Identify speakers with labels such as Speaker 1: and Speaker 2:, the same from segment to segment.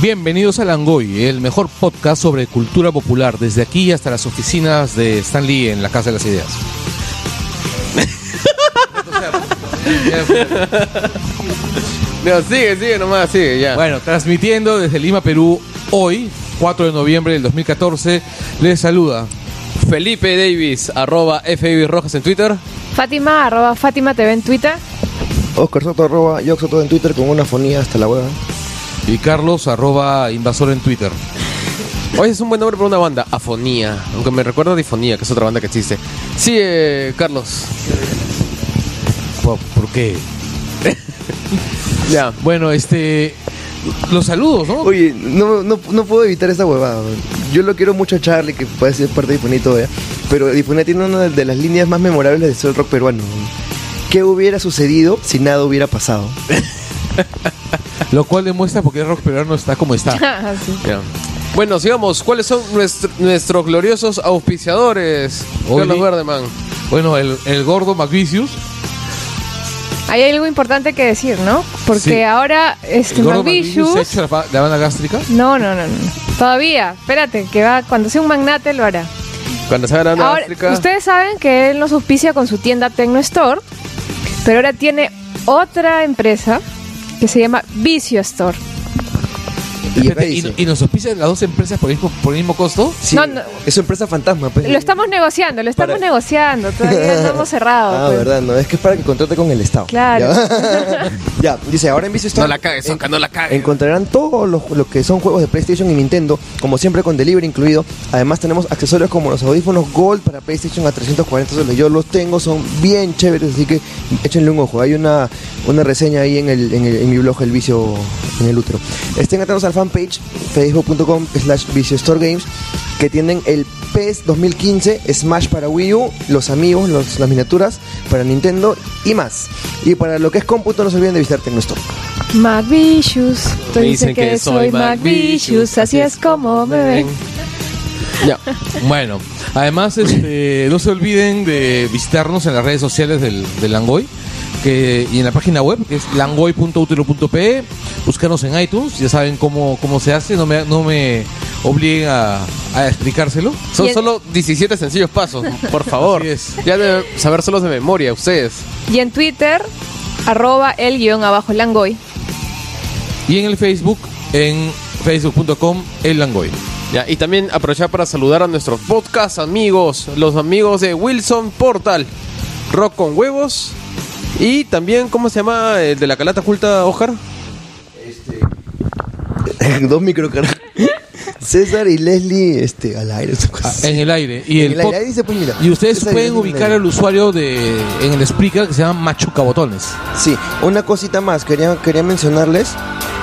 Speaker 1: Bienvenidos a Langoy, el mejor podcast sobre cultura popular, desde aquí hasta las oficinas de Stanley en la Casa de las Ideas.
Speaker 2: No, sigue, sigue nomás, sigue, ya.
Speaker 1: Bueno, transmitiendo desde Lima, Perú, hoy, 4 de noviembre del 2014, les saluda.
Speaker 2: Felipe Davis, arroba FB Rojas en Twitter.
Speaker 3: Fátima, arroba Fátima TV en Twitter.
Speaker 4: Oscar Soto, arroba Yox Soto en Twitter con una fonía hasta la hueva.
Speaker 1: Y Carlos, arroba invasor en Twitter.
Speaker 2: Hoy es un buen nombre para una banda, Afonía. Aunque me recuerda a Difonía, que es otra banda que existe. Sí, eh, Carlos.
Speaker 1: ¿Por, por qué?
Speaker 2: Ya.
Speaker 1: Bueno, este. Los saludos, ¿no?
Speaker 4: Oye, no, no, no puedo evitar esa huevada. man. Yo lo quiero mucho a Charlie, que puede ser parte de Difuné y todo, ¿ya? Pero Difuné tiene una de las líneas más memorables de soul rock peruano. man. ¿Qué hubiera sucedido si nada hubiera pasado?
Speaker 1: Lo cual demuestra por qué el rock peruano está como está.
Speaker 3: Ah, Sí.
Speaker 2: ya. Bueno, sigamos. ¿Cuáles son nuestro- nuestros gloriosos auspiciadores?
Speaker 1: Hoy-
Speaker 2: Carlos Verdeman.
Speaker 1: Bueno, el, el gordo McVicious.
Speaker 3: Hay algo importante que decir, ¿no? Porque
Speaker 1: Sí.
Speaker 3: ahora este
Speaker 1: El gordo McVicious se ha
Speaker 3: Magnicious...
Speaker 1: hecho la, fa- la banda gástrica.
Speaker 3: No, no, no, no. Todavía, espérate, que va cuando sea un magnate lo hará.
Speaker 2: Cuando se hagan
Speaker 3: Ahora, ustedes saben que él nos auspicia con su tienda Tecno Store, pero ahora tiene otra empresa que se llama Vicio Store.
Speaker 4: Y,
Speaker 1: Espérate,
Speaker 4: ahí dice,
Speaker 1: y, y nos auspician las dos empresas por el mismo, por el mismo costo.
Speaker 4: sí,
Speaker 3: no, no.
Speaker 4: Es una empresa fantasma, pues.
Speaker 3: Lo estamos negociando, lo estamos
Speaker 4: Para-
Speaker 3: negociando, todavía no hemos cerrado.
Speaker 4: Ah,
Speaker 3: pues.
Speaker 4: verdad, no, es que es para que contrate con el Estado.
Speaker 3: Claro.
Speaker 4: Ya, Ya, dice, ahora en Vicio Store-
Speaker 2: No la cagues, Soca, no la cagues.
Speaker 4: Encontrarán todos los, lo que son juegos de PlayStation y Nintendo, como siempre con delivery incluido. Además tenemos accesorios como los audífonos Gold para PlayStation a 340 soles. Yo los tengo, son bien chéveres, así que échenle un ojo. Hay una, una reseña ahí en, el, en, el- en mi blog El Vicio en el útero. Estén atentos al fanpage facebook.com slash Vicio Store Games que tienen el PES 2015, Smash para Wii U, los amigos, los- las miniaturas para Nintendo y más. Y para lo que es cómputo no se olviden de visitarte en nuestro.
Speaker 3: McVicious, todos
Speaker 2: Me
Speaker 3: dicen que, soy McVicious, así es como me ven.
Speaker 2: Ya.
Speaker 1: Bueno, además, este, no se olviden de visitarnos en las redes sociales del, del Langoy que, y en la página web, que es langoy.utero.pe. Buscarnos en iTunes, ya saben cómo, cómo se hace, no me, no me obliguen a, a explicárselo.
Speaker 2: Son
Speaker 3: Y el-
Speaker 2: solo 17 sencillos pasos, por favor.
Speaker 1: Así es.
Speaker 2: Ya deben saber solos de memoria ustedes.
Speaker 3: Y en Twitter, arroba el guión abajo Langoy.
Speaker 1: Y en el Facebook, en facebook.com, el Langoy.
Speaker 2: Ya, y también aprovechar para saludar a nuestros podcast amigos, los amigos de Wilson Portal, Rock con Huevos y también, ¿cómo se llama? El de la calata oculta, Oscar.
Speaker 4: Dos microcargas. César y Leslie este, al aire. esa cosa.
Speaker 1: Ah, en el aire. Y,
Speaker 4: En
Speaker 1: el
Speaker 4: el aire,
Speaker 1: pod-
Speaker 4: ahí dice, pues, mira.
Speaker 1: y ustedes
Speaker 4: Esa
Speaker 1: pueden
Speaker 4: idea
Speaker 1: ubicar
Speaker 4: es
Speaker 1: al usuario de, en el speaker que se llama Machucabotones.
Speaker 4: Sí, una cosita más. Quería, quería mencionarles.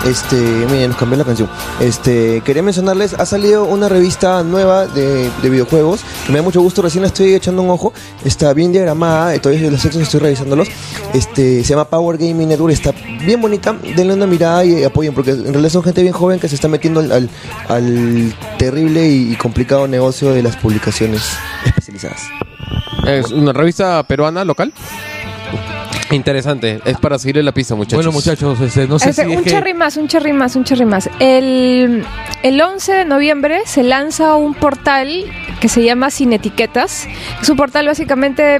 Speaker 4: Este, miren, nos cambió la canción. Este, quería mencionarles, ha salido una revista nueva de, de videojuegos. que Me da mucho gusto, recién la estoy echando un ojo. Está bien diagramada, eh, todavía los textos estoy revisándolos. Este, se llama Power Gaming Network, está bien bonita. Denle una mirada y eh, apoyen, porque en realidad son gente bien joven que se está metiendo al, al- al terrible y- y complicado negocio de las publicaciones especializadas.
Speaker 2: Es una revista peruana local. Interesante, es para seguirle la pista, muchachos.
Speaker 1: Bueno, muchachos, este, no sé
Speaker 3: Este,
Speaker 1: si es
Speaker 3: un
Speaker 1: que-
Speaker 3: cherry más, un cherry más, un cherry más. El, el 11 de noviembre se lanza un portal que se llama Sin Etiquetas. Es un portal básicamente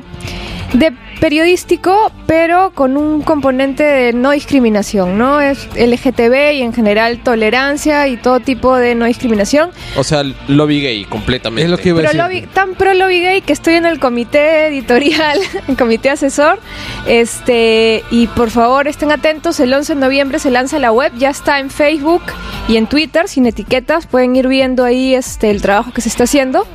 Speaker 3: de periodístico, pero con un componente de no discriminación, ¿no? Es LGTB y en general tolerancia y todo tipo de no discriminación.
Speaker 2: O sea, lobby gay completamente.
Speaker 1: Es lo que iba a
Speaker 3: Pro
Speaker 1: decir.
Speaker 3: lobby- tan pro lobby gay que estoy en el comité editorial, el comité asesor. Este, y por favor estén atentos, el 11 de noviembre se lanza la web, ya está en Facebook y en Twitter, sin etiquetas, pueden ir viendo ahí este, el trabajo que se está haciendo.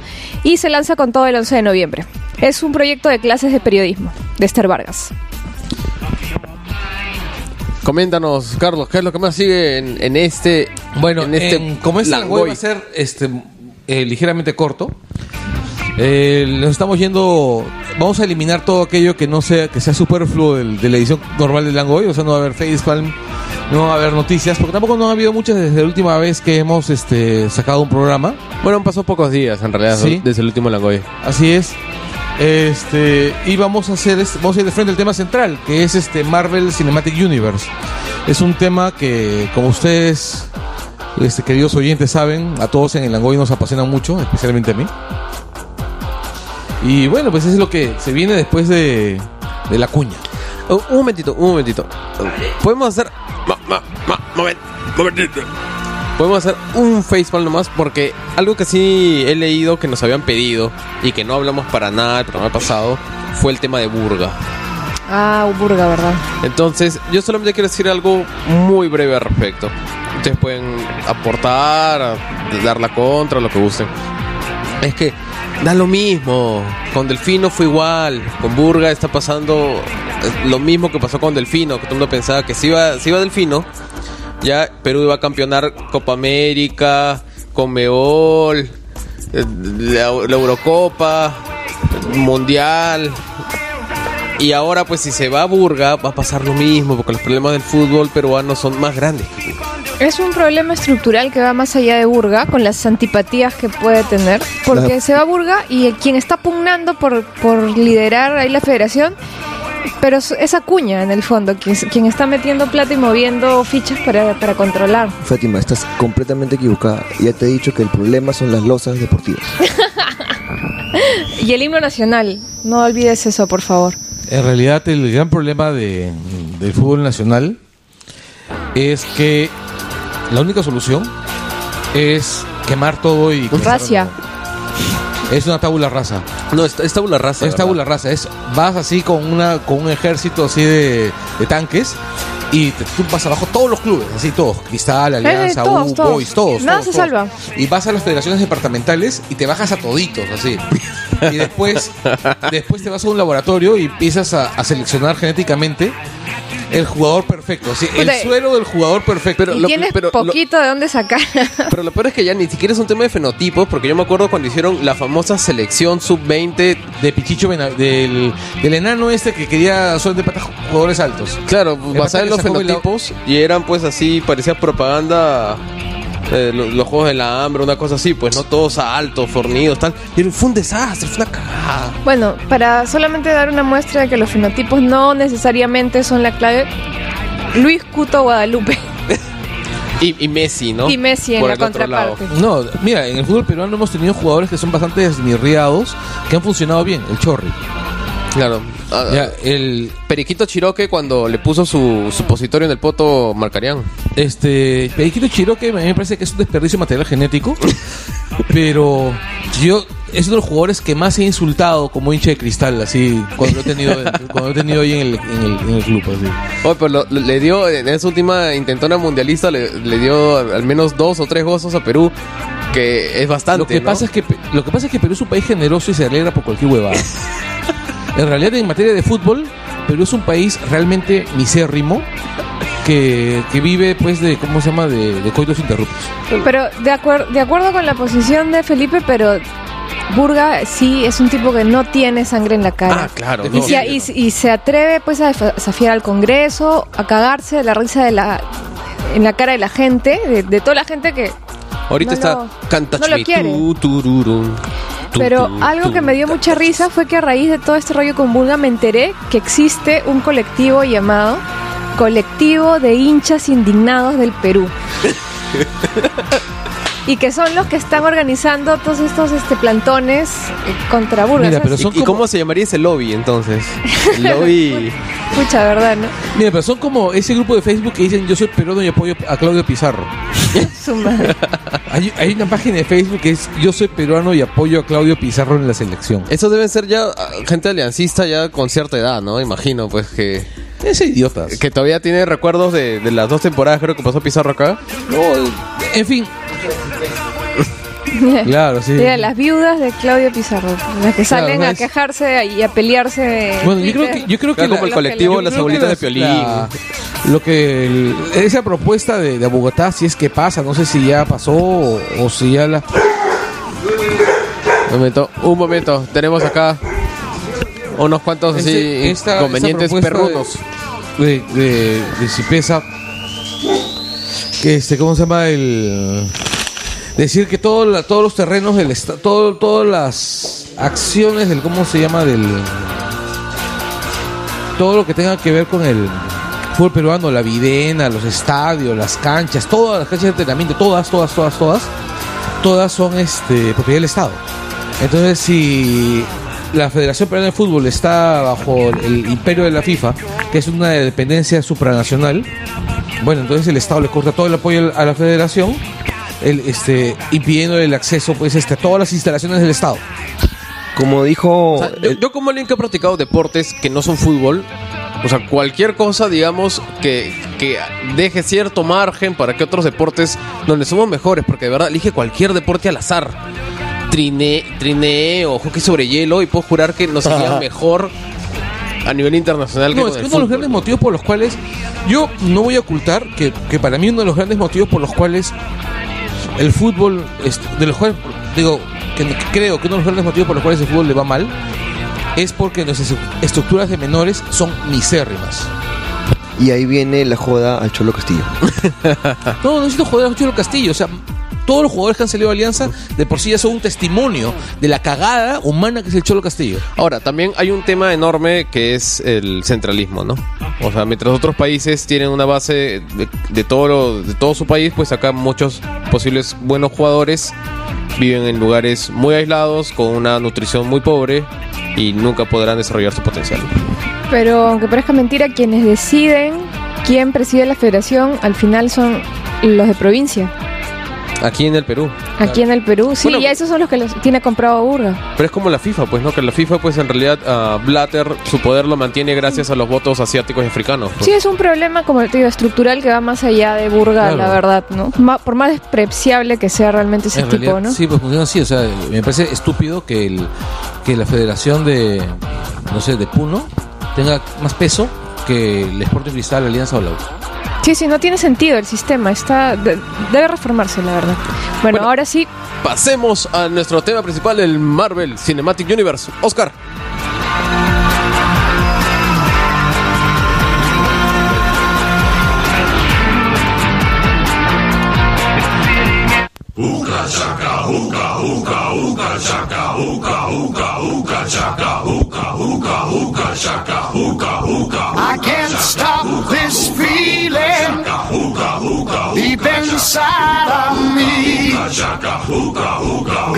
Speaker 3: Y se lanza con todo el 11 de noviembre. Es un proyecto de clases de periodismo de Esther Vargas.
Speaker 2: Coméntanos, Carlos, ¿qué es lo que más sigue en, en este.
Speaker 1: Bueno,
Speaker 2: en este.
Speaker 1: en- como es el
Speaker 2: Langoy?
Speaker 1: va a ser este, eh, ligeramente corto, eh, nos estamos yendo. Vamos a eliminar todo aquello que no sea que sea superfluo del- de la edición normal del Langoy. O sea, no va a haber Facepalm, no va a haber noticias, porque tampoco no han habido muchas desde la última vez que hemos este, sacado un programa.
Speaker 2: Bueno, han pasado pocos días en realidad
Speaker 1: Sí.
Speaker 2: desde el último Langoy.
Speaker 1: Así es. Este, y vamos a hacer es- vamos a ir de frente al tema central, que es este Marvel Cinematic Universe. Es un tema que como ustedes Este, queridos oyentes saben, a todos en el Angoy nos apasiona mucho, especialmente a mí. Y bueno, pues es lo que se viene después de, de la cuña.
Speaker 2: Un Uh, un momentito, un momentito. Uh, Podemos hacer. ma- ma- ma- momen- momentito. Podemos hacer un facepalm nomás porque algo que sí he leído que nos habían pedido y que no hablamos para nada el programa pasado fue el tema de Burga.
Speaker 3: Ah, Burga, ¿verdad?
Speaker 2: Entonces, yo solamente quiero decir algo muy breve al respecto. Ustedes pueden aportar, dar la contra, lo que gusten. Es que da lo mismo. Con Delfino fue igual. Con Burga está pasando eh, lo mismo que pasó con Delfino. Que todo el mundo pensaba que si iba, si iba Delfino, ya Perú iba a campeonar Copa América, Conmebol, eh, la, la Eurocopa, Mundial. Y ahora, pues, si se va a Burga, va a pasar lo mismo, porque los problemas del fútbol peruano son más grandes.
Speaker 3: Es un problema estructural que va más allá de Burga, con las antipatías que puede tener, porque
Speaker 4: Claro.
Speaker 3: se va a Burga y quien está pugnando por, por liderar ahí la federación, pero es- es Acuña en el fondo, quien, quien está metiendo plata y moviendo fichas para, para controlar.
Speaker 4: Fátima, estás completamente equivocada. Ya te he dicho que el problema son las losas deportivas.
Speaker 3: Y el himno nacional, no olvides eso, por favor.
Speaker 1: En realidad, el gran problema de- del fútbol nacional es que la única solución es quemar todo y. comenzar de
Speaker 3: Racia.
Speaker 1: nuevo. Es una tabula rasa.
Speaker 2: No, es, es tabula rasa.
Speaker 1: Es tabula rasa. Es, vas así con, una, con un ejército así de, de tanques y te tumbas abajo todos los clubes, así todos. Cristal, Alianza,
Speaker 3: Eh, todos,
Speaker 1: U,
Speaker 3: todos.
Speaker 1: Boys, todos.
Speaker 3: Nada
Speaker 1: todos,
Speaker 3: se
Speaker 1: todos.
Speaker 3: salva.
Speaker 1: Y vas a las federaciones departamentales y te bajas a toditos, así. Y después, después te vas a un laboratorio y empiezas a, a seleccionar genéticamente el jugador perfecto. así, el
Speaker 3: Puta, eh.
Speaker 1: suelo del jugador perfecto.
Speaker 2: pero
Speaker 3: y
Speaker 2: lo-
Speaker 3: tienes
Speaker 2: pero lo-
Speaker 3: poquito de dónde sacar.
Speaker 2: Pero lo peor es que ya ni siquiera es un tema de fenotipos, porque yo me acuerdo cuando hicieron la famosa selección sub-20.
Speaker 1: de Pichicho Benav- del, del enano este que quería son de patas jugadores altos.
Speaker 2: Claro,
Speaker 1: El
Speaker 2: basada en los
Speaker 1: pata que sacó
Speaker 2: fenotipos, y eran pues así, parecía propaganda. eh, lo- los juegos de la hambre, una cosa así, pues no todos altos, fornidos, tal. Y era- fue un desastre, fue una cagada.
Speaker 3: Bueno, para solamente dar una muestra de que los fenotipos no necesariamente son la clave, Luis Cuto Guadalupe.
Speaker 2: Y, y Messi, ¿no?
Speaker 3: Y Messi en
Speaker 2: Por
Speaker 3: la
Speaker 2: el otro lado.
Speaker 3: contraparte.
Speaker 1: No, mira, en el fútbol peruano hemos tenido jugadores que son bastante desmirriados, que han funcionado bien, el Chorri.
Speaker 2: Claro. Ah,
Speaker 1: Ya, el
Speaker 2: Periquito Chiroque cuando le puso su supositorio en el poto Marcarián.
Speaker 1: este Periquito Chiroque me- me parece que es un desperdicio de material genético, pero yo es uno de los jugadores que más he insultado como hincha de cristal, así, cuando lo he tenido, cuando lo he tenido ahí en el, en el- en el club. así.
Speaker 2: Oye, pero lo- lo- le dio, en esa última intentona mundialista, le, le dio al menos dos o tres gozos a Perú, que es bastante.
Speaker 1: Lo, que
Speaker 2: ¿no?
Speaker 1: pasa es que, Pe- lo que pasa es que Perú es un país generoso y se alegra por cualquier huevada. En realidad, en materia de fútbol, Perú es un país realmente misérrimo que, que vive, pues, de, ¿cómo se llama?, de, de coitos interruptos.
Speaker 3: Pero de, acuer- de acuerdo con la posición de Felipe, pero Burga sí es un tipo que no tiene sangre en la cara.
Speaker 2: Ah, claro.
Speaker 3: Y,
Speaker 2: no.
Speaker 3: se, y- y se atreve pues a defa- desafiar al Congreso, a cagarse de la risa de la en la cara de la gente, de, de toda la gente que...
Speaker 2: Ahorita
Speaker 3: no
Speaker 2: está
Speaker 3: lo-
Speaker 2: canta
Speaker 3: no lo
Speaker 2: Chuy,
Speaker 3: quiere.
Speaker 2: tu, tururum, tu,
Speaker 3: Pero
Speaker 2: tu,
Speaker 3: algo
Speaker 2: tu.
Speaker 3: que me dio mucha risa fue que a raíz de todo este rollo con Burga me enteré que existe un colectivo llamado Colectivo de Hinchas Indignados del Perú. y que son los que están organizando todos estos este, plantones eh, contra Burga.
Speaker 1: Mira,
Speaker 3: O sea,
Speaker 1: pero
Speaker 3: sí,
Speaker 1: son
Speaker 2: ¿Y, y cómo se llamaría ese lobby entonces? El lobby.
Speaker 3: Pucha, ¿verdad? ¿no?
Speaker 1: Mira, pero son como ese grupo de Facebook que dicen yo soy peruano y apoyo a Claudio Pizarro.
Speaker 3: Su madre.
Speaker 1: Hay, hay una página de Facebook que es yo soy peruano y apoyo a Claudio Pizarro en la selección.
Speaker 2: Esos deben ser ya ah, gente aliancista ya con cierta edad, ¿no? Imagino, pues que.
Speaker 1: Es idiotas.
Speaker 2: Que todavía tiene recuerdos de, de las dos temporadas, creo que pasó Pizarro acá.
Speaker 1: En fin. Claro, sí.
Speaker 3: Mira, las viudas de Claudio Pizarro, las que
Speaker 1: Claro,
Speaker 3: salen
Speaker 1: ¿no
Speaker 3: a
Speaker 1: es?
Speaker 3: quejarse y a pelearse. en
Speaker 1: Bueno, yo creo
Speaker 3: Twitter.
Speaker 1: que, yo creo que
Speaker 2: Claro, como el
Speaker 3: la-
Speaker 2: colectivo
Speaker 3: yo
Speaker 2: Las
Speaker 1: creo que
Speaker 2: Abuelitas de
Speaker 1: las-
Speaker 2: Piolín.
Speaker 1: la- lo que el- esa propuesta de, de Bogotá, si es que pasa, no sé si ya pasó o, o si ya la.
Speaker 2: Un momento, un momento. Tenemos acá unos cuantos así
Speaker 1: Ese- esta-
Speaker 2: convenientes
Speaker 1: esa propuesta
Speaker 2: perrunos.
Speaker 1: De, de, de Cipesa, que este, ¿cómo se llama? El. Decir que todo la- todos los terrenos del esta- todo, todas las acciones del cómo se llama del todo lo que tenga que ver con el fútbol peruano, la videna, los estadios, las canchas, todas las canchas de entrenamiento, todas, todas, todas, todas, todas son este, propiedad del Estado. Entonces, si la Federación Peruana de Fútbol está bajo el imperio de la FIFA, que es una dependencia supranacional, bueno, entonces el Estado le corta todo el apoyo a la Federación, el, este, impidiendo el acceso pues, este, a todas las instalaciones del Estado.
Speaker 4: Como dijo.
Speaker 2: O sea, yo, yo como alguien que ha practicado deportes que no son fútbol, o sea, cualquier cosa, digamos, que, que deje cierto margen para que otros deportes donde somos mejores, porque de verdad elige cualquier deporte al azar. Trine, trineo, hockey sobre hielo, y puedo jurar que nos iría mejor a nivel internacional que
Speaker 1: No,
Speaker 2: con
Speaker 1: es que
Speaker 2: el
Speaker 1: uno de los
Speaker 2: fútbol.
Speaker 1: grandes motivos por los cuales yo no voy a ocultar que, que para mí uno de los grandes motivos por los cuales el fútbol, este, de los cuales, digo, que, que creo que uno de los grandes motivos por los cuales el fútbol le va mal es porque nuestras estru- estructuras de menores son misérrimas.
Speaker 4: Y ahí viene la joda al Cholo Castillo.
Speaker 1: No, no necesito joder a Chulo Castillo, o sea. Todos los jugadores que han salido de Alianza de por sí ya son un testimonio de la cagada humana que es el Cholo Castillo.
Speaker 2: Ahora, también hay un tema enorme que es el centralismo, ¿no? O sea, mientras otros países tienen una base de, de todo, lo- de todo su país, pues acá muchos posibles buenos jugadores viven en lugares muy aislados, con una nutrición muy pobre y nunca podrán desarrollar su potencial.
Speaker 3: Pero aunque parezca mentira, quienes deciden quién preside la federación al final son los de provincia.
Speaker 2: Aquí en el Perú.
Speaker 3: Aquí en el Perú, sí,
Speaker 2: Bueno,
Speaker 1: pues-
Speaker 3: y esos son los que los tiene comprado Burga.
Speaker 2: Pero es como la FIFA, pues, ¿no? Que la FIFA, pues, en realidad, ah, Blatter, su poder lo mantiene gracias a los votos asiáticos y africanos. pues.
Speaker 3: Sí, es un problema, como te digo, estructural que va más allá de Burga,
Speaker 1: Claro.
Speaker 3: la verdad, ¿no? Ma- por más despreciable que sea realmente ese
Speaker 1: En
Speaker 3: tipo,
Speaker 1: realidad,
Speaker 3: ¿no?
Speaker 1: Sí, pues funciona así. O sea, me parece estúpido que, el, que la federación de, no sé, de Puno tenga más peso que el Sporting Cristal, la Alianza o la U.
Speaker 3: Sí, sí, no tiene sentido el sistema, está de- debe reformarse, la verdad. Bueno,
Speaker 2: Bueno.
Speaker 3: ahora sí,
Speaker 2: Pasemos a nuestro tema principal, el Marvel Cinematic Universe. Oscar.
Speaker 5: I can't stop this feeling deep inside of me.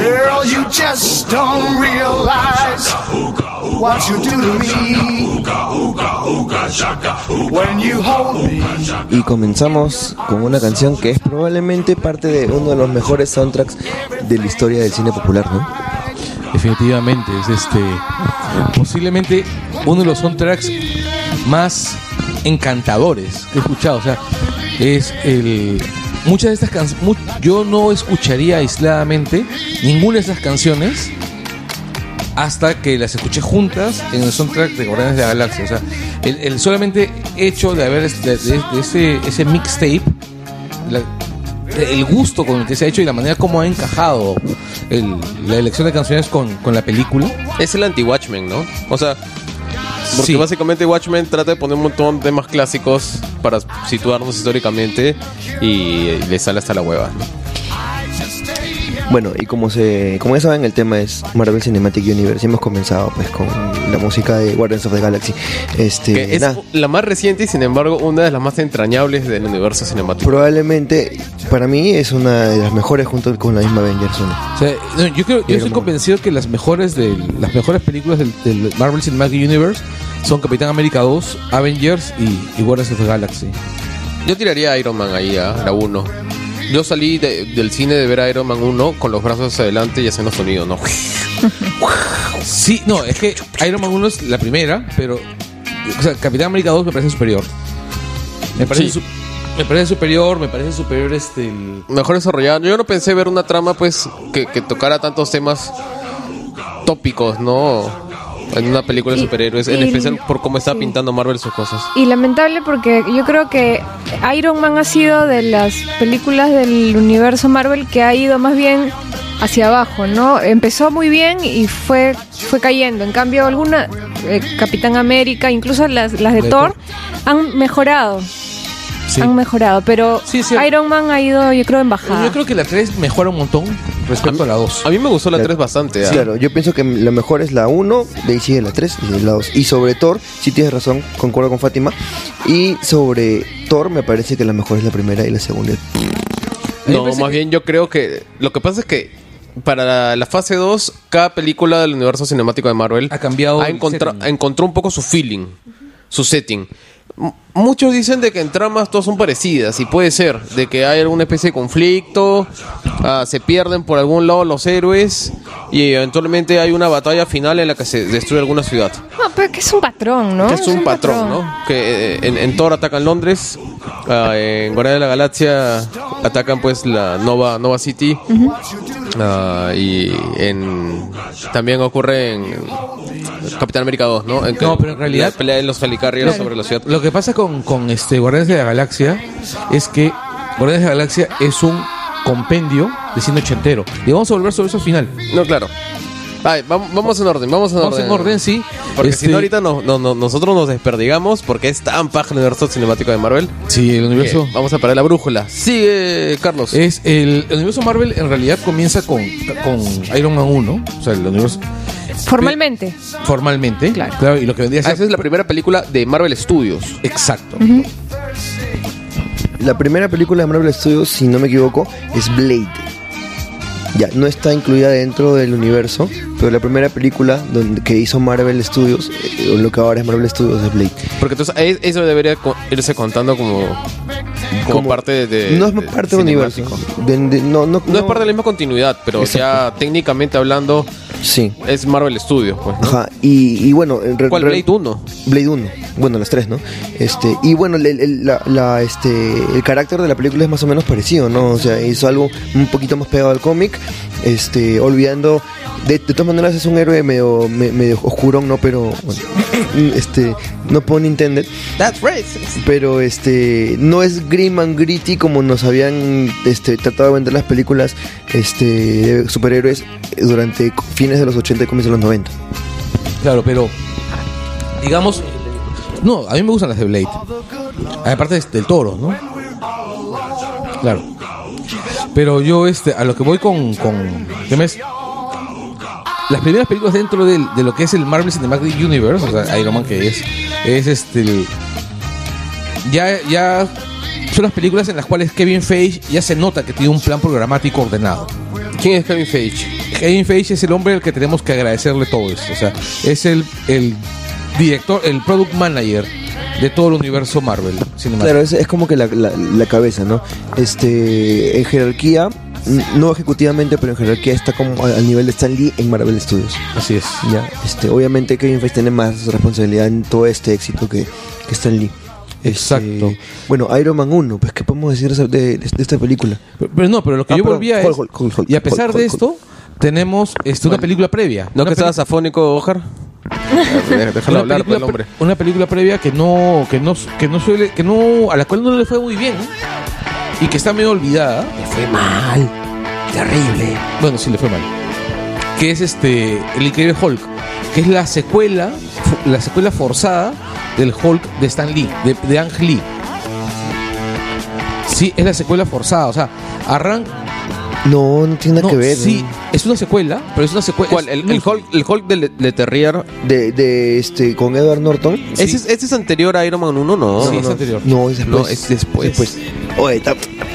Speaker 5: Girl, you just don't realize what you do to me when you hold me.
Speaker 4: Y comenzamos con una canción que es probablemente parte de uno de los mejores soundtracks de la historia del cine popular, ¿no?
Speaker 1: Definitivamente, es este. Posiblemente uno de los soundtracks más encantadores que he escuchado. O sea, es el. Muchas de estas canciones. Yo no escucharía aisladamente ninguna de estas canciones hasta que las escuché juntas en el soundtrack de Guardianes de la Galaxia. O sea, el, el solamente hecho de haber es- de- de- de ese, ese mixtape, la- el gusto con el que se ha hecho y la manera como ha encajado el- la elección de canciones con, con la película.
Speaker 2: Es el anti-Watchmen, ¿no? O sea, porque
Speaker 1: Sí.
Speaker 2: básicamente Watchmen trata de poner un montón de temas clásicos para situarnos históricamente y eh, le sale hasta la hueva. ¿no?
Speaker 4: Bueno, y como se, como ya saben, el tema es Marvel Cinematic Universe. Y hemos comenzado pues con la música de Guardians of the Galaxy.
Speaker 2: Que
Speaker 4: Este,
Speaker 2: es
Speaker 4: nada,
Speaker 2: la más reciente y sin embargo una de las más entrañables del universo cinemático.
Speaker 4: probablemente para mí es una de las mejores junto con la misma Avengers 1.
Speaker 1: O sea, no, yo creo, yo
Speaker 4: Iron
Speaker 1: estoy
Speaker 4: Man.
Speaker 1: convencido que las mejores de las mejores películas del, del Marvel Cinematic Universe son Capitán América 2, Avengers y, y Guardians of the Galaxy.
Speaker 2: Yo tiraría a Iron Man ahí, a la 1. Yo salí de- del cine de ver a Iron Man 1 con los brazos hacia adelante y haciendo sonido, ¿no?
Speaker 1: Sí, no, es que Iron Man 1 es la primera, pero. O sea, Capitán América 2 me parece superior. Me parece,
Speaker 2: Sí.
Speaker 1: su- me parece superior, me parece superior este. el-
Speaker 2: mejor desarrollada. Yo no pensé ver una trama pues que, que tocara tantos temas tópicos, ¿no? En una película de
Speaker 3: Y-
Speaker 2: superhéroes, en
Speaker 3: y-
Speaker 2: especial por cómo está
Speaker 3: sí.
Speaker 2: pintando Marvel sus cosas.
Speaker 3: y lamentable porque yo creo que Iron Man ha sido de las películas del universo Marvel que ha ido más bien hacia abajo, ¿no? Empezó muy bien y fue fue cayendo. En cambio, alguna eh, Capitán América, incluso las, las de,
Speaker 1: De
Speaker 3: Thor, han mejorado.
Speaker 1: Sí.
Speaker 3: han mejorado, pero
Speaker 1: Sí, sí.
Speaker 3: Iron Man ha ido, yo creo, en bajada.
Speaker 1: Yo creo que la 3 mejora un montón respecto a la 2.
Speaker 2: A mí me gustó la
Speaker 4: Claro.
Speaker 2: 3 bastante. ah.
Speaker 4: Claro, yo pienso que la mejor es la 1, de ahí sigue la 3 y la 2. Y sobre Thor, sí tienes razón, concuerdo con Fátima. Y sobre Thor me parece que la mejor es la primera y la segunda.
Speaker 1: A mí me
Speaker 2: No,
Speaker 1: parece
Speaker 2: más
Speaker 1: que-
Speaker 2: bien yo creo que lo que pasa es que para la, la fase 2, cada película del universo cinemático de Marvel
Speaker 1: Ha cambiado
Speaker 2: ha
Speaker 1: el
Speaker 2: encontra-
Speaker 1: setting.
Speaker 2: encontró un poco su feeling, su setting. M- Muchos dicen de que en tramas todas son parecidas y puede ser, de que hay alguna especie de conflicto, ah, se pierden por algún lado los héroes y eventualmente hay una batalla final en la que se destruye alguna ciudad.
Speaker 3: No, pero que es un patrón, ¿no?
Speaker 2: Que es un patrón, ¿no? Que eh, en, en Thor atacan Londres, ah, en Guardia de la Galaxia atacan pues la Nova, Nova City ah, y en, también ocurre en Capitán América 2, ¿no? En que
Speaker 1: No, pero en realidad-
Speaker 2: la pelea de los helicarriers sobre la ciudad.
Speaker 1: Lo que pasa con, con este Guardianes de la Galaxia es que Guardianes de la Galaxia es un compendio de cine ochentero. Y vamos a volver sobre eso al final.
Speaker 2: No, claro. Ay, vam- vamos en orden, vamos en
Speaker 1: Vamos
Speaker 2: orden.
Speaker 1: en orden, sí.
Speaker 2: Porque
Speaker 1: Este,
Speaker 2: si no ahorita no, no- no- nosotros nos desperdigamos porque es tan paja el universo cinemático de Marvel.
Speaker 1: Sí, el universo...
Speaker 2: que Vamos a parar la brújula. Sigue, Carlos.
Speaker 1: Es el, el universo Marvel en realidad comienza con, con Iron Man 1, o sea, el universo
Speaker 3: Formalmente.
Speaker 1: formalmente.
Speaker 3: Claro.
Speaker 1: y lo que vendría a
Speaker 2: Ah,
Speaker 1: ser.
Speaker 2: esa es la primera película de Marvel Studios.
Speaker 1: Exacto.
Speaker 4: La primera película de Marvel Studios, si no me equivoco, es Blade. Ya, no está incluida dentro del universo, pero la primera película donde, que hizo Marvel Studios, eh, o lo que ahora es Marvel Studios, es Blade.
Speaker 2: Porque entonces eh, eso debería co- irse contando como, como, parte de, de-
Speaker 4: no es
Speaker 2: de
Speaker 4: parte del universo.
Speaker 2: cinemático.
Speaker 4: De- de- no, no,
Speaker 2: No, es parte de la misma continuidad, pero ya técnicamente hablando
Speaker 4: Sí.
Speaker 2: es Marvel Studios. Pues, ¿no?
Speaker 4: Ajá, y, y bueno... en re-
Speaker 2: ¿Cuál
Speaker 4: re-
Speaker 2: Blade 1?
Speaker 4: Blade 1, bueno, las tres, ¿no? Este, y bueno, el, el- la- la, este, el carácter de la película es más o menos parecido, ¿no? O sea, hizo algo un poquito más pegado al cómic, este, olvidando, de, de todas maneras es un héroe medio, me- medio oscurón, ¿no? Pero, bueno, este, no puedo entender,
Speaker 2: That's racist.
Speaker 4: pero este, no es grim and gritty como nos habían este, tratado de vender las películas este, de superhéroes durante fines de los 80 y comienzos de los 90.
Speaker 3: Ah,
Speaker 1: Claro, pero digamos, no, a mí me gustan las de Blade. Aparte es del toro, ¿no? Claro. Pero yo este a lo que voy con con ¿qué más? Las primeras películas dentro del- de lo que es el Marvel Cinematic Universe, o sea, Iron Man que es es este el- ya ya son las películas en las cuales Kevin Feige ya se nota que tiene un plan programático ordenado.
Speaker 2: ¿Quién es Kevin Feige?
Speaker 1: Kevin Feige es el hombre al que tenemos que agradecerle todo esto. O sea, es el, el director, el product manager de todo el universo Marvel
Speaker 4: Claro,
Speaker 1: cinematográfico.
Speaker 4: es, es como que la, la- la cabeza, ¿no? Este, en jerarquía, n- no ejecutivamente, pero en jerarquía está como a- al nivel de Stan Lee en Marvel Studios.
Speaker 1: Así es.
Speaker 4: Ya, este, obviamente Kevin Feige tiene más responsabilidad en todo este éxito que, que Stan Lee. Este,
Speaker 1: Exacto.
Speaker 4: bueno, Iron Man 1, pues ¿qué podemos decir de, de- de esta película?
Speaker 1: Pero, pero no, pero lo que
Speaker 4: Ah,
Speaker 1: yo
Speaker 4: perdón,
Speaker 1: volvía
Speaker 4: Hulk,
Speaker 1: es.
Speaker 4: Hulk, Hulk, Hulk,
Speaker 1: y a pesar
Speaker 4: Hulk,
Speaker 1: de
Speaker 4: Hulk,
Speaker 1: esto, tenemos este, una película previa.
Speaker 2: ¿No
Speaker 1: Una
Speaker 2: que estabas afónico, Ojar? Déjalo
Speaker 1: una
Speaker 2: hablar, pues, el
Speaker 1: película pre-
Speaker 2: hombre.
Speaker 1: una película previa que no que no que no suele que no a la cual no le fue muy bien y que está medio olvidada le fue mal terrible bueno sí le fue mal que es este el increíble Hulk que es la secuela fu- la secuela forzada del Hulk de Stan Lee de, de Ang Lee sí es la secuela forzada o sea arranca
Speaker 4: No, no tiene nada
Speaker 1: no,
Speaker 4: que ver.
Speaker 1: sí
Speaker 4: ¿no?
Speaker 1: es una secuela pero es una secuela
Speaker 2: ¿Cuál? El, el Hulk, el Hulk de, Le- Le Terrier.
Speaker 4: De, de, este, con Edward Norton.
Speaker 2: Ese, es, ese es anterior a Iron Man 1, ¿no?
Speaker 1: Sí,
Speaker 2: No,
Speaker 1: es
Speaker 2: no.
Speaker 1: anterior.
Speaker 4: No, es después.
Speaker 2: No, es después.
Speaker 4: Oye, ta-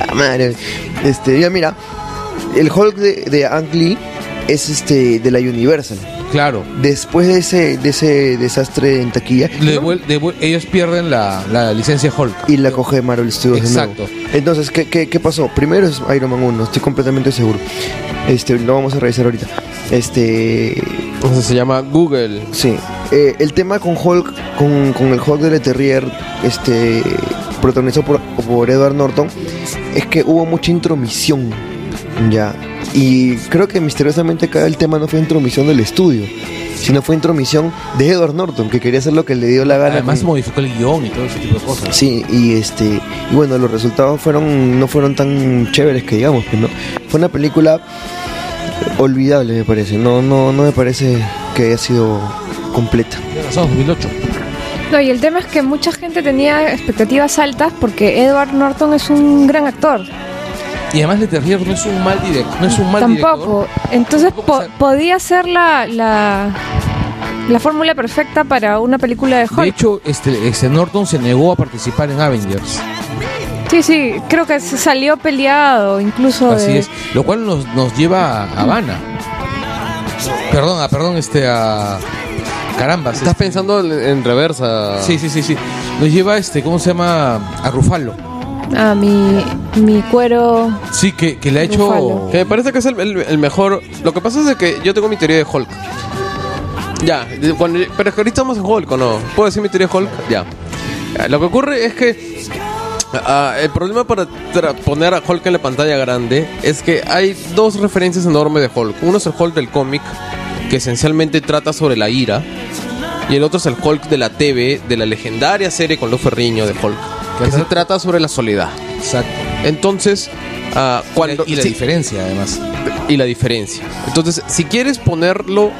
Speaker 4: ah, madre. Este, ya mira, el Hulk de, de Ang Lee es este de la Universal.
Speaker 1: claro
Speaker 4: Después de ese, de ese desastre en taquilla
Speaker 1: Le vuel- de vuel- ellos pierden la, la licencia Hulk.
Speaker 4: y la coge Marvel Studios de nuevo.
Speaker 1: Exacto.
Speaker 4: Entonces, ¿qué, qué, qué pasó? Primero es Iron Man 1, estoy completamente seguro. Este, lo vamos a revisar ahorita. Este,
Speaker 2: Entonces se llama Google.
Speaker 4: Sí. Eh, el tema con Hulk, con, con el Hulk de Leterrier, este, protagonizado por, por Edward Norton, es que hubo mucha intromisión. Ya. Y creo que misteriosamente acá el tema no fue intromisión del estudio, sino fue intromisión de Edward Norton, que quería hacer lo que le dio la gana.
Speaker 1: Además
Speaker 4: con-
Speaker 1: modificó el guión y todo ese tipo de cosas.
Speaker 4: Sí, y este y bueno, los resultados fueron no fueron tan chéveres que digamos, pues, ¿no? Fue una película olvidable, me parece. No no no me parece que haya sido completa.
Speaker 1: Pasado 2008.
Speaker 3: No, y el tema es que mucha gente tenía expectativas altas porque Edward Norton es un gran actor.
Speaker 1: Y además Letter Hero no es un mal directo, no es un mal
Speaker 3: Tampoco.
Speaker 1: director.
Speaker 3: Entonces
Speaker 1: Tampoco,
Speaker 3: po-
Speaker 1: o sea,
Speaker 3: podía ser la, la, la fórmula perfecta para una película de
Speaker 1: de
Speaker 3: Hulk.
Speaker 1: hecho, este, este Norton se negó a participar en Avengers.
Speaker 3: Sí, sí, creo que se salió peleado incluso
Speaker 1: Así
Speaker 3: de-
Speaker 1: es. Lo cual nos, nos lleva a Habana. Perdón, a- perdón, este a. este, Caramba,
Speaker 2: Estás pensando en, en reversa.
Speaker 1: Sí, sí, sí, sí. Nos lleva este, ¿cómo se llama? A Rufalo.
Speaker 3: a mi, mi cuero.
Speaker 1: Sí, que, que le ha hecho.
Speaker 3: Ruffalo.
Speaker 2: Que me parece que es el, el- el mejor. Lo que pasa es de que yo tengo mi teoría de Hulk. Ya, de- cuando- pero es que ahorita estamos en Hulk, ¿o no? ¿Puedo decir mi teoría de Hulk? Ya. Ya, Lo que ocurre es que. ah, el problema para tra- poner a Hulk en la pantalla grande es que hay dos referencias enormes de Hulk. Uno es el Hulk del cómic, que esencialmente trata sobre la ira. Y el otro es el Hulk de la TV, de la legendaria serie con los Ferriño de Hulk, que se trata sobre la soledad.
Speaker 1: Exacto.
Speaker 2: Entonces, ah, cuando.
Speaker 1: y la
Speaker 2: sí,
Speaker 1: diferencia, además.
Speaker 2: y la diferencia. Entonces, si quieres ponerlo,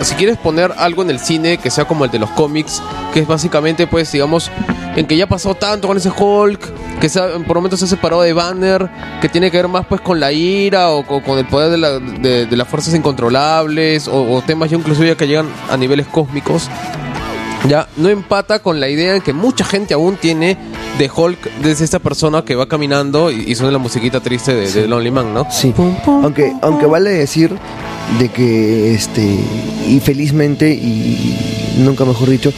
Speaker 2: si quieres poner algo en el cine que sea como el de los cómics, que es básicamente, pues, digamos, en que ya pasó tanto con ese Hulk, que se ha- por momentos se ha separado de Banner, que tiene que ver más, pues, con la ira o co- con, el poder de, la- de- de las fuerzas incontrolables o, o temas ya inclusive que llegan a niveles cósmicos. Ya no empata con la idea que mucha gente aún tiene de Hulk, desde esta persona que va caminando y, y suena la musiquita triste de, de Lonely Man, ¿no?
Speaker 4: Sí. Aunque, aunque vale decir de que este y felizmente y nunca mejor dicho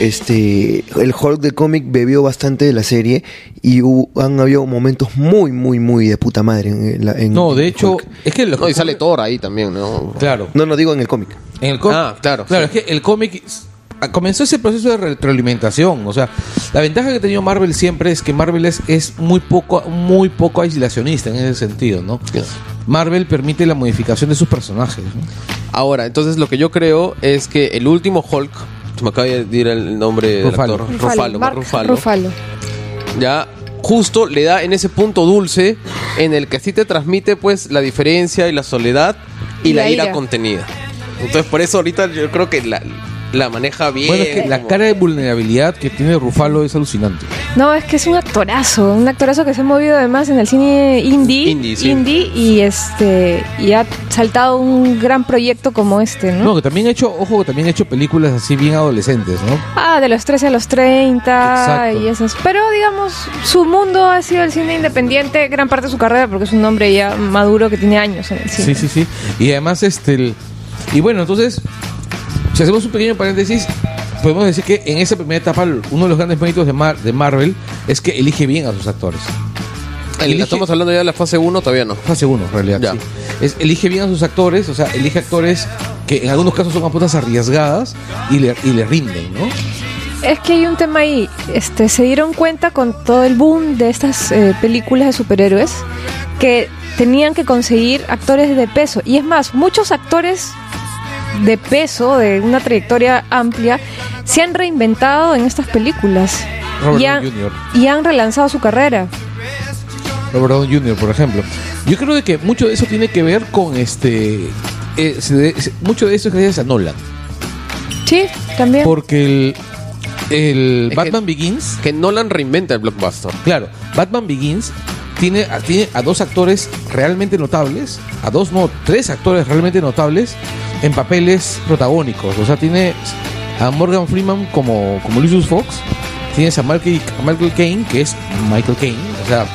Speaker 4: este el Hulk del cómic bebió bastante de la serie y hubo- han habido momentos muy muy muy de puta madre en la en
Speaker 1: No, de
Speaker 4: el
Speaker 1: hecho,
Speaker 4: Hulk.
Speaker 1: es que lo
Speaker 2: No,
Speaker 1: que
Speaker 2: y sale
Speaker 1: ocurre-
Speaker 2: Thor ahí también, ¿no?
Speaker 1: Claro.
Speaker 4: no no digo en el cómic
Speaker 1: En el cómic.
Speaker 2: Ah, claro,
Speaker 1: Claro, es que el cómic s- a- comenzó ese proceso de retroalimentación. O sea, la ventaja que ha tenido Marvel siempre es que Marvel es, es muy poco, muy poco aislacionista en ese sentido, ¿no?
Speaker 2: Claro.
Speaker 1: Marvel permite la modificación de sus personajes. ¿no?
Speaker 2: Ahora, entonces lo que yo creo es que el último Hulk, se me acaba de decir el nombre del
Speaker 1: Ruffalo.
Speaker 2: actor,
Speaker 3: Ruffalo,
Speaker 2: Ruffalo,
Speaker 3: Mark
Speaker 2: Ruffalo,
Speaker 3: Ruffalo.
Speaker 2: ya justo le da en ese punto dulce en el que sí te transmite pues la diferencia y la soledad y, la, ira, contenida. Entonces por eso ahorita yo creo que la, la maneja bien.
Speaker 1: Bueno, es que la
Speaker 2: como-
Speaker 1: cara de vulnerabilidad que tiene Rufalo es alucinante.
Speaker 3: No, es que es un actorazo, un actorazo que se ha movido además en el cine indie,
Speaker 2: Indie, sí.
Speaker 3: indie, y este y ha saltado un gran proyecto como este, ¿no?
Speaker 1: No, que también ha hecho, ojo, que también ha hecho películas así bien adolescentes, ¿no?
Speaker 3: Ah, de los 13 a los 30
Speaker 1: Exacto.
Speaker 3: y esas. Pero digamos, su mundo ha sido el cine independiente gran parte de su carrera porque es un hombre ya maduro que tiene años en el cine.
Speaker 1: Sí, sí, sí. Y además, este. el- y bueno, entonces, si hacemos un pequeño paréntesis, podemos decir que en esa primera etapa, l- uno de los grandes méritos de, Mar- de Marvel es que elige bien a sus actores.
Speaker 2: el-
Speaker 1: elige-
Speaker 2: estamos hablando ya de la fase 1, todavía no.
Speaker 1: Fase 1, en realidad.
Speaker 2: Ya.
Speaker 1: sí. Es, elige bien a sus actores, o sea, elige actores que en algunos casos son apuestas arriesgadas y le, y le rinden, ¿no?
Speaker 3: Es que hay un tema ahí. Este, se dieron cuenta con todo el boom de estas eh, películas de superhéroes que tenían que conseguir actores de peso. Y es más, muchos actores de peso, de una trayectoria amplia, se han reinventado en estas películas.
Speaker 1: Robert
Speaker 3: y,
Speaker 1: Downey
Speaker 3: han,
Speaker 1: Jr.
Speaker 3: y han relanzado su carrera.
Speaker 1: Robert Downey Jr., por ejemplo. Yo creo de que mucho de eso tiene que ver con este. eh, se de- se- mucho de eso es gracias a Nolan.
Speaker 3: Sí, también.
Speaker 1: Porque el, el
Speaker 2: Es que-
Speaker 1: Batman Begins,
Speaker 2: Que Nolan reinventa el blockbuster.
Speaker 1: claro, Batman Begins tiene, a- tiene a dos actores realmente notables, a dos, no, tres actores realmente notables en papeles protagónicos. O sea, tiene a Morgan Freeman como, como Lucius Fox, tienes a Michael, a Michael Caine, que es Michael Caine, o sea,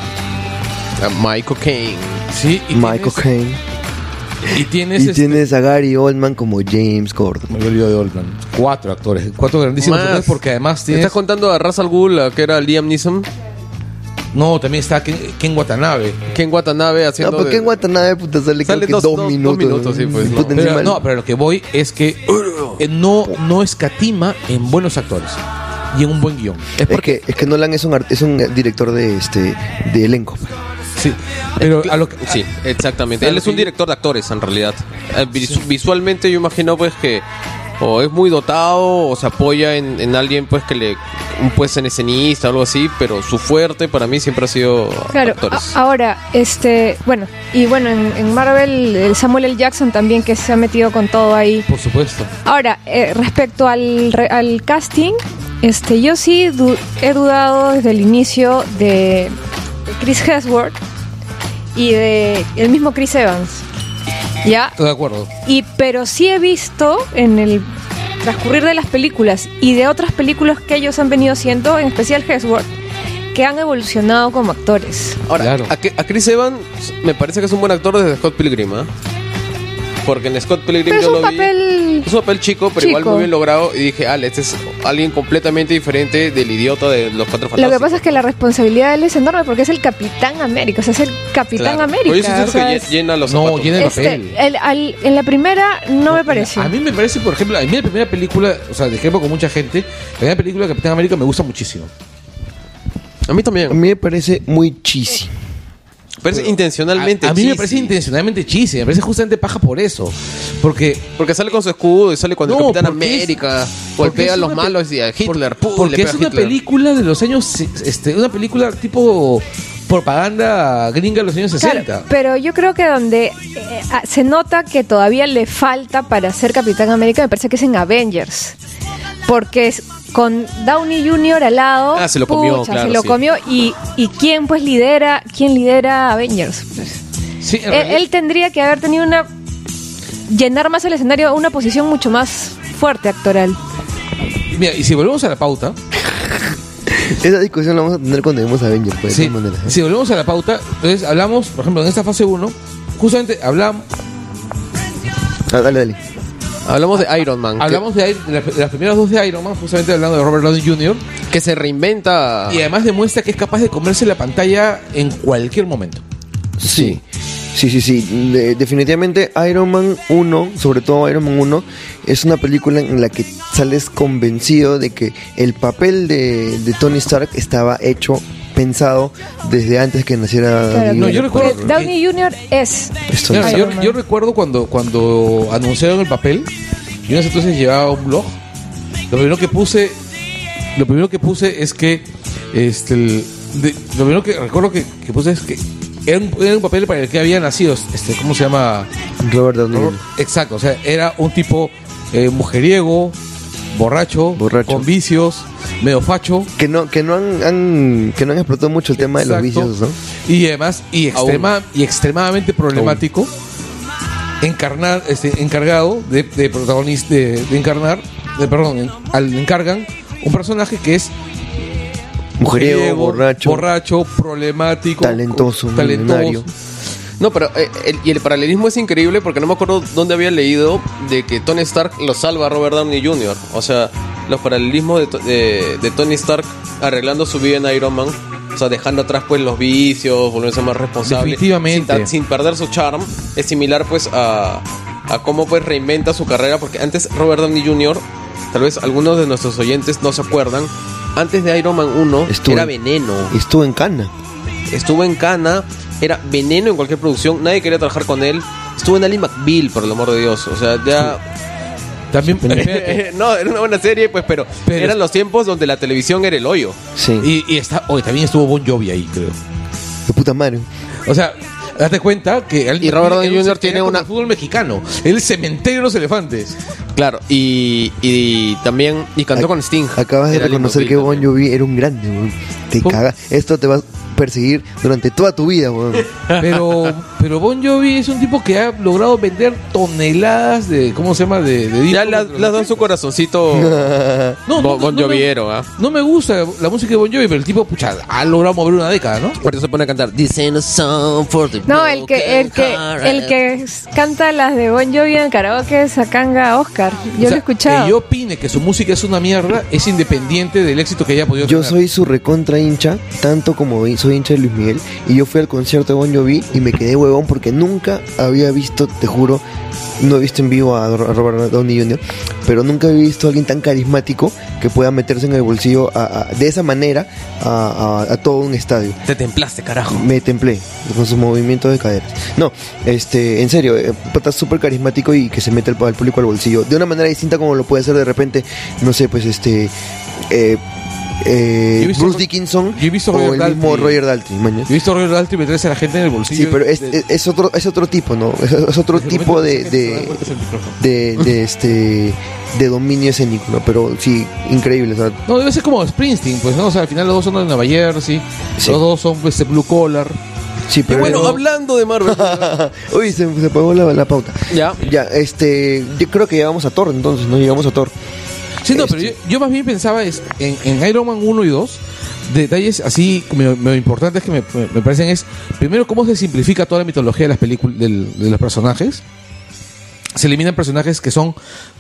Speaker 2: A Michael Caine.
Speaker 1: sí, y
Speaker 4: Michael
Speaker 1: tienes,
Speaker 4: Caine
Speaker 1: Y tienes,
Speaker 4: y
Speaker 1: este-
Speaker 4: tienes a Gary Oldman como James Gordon
Speaker 1: me había olvidado de Oldman. Cuatro actores, cuatro grandísimos
Speaker 2: Más.
Speaker 1: actores, porque además tienes.
Speaker 2: ¿Estás contando a Ra's al Ghul, a que era Liam Neeson?
Speaker 1: No, también está Ken, Ken Watanabe.
Speaker 2: Ken Watanabe
Speaker 4: no
Speaker 1: Ah,
Speaker 2: haciendo...
Speaker 1: pues
Speaker 4: pero
Speaker 2: de-
Speaker 4: qué en Watanabe puta sale, creo
Speaker 2: Sale
Speaker 4: que
Speaker 2: dos-
Speaker 4: dos,
Speaker 2: dos- dos
Speaker 4: minutos,
Speaker 2: minutos, sí, pues,
Speaker 4: Y
Speaker 2: no.
Speaker 4: puta,
Speaker 1: Pero,
Speaker 4: encima-
Speaker 1: no, pero lo que voy es que eh, no, no escatima en buenos actores y en un buen guión.
Speaker 4: es porque es que Nolan es un art- es un director de este de elenco
Speaker 1: Sí, pero a lo que,
Speaker 2: Sí, exactamente. Él es un director de actores, en realidad. Eh, vis- Visualmente yo imagino pues que o es muy dotado o se apoya en, en alguien pues que le... un puesto en escenista o algo así, pero su fuerte para mí siempre ha sido
Speaker 3: Claro,
Speaker 2: actores.
Speaker 3: a- ahora, este, bueno, y bueno, en, en Marvel, el Samuel L. Jackson también que se ha metido con todo ahí.
Speaker 1: por supuesto.
Speaker 3: Ahora, eh, respecto al, re- al casting, Este, yo sí du- he dudado desde el inicio de Chris Hemsworth y de el mismo Chris Evans. Ya,
Speaker 1: Estoy de acuerdo.
Speaker 3: y pero sí he visto en el transcurrir de las películas y de otras películas que ellos han venido haciendo, en especial Hemsworth, que han evolucionado como actores.
Speaker 2: Ahora,
Speaker 1: Claro.
Speaker 2: a, que- a Chris Evans me parece que es un buen actor desde Scott Pilgrim, ¿ah? Porque en Scott Pilgrim
Speaker 3: Pero es
Speaker 2: yo
Speaker 3: un
Speaker 2: lo vi-
Speaker 3: papel
Speaker 2: Es un papel chico, pero igual
Speaker 3: Chico.
Speaker 2: muy bien logrado. Y dije, Ale, este es alguien completamente diferente del idiota de los cuatro
Speaker 3: Lo que
Speaker 2: fantásticos.
Speaker 3: pasa es que la responsabilidad de él es enorme porque es el Capitán América, o sea, es el Capitán
Speaker 2: Claro.
Speaker 3: América.
Speaker 2: Pero yo sí siento
Speaker 3: o sea,
Speaker 2: que
Speaker 3: es-
Speaker 2: lle- llena los
Speaker 1: No,
Speaker 2: zapatos.
Speaker 1: llena el
Speaker 3: este,
Speaker 1: papel.
Speaker 3: el- al- en la primera no me pareció.
Speaker 1: A mí me parece, por ejemplo, a mí la primera película, o sea, de ejemplo con mucha gente, la primera película de Capitán América me gusta muchísimo.
Speaker 2: A mí
Speaker 4: A
Speaker 2: también.
Speaker 4: mí me parece muy cheesy.
Speaker 2: Parece intencionalmente
Speaker 1: a, a mí me
Speaker 2: cheesy.
Speaker 1: parece intencionalmente chiste, me parece justamente paja por eso. Porque
Speaker 2: Porque sale con su escudo y sale cuando
Speaker 1: No,
Speaker 2: el Capitán
Speaker 1: porque es-
Speaker 2: América
Speaker 1: porque es
Speaker 2: golpea a los
Speaker 1: una pe-
Speaker 2: malos y a Hitler.
Speaker 1: Por-
Speaker 2: ¡pum!
Speaker 1: porque
Speaker 2: le pega
Speaker 1: es
Speaker 2: a
Speaker 1: una
Speaker 2: Hitler.
Speaker 1: película de los años, se- este, una película tipo propaganda gringa de los años
Speaker 3: Claro,
Speaker 1: 60.
Speaker 3: pero yo creo que donde eh, ah, se nota que todavía le falta para ser Capitán América me parece que es en Avengers. Porque es con Downey Jr. al lado,
Speaker 2: Ah, se lo comió,
Speaker 3: pucha,
Speaker 2: claro,
Speaker 3: se lo
Speaker 2: sí.
Speaker 3: comió y, y quién pues lidera, quién lidera Avengers. Pues,
Speaker 1: Sí, en
Speaker 3: Él,
Speaker 1: realidad-
Speaker 3: Eh, él tendría que haber tenido una llenar más el escenario, una posición mucho más fuerte actoral.
Speaker 1: mira, y si volvemos a la pauta,
Speaker 4: Esa discusión la vamos a tener cuando vemos a Avenger, pues, de
Speaker 1: sí,
Speaker 4: todas maneras.
Speaker 1: si volvemos a la pauta, entonces hablamos, por ejemplo, en esta fase 1, justamente hablamos,
Speaker 4: Ah, dale, dale.
Speaker 2: Hablamos de Iron Man. que-
Speaker 1: hablamos de, Iron- de las- de las primeras dos de Iron Man, justamente hablando de Robert Downey Jr.,
Speaker 2: que, se reinventa.
Speaker 4: Ah.
Speaker 1: y además demuestra que es capaz de comerse la pantalla en cualquier momento.
Speaker 4: Sí. Sí, sí, sí. De- definitivamente Iron Man 1, sobre todo Iron Man 1, es una película en la que sales convencido de que el papel de, de Tony Stark estaba hecho, pensado desde antes que naciera...
Speaker 3: Claro,
Speaker 4: Iron
Speaker 1: No,
Speaker 4: Man.
Speaker 1: yo recuerdo-
Speaker 3: Porque eh, Downey Jr. es
Speaker 4: Esto
Speaker 1: Claro,
Speaker 4: es-
Speaker 3: Iron
Speaker 1: yo,
Speaker 3: Man.
Speaker 1: yo recuerdo cuando, cuando anunciaron el papel, yo en ese entonces llevaba un blog. Lo primero que puse, lo primero que puse es que, este, el- de- lo primero que recuerdo que, que puse es que era un, era un papel para el que había nacido, este, ¿cómo se llama?
Speaker 4: Robert Downey. Jr.
Speaker 1: Exacto, o sea, era un tipo eh, mujeriego, borracho,
Speaker 4: Borracho.
Speaker 1: con vicios, medio facho.
Speaker 4: Que no, que no han, han- que no han explotado mucho el tema de
Speaker 1: Exacto.
Speaker 4: los vicios, ¿no?
Speaker 1: Y además, y,
Speaker 2: Aún.
Speaker 1: extrema, y extremadamente problemático, encarnar, este, encargado de, de protagonista, de, de encarnar, de, perdón, en- al, le encargan un personaje que es
Speaker 4: Mujeriego,
Speaker 1: griego,
Speaker 4: borracho.
Speaker 1: borracho, problemático,
Speaker 4: Talentoso,
Speaker 1: co- talentoso.
Speaker 4: millonario.
Speaker 2: No, pero eh, el- y el paralelismo es increíble porque no me acuerdo dónde había leído de que Tony Stark lo salva a Robert Downey Jr. O sea, los paralelismos de, to- de- de Tony Stark arreglando su vida en Iron Man. O sea, dejando atrás pues los vicios, volviéndose más responsable.
Speaker 1: Definitivamente.
Speaker 2: Sin, ta- sin perder su charm. Es similar pues a, a cómo pues reinventa su carrera. Porque antes Robert Downey Jr., tal vez algunos de nuestros oyentes no se acuerdan, antes de Iron Man 1
Speaker 4: Estuvo-
Speaker 2: era veneno
Speaker 4: Y estuvo en Cana.
Speaker 2: estuvo en Cana, era veneno en cualquier producción, nadie quería trabajar con él. Estuvo en Ali McBeal, por el amor de Dios. O sea, ya.
Speaker 1: También, espérate,
Speaker 2: no, era una buena serie, pues, pero,
Speaker 1: Pero-
Speaker 2: eran los tiempos donde la televisión era el hoyo.
Speaker 4: Sí.
Speaker 1: y, y está, oye, también estuvo Bon Jovi ahí, creo.
Speaker 4: De puta madre.
Speaker 1: O sea, date cuenta que él-
Speaker 2: Y Robert Downey
Speaker 1: era un-
Speaker 2: Jr. tiene
Speaker 1: era como
Speaker 2: una-
Speaker 1: el fútbol mexicano, el cementerio de los elefantes.
Speaker 2: Claro, y, y también. Y cantó
Speaker 4: Ac-
Speaker 2: con Sting.
Speaker 4: Acabas de
Speaker 2: Era Ali
Speaker 4: reconocer que
Speaker 2: McBeal
Speaker 4: Bon
Speaker 2: también.
Speaker 4: Jovi era un grande, weón. Te
Speaker 1: ¿Cómo?
Speaker 4: cagas. Esto te va a perseguir durante toda tu vida, weón.
Speaker 1: Pero, pero Bon Jovi es un tipo que ha logrado vender toneladas de, ¿cómo se llama? De, de
Speaker 2: Ya
Speaker 1: discos.
Speaker 2: las la dan su corazoncito.
Speaker 1: No, no,
Speaker 2: Bon- Bon
Speaker 1: no, no me-
Speaker 2: Joviero, ¿ah?
Speaker 1: No me gusta la música de Bon Jovi, pero el tipo, pucha, ha logrado mover una década, ¿no?
Speaker 2: Por eso se pone a cantar. This ain't a song for the
Speaker 3: No, el que, el que,
Speaker 2: broken
Speaker 3: el que canta las de Bon Jovi en karaoke es Akanga Oscar. Yo
Speaker 1: O
Speaker 3: lo
Speaker 1: sea,
Speaker 3: he escuchado.
Speaker 1: Que yo opine que su música es una mierda es independiente del éxito que haya podido
Speaker 4: Yo
Speaker 1: tener.
Speaker 4: soy su recontra hincha, tanto como hi- soy hincha de Luis Miguel. Y yo fui al concierto de Bon Jovi y me quedé huevón porque nunca había visto, te juro, no he visto en vivo a Ro- a Robert Downey Jr., pero nunca había visto a alguien tan carismático que pueda meterse en el bolsillo a- a- de esa manera a- a- a todo un estadio.
Speaker 2: Te templaste, carajo.
Speaker 4: Me templé con sus movimientos de caderas. No, este, en serio, eh, pata súper carismático y que se mete al, al público al bolsillo. De una manera distinta como lo puede hacer de repente, no sé, pues este. eh, eh,
Speaker 1: Yo he visto-
Speaker 4: Bruce Dickinson
Speaker 1: yo he visto
Speaker 4: o
Speaker 1: Roger
Speaker 4: el
Speaker 1: Daltrey.
Speaker 4: mismo Roger Daltrey. mañas.
Speaker 1: Yo he visto a Roger Daltrey meterse a la gente en el bolsillo.
Speaker 4: Sí, pero es,
Speaker 1: De-
Speaker 4: es- es otro es otro tipo, ¿no? Es, es otro
Speaker 1: Desde el
Speaker 4: tipo
Speaker 1: momento
Speaker 4: de
Speaker 1: que se da
Speaker 4: de,
Speaker 1: vueltas el micrófono.
Speaker 4: de, de, este de dominio escénico, ¿no? Pero sí, increíble, o sea,
Speaker 1: No, debe ser como Springsteen, pues, ¿no? O sea, al final los dos son de Nueva Jersey,
Speaker 4: Sí.
Speaker 1: los dos son este, blue collar.
Speaker 4: sí,
Speaker 2: Y
Speaker 4: pero
Speaker 2: bueno, hablando de Marvel.
Speaker 4: Uy, se, se apagó la, la pauta.
Speaker 2: ya.
Speaker 4: Ya, este, yo creo que llegamos a Thor entonces, ¿no? Llegamos a Thor.
Speaker 1: Sí, no,
Speaker 4: Este.
Speaker 1: pero yo, yo más bien pensaba es, en, en Iron Man 1 y 2, detalles así me- me importantes que me, me- me parecen es, primero, cómo se simplifica toda la mitología de las películas, del- de los personajes. Se eliminan personajes que son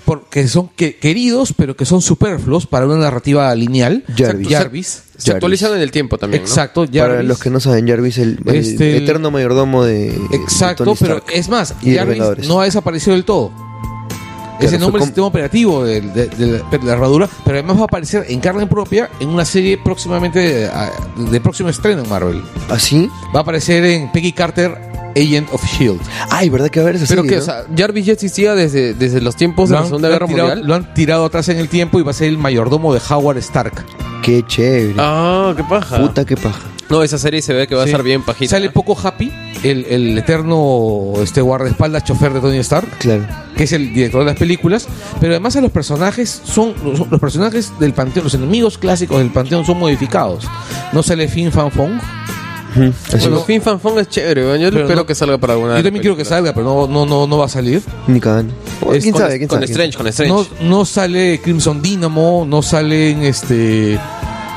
Speaker 1: por- que son que- queridos, pero que son superfluos para una narrativa lineal.
Speaker 4: Jarvis.
Speaker 1: Jarvis.
Speaker 2: Se actualizan en el tiempo también. ¿no?
Speaker 1: Exacto, Jarvis.
Speaker 4: Para los que no saben, Jarvis el, el
Speaker 1: Este, el-
Speaker 4: eterno mayordomo de de
Speaker 1: Exacto,
Speaker 4: Tony
Speaker 1: pero
Speaker 4: Stark.
Speaker 1: es más,
Speaker 4: y de los
Speaker 1: Jarvis
Speaker 4: Vengadores.
Speaker 1: no ha desaparecido del todo. Ese nombre
Speaker 4: fue
Speaker 1: del
Speaker 4: com-
Speaker 1: sistema operativo de, de- de la, de la herradura, pero además va a aparecer en carne propia en una serie próximamente eh, de, próximo estreno en Marvel.
Speaker 4: ¿Así?
Speaker 1: Va a aparecer en Peggy Carter, Agent of Shield.
Speaker 4: Ay, ¿verdad que va a haber esa
Speaker 2: Pero
Speaker 4: serie,
Speaker 2: que,
Speaker 4: no?
Speaker 2: o sea, Jarvis ya existía desde, desde los tiempos de la Segunda Guerra
Speaker 1: tirado,
Speaker 2: Mundial.
Speaker 1: lo han tirado atrás en el tiempo y va a ser el mayordomo de Howard Stark.
Speaker 4: Qué chévere.
Speaker 2: Ah, qué paja.
Speaker 4: Puta, qué paja.
Speaker 2: No, esa serie se ve que va
Speaker 1: Sí.
Speaker 2: a estar bien pajita.
Speaker 1: Sale poco Happy, el, el eterno este guardaespaldas chofer de Tony Stark.
Speaker 4: Claro.
Speaker 1: que es el director de las películas, pero además a los personajes son los, los personajes del panteón, los enemigos clásicos del panteón son modificados. No sale Fin Fan Fong.
Speaker 4: Ujú, así.
Speaker 2: Bueno, Fin Fan Fong es chévere, weón. yo
Speaker 1: Pero
Speaker 2: espero
Speaker 1: no-
Speaker 2: que salga para alguna.
Speaker 1: Yo también quiero que salga, pero no no no, no va a salir.
Speaker 4: Ni cagando.
Speaker 1: Es
Speaker 4: ¿Quién
Speaker 2: Con,
Speaker 4: sabe? ¿Quién
Speaker 2: con
Speaker 4: sabe?
Speaker 2: Strange, con Strange.
Speaker 1: No no sale Crimson Dynamo, no salen este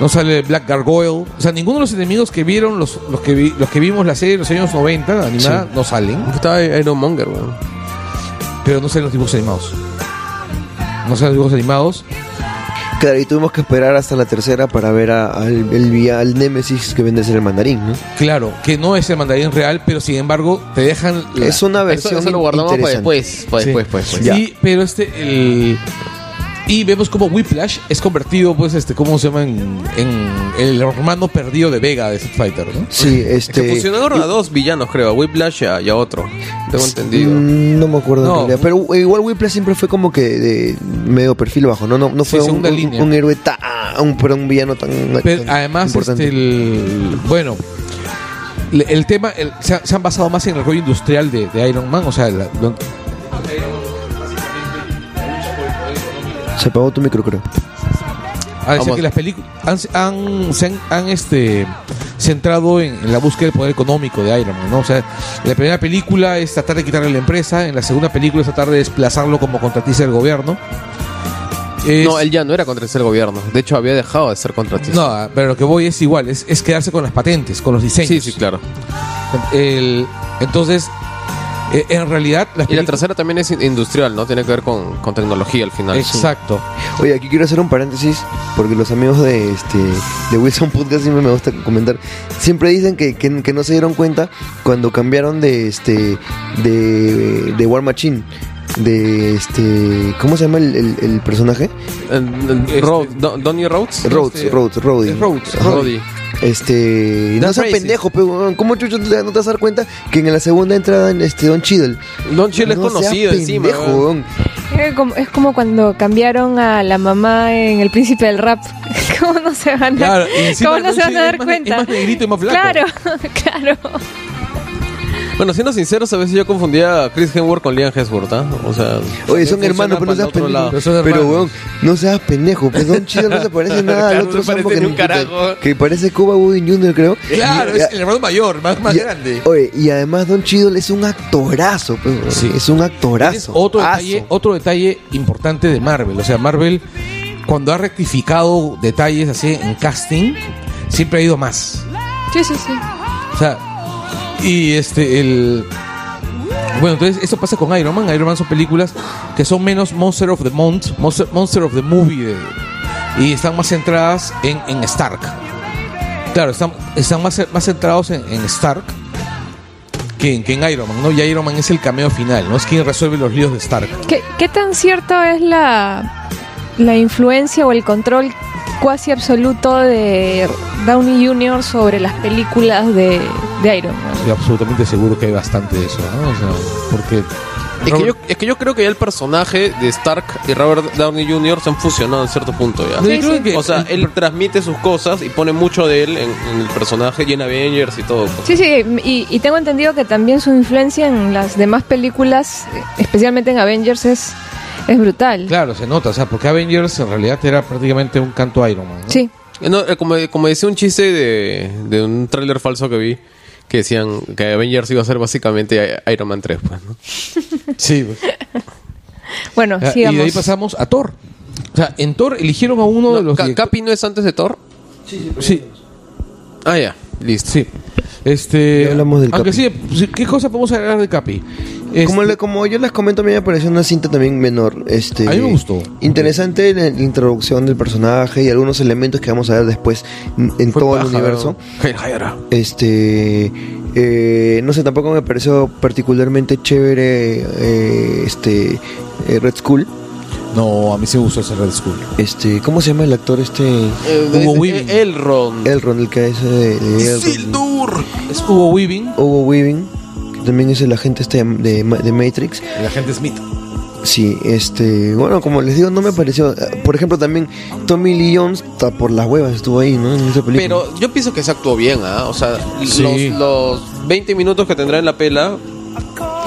Speaker 1: no sale Black Gargoyle, o sea, ninguno de los enemigos que vieron los los que vi- los que vimos la serie de los años 90 animada no salen,
Speaker 2: Estaba Iron Monger, weón.
Speaker 1: pero no salen los dibujos animados. No salen los dibujos animados.
Speaker 4: Claro, y tuvimos que esperar hasta la tercera para ver a- al, el, vi- al Némesis que vende ser el mandarín, ¿no?
Speaker 1: Claro, que no es el mandarín real, pero sin embargo te dejan la-
Speaker 4: Es una versión
Speaker 2: Eso, eso lo guardamos para
Speaker 4: interesante.
Speaker 2: después. Para
Speaker 1: Sí.
Speaker 2: después, pues. pues.
Speaker 1: Y, pero este, el- Y vemos como Whiplash es convertido, pues, este, ¿cómo se llama? En, en el hermano perdido de Vega de Street Fighter, ¿no?
Speaker 4: Sí,
Speaker 2: Es que
Speaker 4: este...
Speaker 2: fusionaron a dos villanos, creo, a Whiplash y a, y a otro. Tengo entendido.
Speaker 4: Mm, No me acuerdo
Speaker 1: No.
Speaker 4: en realidad. Pero eh, igual Whiplash siempre fue como que de medio perfil bajo, ¿no? No, no
Speaker 1: Sí,
Speaker 4: fue un,
Speaker 1: segunda
Speaker 4: un-
Speaker 1: línea.
Speaker 4: un héroe tan. Un, perdón, un villano tan.
Speaker 1: Pero
Speaker 4: tan
Speaker 1: además,
Speaker 4: importante.
Speaker 1: este, el, bueno, le- el, tema el- se, ha- se han basado más en el rollo industrial de, de Iron Man, o sea, la- lo-
Speaker 4: Se apagó tu micro, creo.
Speaker 1: a decir
Speaker 2: Vamos.
Speaker 1: que las películas han, han- se han, han, este, centrado en, en la búsqueda del poder económico de Iron Man, ¿no? O sea, en la primera película es tratar de quitarle la empresa, en la segunda película es tratar de desplazarlo como contratista del gobierno. Es-
Speaker 2: No, él ya no era contra el gobierno. De hecho, había dejado de ser contratista.
Speaker 1: no, pero lo que voy es igual, es, es quedarse con las patentes, con los diseños.
Speaker 2: Sí, sí, claro.
Speaker 1: El- entonces, eh, en realidad las
Speaker 2: Y la
Speaker 1: películas-
Speaker 2: tercera también es in- industrial, ¿no? Tiene que ver con, con tecnología al final.
Speaker 1: Exacto.
Speaker 4: Oye, aquí quiero hacer un paréntesis porque los amigos de este de Wilson Podcast siempre me gusta comentar. Siempre dicen que, que- que no se dieron cuenta cuando cambiaron de este de, de War Machine. De este. ¿Cómo se llama el, el- el personaje?
Speaker 2: Eh, eh, Ro- Don- Donny Rhodes.
Speaker 4: Rhodes,
Speaker 1: Este,
Speaker 4: Rhodes, Rhodey.
Speaker 1: es Rhodes,
Speaker 4: Ajá.
Speaker 2: Roddy.
Speaker 4: Este.
Speaker 2: Dan
Speaker 4: no seas
Speaker 2: Racing.
Speaker 4: pendejo, pero ¿cómo chucho te- no te vas a dar cuenta que en la segunda entrada en este Don Cheadle?
Speaker 2: Don Chill es
Speaker 4: No seas
Speaker 2: conocido encima.
Speaker 4: pendejo,
Speaker 2: weón.
Speaker 4: weón.
Speaker 3: Es como, es como cuando cambiaron a la mamá en El Príncipe del Rap. ¿Cómo no se van a,
Speaker 1: Claro, y encima
Speaker 3: ¿cómo no
Speaker 1: el
Speaker 3: se van
Speaker 1: Don Cheadle
Speaker 3: a dar
Speaker 1: es más-
Speaker 3: cuenta?
Speaker 1: es más negrito y más flaco.
Speaker 3: Claro, claro.
Speaker 2: Bueno, siendo sinceros, a veces yo confundía a Chris Hemsworth con Liam Hemsworth, ¿ah? O sea...
Speaker 4: Oye, son
Speaker 2: funciona
Speaker 4: hermanos, pero
Speaker 2: para
Speaker 4: no seas
Speaker 2: el otro lado.
Speaker 4: pendejo.
Speaker 1: Pero son
Speaker 4: Pero,
Speaker 1: hermanos.
Speaker 4: weón, no seas pendejo. Pues Don Chido no se parece nada al
Speaker 2: Claro,
Speaker 4: otro
Speaker 2: no
Speaker 4: sambo
Speaker 2: parece
Speaker 4: que,
Speaker 2: ni un
Speaker 4: puta,
Speaker 2: carajo.
Speaker 4: que parece Cuba Gooding Jr., creo.
Speaker 1: Claro,
Speaker 4: Y-
Speaker 1: es el hermano mayor, más, más
Speaker 4: y-
Speaker 1: grande.
Speaker 4: Oye, y además Don Chido es un actorazo, pues, weón.
Speaker 1: Sí.
Speaker 4: es un
Speaker 1: Es
Speaker 4: actorazo.
Speaker 1: otro
Speaker 4: Aso.
Speaker 1: detalle, otro detalle importante de Marvel. O sea, Marvel, cuando ha rectificado detalles así en casting, siempre ha ido más.
Speaker 3: Sí, sí, sí.
Speaker 1: O sea, y este, el. Bueno, entonces eso pasa con Iron Man. Iron Man son películas que son menos Monster of the Month, Monster, Monster of the Movie, de- y están más centradas en, en Stark. Claro, están, están más, más centrados en, en Stark que en, que en Iron Man, ¿no? Y Iron Man es el cameo final, ¿no? Es quien resuelve los líos de Stark.
Speaker 3: ¿Qué, qué tan cierto es la, la influencia o el control cuasi absoluto de Downey Jr. sobre las películas de, de Iron Man?
Speaker 1: Estoy absolutamente seguro que hay bastante de eso, ¿no? O sea, porque
Speaker 2: Es que, yo, es que yo creo que ya el personaje de Stark y Robert Downey Jr. se han fusionado en cierto punto ya.
Speaker 1: No, yo creo que-
Speaker 2: O sea, él transmite sus cosas y pone mucho de él en, en el personaje y en Avengers y todo. pues.
Speaker 3: Sí, sí, y, y tengo entendido que también su influencia en las demás películas, especialmente en Avengers, es, es brutal.
Speaker 1: Claro, se nota, o sea, porque Avengers en realidad era prácticamente un canto a Iron Man. ¿no?
Speaker 3: Sí.
Speaker 2: Eh, no, eh, como, como decía un chiste de, de un tráiler falso que vi, que decían que Avengers iba a ser básicamente I- Iron Man 3. pues, ¿no?
Speaker 1: Sí. pues.
Speaker 3: Bueno,
Speaker 1: Ah, y
Speaker 3: sigamos.
Speaker 1: de ahí pasamos a Thor. O sea, en Thor eligieron a uno de
Speaker 2: No,
Speaker 1: los.
Speaker 2: Ca-
Speaker 1: directo-
Speaker 2: ¿Capi no es antes de Thor?
Speaker 1: Sí,
Speaker 2: Ah, ya, listo.
Speaker 1: sí. Este,
Speaker 4: Ya hablamos del
Speaker 1: aunque
Speaker 4: Capi.
Speaker 1: sí, sí, ¿qué cosa podemos agregar de Capi? Este,
Speaker 4: Como, le- como yo les comento, a mí me pareció una cinta también menor. Este,
Speaker 1: A mí me gustó.
Speaker 4: Interesante la, la introducción del personaje y algunos elementos que vamos a ver después en, en
Speaker 2: Fue
Speaker 4: todo el
Speaker 2: paja,
Speaker 4: universo.
Speaker 2: ¿verdad? Ay, ahora.
Speaker 4: Este. eh, no sé, tampoco me pareció particularmente chévere eh, este eh, Red Skull.
Speaker 1: No, a mí sí me gustó ese Red Skull.
Speaker 4: Este, ¿Cómo se llama el actor este?
Speaker 2: Eh,
Speaker 1: Hugo
Speaker 2: es-
Speaker 1: Weaving.
Speaker 2: eh, Elrond.
Speaker 4: Elrond, el que es eh, de, de Elrond.
Speaker 1: Es Hugo Weaving
Speaker 4: Hugo Weaving, que también es el agente este de, de Matrix.
Speaker 1: y la gente Smith.
Speaker 4: Sí, este, bueno, como les digo, no me pareció. eh, Por ejemplo, también Tommy Lee Jones ta- por las huevas estuvo ahí, ¿no? En esa película.
Speaker 2: Pero yo pienso que se actuó bien, ¿ah? O sea,
Speaker 1: Sí.
Speaker 2: los, los 20 minutos que tendrá en la pela,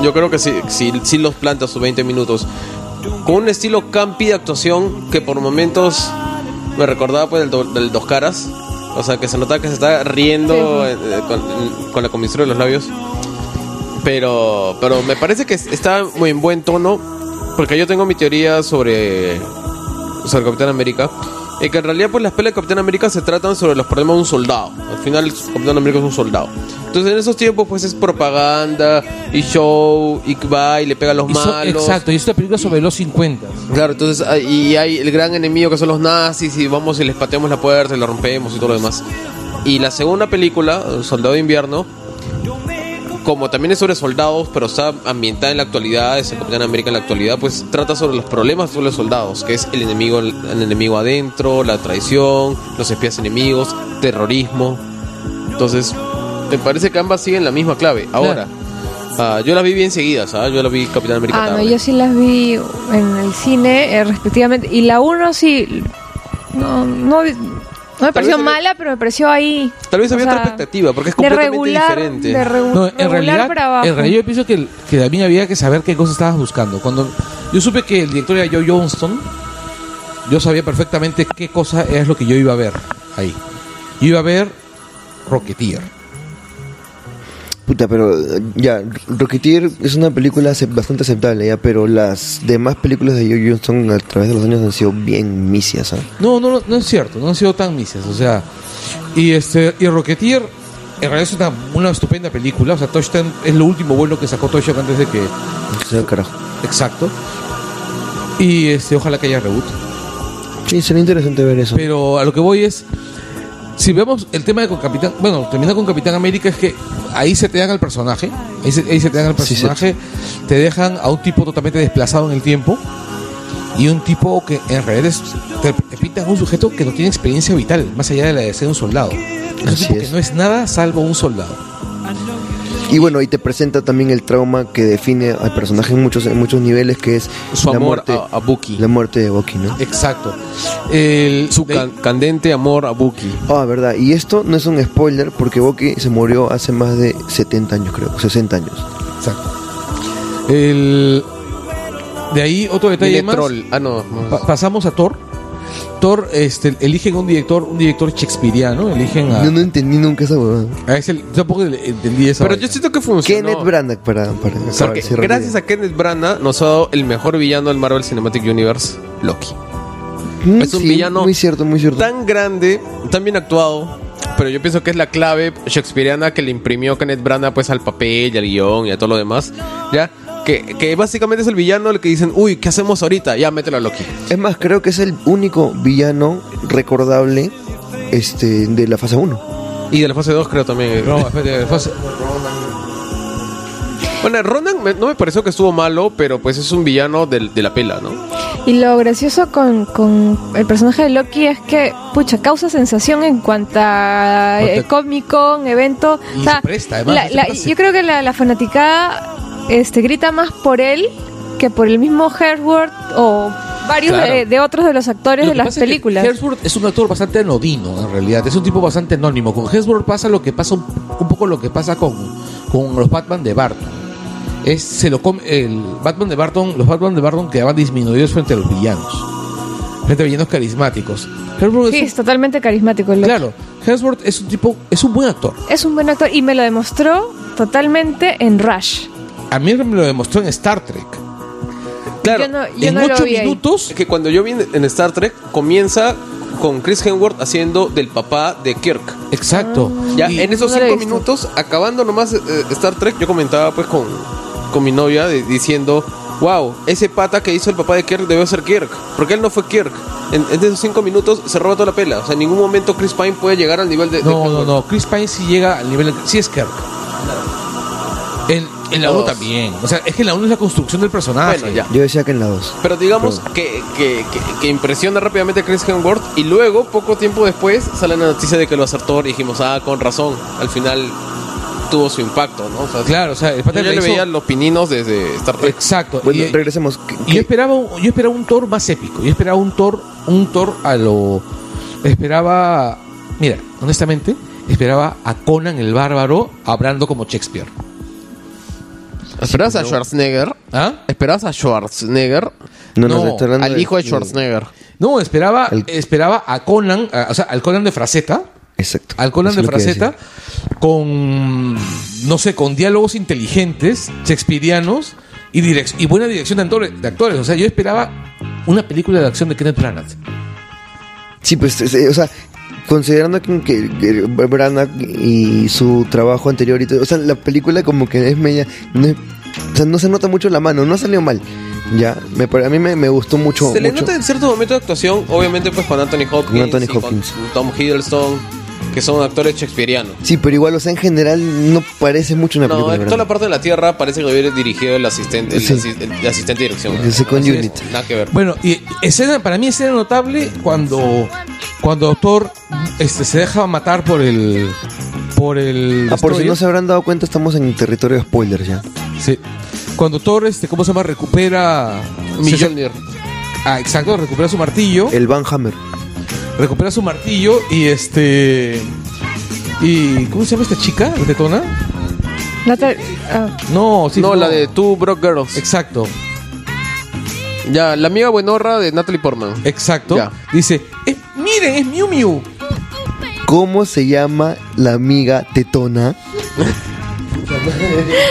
Speaker 2: yo creo que sí, sí, sí los planta sus 20 minutos. Con un estilo campi de actuación que por momentos me recordaba pues del, do- del dos caras. O sea, que se notaba que se está riendo
Speaker 3: Sí.
Speaker 2: eh, eh, con, con la comisura de los labios. Pero, pero me parece que está muy en buen tono. Porque yo tengo mi teoría sobre sobre Capitán América. Y que en realidad, pues las peleas de Capitán América se tratan sobre los problemas de un soldado. Al final, Capitán América es un soldado. Entonces, en esos tiempos, pues es propaganda y show y va y le pega a los
Speaker 1: Y so-
Speaker 2: malos.
Speaker 1: exacto, y es una película sobre los 50.
Speaker 2: Claro, entonces, ah, y hay el gran enemigo que son los nazis y vamos y les pateamos la puerta y la rompemos y todo lo demás. Y la segunda película, El Soldado de Invierno, como también es sobre soldados, pero está ambientada en la actualidad, es el Capitán América en la actualidad, pues trata sobre los problemas de los soldados, que es el enemigo, el enemigo adentro, la traición, los espías enemigos, terrorismo. Entonces, me parece que ambas siguen la misma clave. Ahora, ah, yo las vi bien seguidas, ¿ah? yo las vi Capitán América.
Speaker 3: Ah, no,
Speaker 2: tarde.
Speaker 3: yo sí las vi en el cine, eh, respectivamente. Y la 1 sí. No, no, no me pareció
Speaker 2: había-
Speaker 3: mala, pero me pareció ahí.
Speaker 2: Tal vez
Speaker 3: o
Speaker 2: había
Speaker 3: sea,
Speaker 2: otra expectativa, porque es
Speaker 3: de
Speaker 2: completamente
Speaker 3: regular,
Speaker 2: diferente.
Speaker 3: De regu-
Speaker 1: No, en
Speaker 3: regular
Speaker 1: realidad,
Speaker 3: para abajo.
Speaker 1: en realidad yo pienso que, que también había que saber qué cosa estabas buscando. Cuando yo supe que el director era Joe Johnston, yo sabía perfectamente qué cosa es lo que yo iba a ver ahí. Yo iba a ver Rocketeer.
Speaker 4: Puta, pero eh, ya, Rocketeer es una película acep- bastante aceptable, ya, pero las demás películas de Joe Johnston a través de los años han sido bien misias, ¿ah?
Speaker 1: No, no, no, no es cierto, no han sido tan misas, o sea, y este y Rocketeer en realidad es una, una estupenda película, o sea, Touchdown es lo último bueno que sacó Touchdown antes de que
Speaker 4: Que sea el carajo.
Speaker 1: exacto. Y este ojalá que haya reboot.
Speaker 4: Sí, sería interesante ver eso.
Speaker 1: Pero a lo que voy es si vemos el tema de con Capitán, bueno, termina con Capitán América es que ahí se te dan al personaje, ahí se, ahí se te dan al
Speaker 4: Sí, sí.
Speaker 1: personaje, te dejan a un tipo totalmente desplazado en el tiempo y un tipo que en realidad es, te pintan un sujeto que no tiene experiencia vital, más allá de la de ser un soldado. Es un
Speaker 4: Así
Speaker 1: tipo que
Speaker 4: es.
Speaker 1: no es nada salvo un soldado.
Speaker 4: Y bueno, y te presenta también el trauma que define al personaje en muchos, en muchos niveles, que es
Speaker 2: Su
Speaker 4: la
Speaker 2: amor
Speaker 4: muerte,
Speaker 2: a, a Buki.
Speaker 4: la muerte de Bucky, ¿no?
Speaker 1: Exacto. El,
Speaker 2: Su
Speaker 1: de-
Speaker 2: can- candente amor a Buki.
Speaker 4: Ah, verdad. Y esto no es un spoiler porque Bucky se murió hace más de 70 años, creo, 60 años.
Speaker 1: exacto. El- de ahí otro detalle
Speaker 2: Tiene
Speaker 1: más.
Speaker 2: troll. Ah, no. no.
Speaker 1: Pa- pasamos a Thor. Thor, este, eligen un director, un director shakespeariano, eligen
Speaker 2: Ah.
Speaker 1: a.
Speaker 4: No, no entendí nunca esa huevada.
Speaker 1: a ese- tampoco le- entendí esa.
Speaker 2: Pero
Speaker 1: vaina.
Speaker 2: yo siento que funcionó.
Speaker 4: Kenneth Branagh para, para, para
Speaker 2: Porque
Speaker 4: cerrar
Speaker 2: gracias
Speaker 4: la
Speaker 2: a Kenneth Branagh nos ha dado el mejor villano del Marvel Cinematic Universe, Loki.
Speaker 4: idea. Mm,
Speaker 2: es un
Speaker 4: sí,
Speaker 2: villano
Speaker 4: Muy cierto, muy cierto.
Speaker 2: Tan grande, tan bien actuado. Pero yo pienso que es la clave shakespeariana que le imprimió Kenneth Branagh pues al papel y al guión y a todo lo demás. Ya, que, que básicamente es el villano el que dicen, uy, ¿qué hacemos ahorita? Ya, mételo a Loki.
Speaker 4: Es más, creo que es el único villano recordable este, de la fase 1.
Speaker 2: Y de la fase 2 creo también.
Speaker 1: No, espérate, fase-
Speaker 2: Bueno, Ronan me- no me pareció que estuvo malo, pero pues es un villano del- de, la pela, ¿no?
Speaker 3: Y lo gracioso con, con el personaje de Loki es que, pucha, causa sensación en cuanto a
Speaker 1: Cuanto-
Speaker 3: cómic con evento.
Speaker 1: Y se presta, además,
Speaker 3: la-
Speaker 1: se
Speaker 3: la-
Speaker 1: presta.
Speaker 3: yo creo que la, la fanaticada este, grita más por él que por el mismo Hemsworth o varios eh,
Speaker 1: Claro.
Speaker 3: de, de otros de los actores
Speaker 1: Lo
Speaker 3: de
Speaker 1: que
Speaker 3: las
Speaker 1: pasa es que
Speaker 3: películas.
Speaker 1: Hemsworth es un actor bastante anodino, en realidad. Es un tipo bastante anónimo. Con Hemsworth pasa lo que pasa un, un poco lo que pasa con, con los Batman de Barton. Es, se lo come- el Batman de Barton, los Batman de Barton quedaban disminuidos frente a los villanos. Frente a villanos carismáticos. Hemsworth
Speaker 3: sí,
Speaker 1: es,
Speaker 3: es totalmente carismático. el loco.
Speaker 1: claro, Hemsworth es un tipo, es un buen actor.
Speaker 3: Es un buen actor y me lo demostró totalmente en Rush.
Speaker 1: A mí me lo demostró en Star Trek.
Speaker 2: Claro,
Speaker 3: Yo no, yo
Speaker 1: en
Speaker 3: no
Speaker 1: ocho
Speaker 3: lo vi ahí.
Speaker 1: minutos.
Speaker 2: es que cuando yo vi en en Star Trek, comienza con Chris Hemsworth haciendo del papá de Kirk.
Speaker 1: Exacto.
Speaker 2: Ah. Ya
Speaker 1: Y-
Speaker 2: en este esos
Speaker 3: no la he
Speaker 2: cinco
Speaker 3: visto.
Speaker 2: minutos, acabando nomás eh, Star Trek, yo comentaba pues con, con mi novia de- diciendo, wow, ese pata que hizo el papá de Kirk debió ser Kirk, porque él no fue Kirk. En, en esos cinco minutos se roba toda la pela. O sea, en ningún momento Chris Pine puede llegar al nivel de... de
Speaker 1: No, no,
Speaker 2: Hemsworth.
Speaker 1: no. Chris Pine sí llega al nivel. Sí es Kirk. En, en la 1
Speaker 2: Todos.
Speaker 1: también. O sea, es que en la 1 es la construcción del personaje.
Speaker 2: Bueno, ya.
Speaker 4: Yo decía que en la 2.
Speaker 2: Pero digamos que, que, que, que impresiona rápidamente a Chris Hemsworth y luego, poco tiempo después, sale la noticia de que lo acertó y dijimos, ah, con razón, al final tuvo su impacto, ¿no? O sea,
Speaker 1: Claro, o sea, el pata
Speaker 2: yo ya
Speaker 1: le
Speaker 2: le
Speaker 1: hizo-
Speaker 2: veía los pininos desde Star Trek.
Speaker 1: Exacto.
Speaker 4: Bueno,
Speaker 1: y,
Speaker 4: regresemos. ¿Qué-
Speaker 1: y yo
Speaker 4: qué-
Speaker 1: esperaba, un- yo esperaba un Thor más épico. Yo esperaba un Thor, un Thor a lo. Esperaba. Mira, honestamente, esperaba a Conan el bárbaro hablando como Shakespeare.
Speaker 2: ¿Esperabas a Schwarzenegger?
Speaker 1: ¿Ah?
Speaker 2: ¿Esperabas a Schwarzenegger?
Speaker 4: No,
Speaker 1: no,
Speaker 4: no, estoy hablando
Speaker 2: Al hijo de
Speaker 4: de-
Speaker 2: Schwarzenegger.
Speaker 1: No, esperaba,
Speaker 4: El-
Speaker 1: esperaba a Conan, a- o sea, al Conan de Fraceta.
Speaker 4: Exacto.
Speaker 1: al Conan
Speaker 4: Es
Speaker 1: de
Speaker 4: lo que
Speaker 1: Fraceta
Speaker 4: decía.
Speaker 1: con no sé, con diálogos inteligentes, shakespearianos y, direc- y buena dirección de actores, de actores. O sea, yo esperaba una película de acción de Kenneth Branagh.
Speaker 4: Sí, pues, es- o sea, considerando que, que- que Branagh y su trabajo anterior y todo, o sea, la película como que es media, no es- o sea, no se nota mucho la mano, no ha salido mal, ya, me, pare- a mí me, me gustó mucho.
Speaker 2: Se le
Speaker 4: mucho.
Speaker 2: nota en ciertos momentos de actuación, obviamente pues con Anthony Hopkins,
Speaker 4: Con Anthony
Speaker 2: y
Speaker 4: Hopkins.
Speaker 2: con Tom Hiddleston, que son actores shakespearianos.
Speaker 4: Sí, pero igual, o sea, en general no parece mucho una
Speaker 2: No,
Speaker 4: película. de
Speaker 2: en toda la
Speaker 4: Branagh.
Speaker 2: parte de la Tierra parece que hubiera dirigido el asistente, el,
Speaker 4: Sí.
Speaker 2: asi- el asistente de dirección.
Speaker 4: El second
Speaker 2: Así es,
Speaker 4: unit.
Speaker 2: Nada que ver.
Speaker 1: Bueno, y escena, para mí escena notable cuando cuando Doctor este, se deja matar por el por el
Speaker 4: Ah, por si
Speaker 1: destroyer.
Speaker 4: no se habrán dado cuenta, estamos en territorio de spoilers ya.
Speaker 1: Sí. Cuando Thor este, ¿cómo se llama? recupera
Speaker 2: Mjolnir.
Speaker 1: Ah, exacto, recupera su martillo.
Speaker 4: El Van Hammer.
Speaker 1: recupera su martillo y este y cómo se llama esta chica ¿La tetona
Speaker 3: No te- ah,
Speaker 1: no sí
Speaker 2: no, la de Two Broke Girls.
Speaker 1: exacto
Speaker 2: ya, la amiga buenorra de Natalie Portman.
Speaker 1: exacto
Speaker 2: Ya.
Speaker 1: dice "Es- miren es Miu Miu
Speaker 4: ¿Cómo se llama la amiga tetona?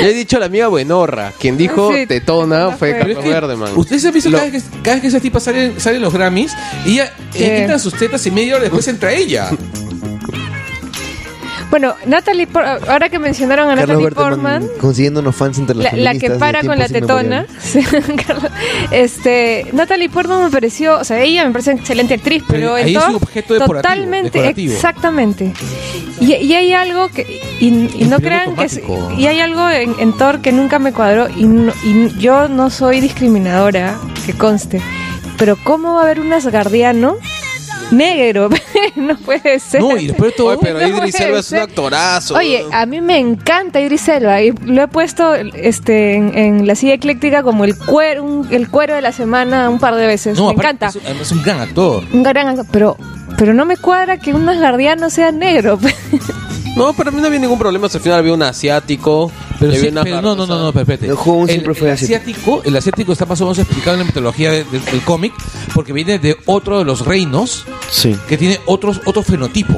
Speaker 2: Ya Eh, he dicho la amiga buenorra. Quien dijo
Speaker 3: Ah, Sí,
Speaker 2: tetona fue
Speaker 3: tetona fue-
Speaker 1: Pero es
Speaker 2: Carlos
Speaker 1: que
Speaker 2: Verdeman.
Speaker 1: ustedes han visto
Speaker 2: Lo-
Speaker 1: cada, vez que, cada vez que esa tipa sale, sale en los Grammys y ella
Speaker 3: Eh.
Speaker 1: le quitan sus tetas y media hora después entra ella
Speaker 3: Bueno, Natalie, Por- ahora que mencionaron a
Speaker 4: Carlos
Speaker 3: Natalie
Speaker 4: Berteman
Speaker 3: Portman,
Speaker 4: consiguiéndonos fans entre las
Speaker 3: la, la que
Speaker 4: feministas de
Speaker 3: para con la
Speaker 4: tiempos
Speaker 3: tetona,
Speaker 4: inmemoriales.
Speaker 3: sí, Carlos, este, Natalie Portman me pareció, o sea, ella me parece una excelente actriz,
Speaker 1: Pero
Speaker 3: pero,
Speaker 1: ahí
Speaker 3: en
Speaker 1: es
Speaker 3: todo-
Speaker 1: un objeto decorativo,
Speaker 3: totalmente,
Speaker 1: decorativo.
Speaker 3: exactamente. Y, y hay algo que y, y no
Speaker 1: piloto
Speaker 3: crean que es-
Speaker 1: automático.
Speaker 3: y hay algo en, en Thor que nunca me cuadró y, no- y yo no soy discriminadora, que conste, pero cómo va a haber un asgardiano negro, no puede ser.
Speaker 1: no y después de todo
Speaker 2: Oye, pero
Speaker 3: No
Speaker 2: Idris
Speaker 3: puede
Speaker 2: Elba es un
Speaker 3: ser.
Speaker 2: actorazo.
Speaker 3: Oye, ah. a mí me encanta Idris Elba y lo he puesto este, en, en la silla ecléctica como el cuero, un- el cuero de la semana un par de veces.
Speaker 1: no
Speaker 3: me
Speaker 1: aparte,
Speaker 3: encanta.
Speaker 1: es, un- es un gran actor
Speaker 3: Un gran actor, pero, pero no me cuadra que un asgardiano sea negro.
Speaker 2: No, para mí no había ningún problema. si Al final había un asiático.
Speaker 1: Pero,
Speaker 2: había
Speaker 1: sí,
Speaker 2: una
Speaker 1: pero no, no, no, no, espérate.
Speaker 4: El juego siempre fue
Speaker 1: el
Speaker 4: asiático.
Speaker 1: asiático. El asiático está más o menos explicado en la mitología de- de- del cómic, porque viene de otro de los reinos
Speaker 4: Sí.
Speaker 1: que tiene otros, otro fenotipo.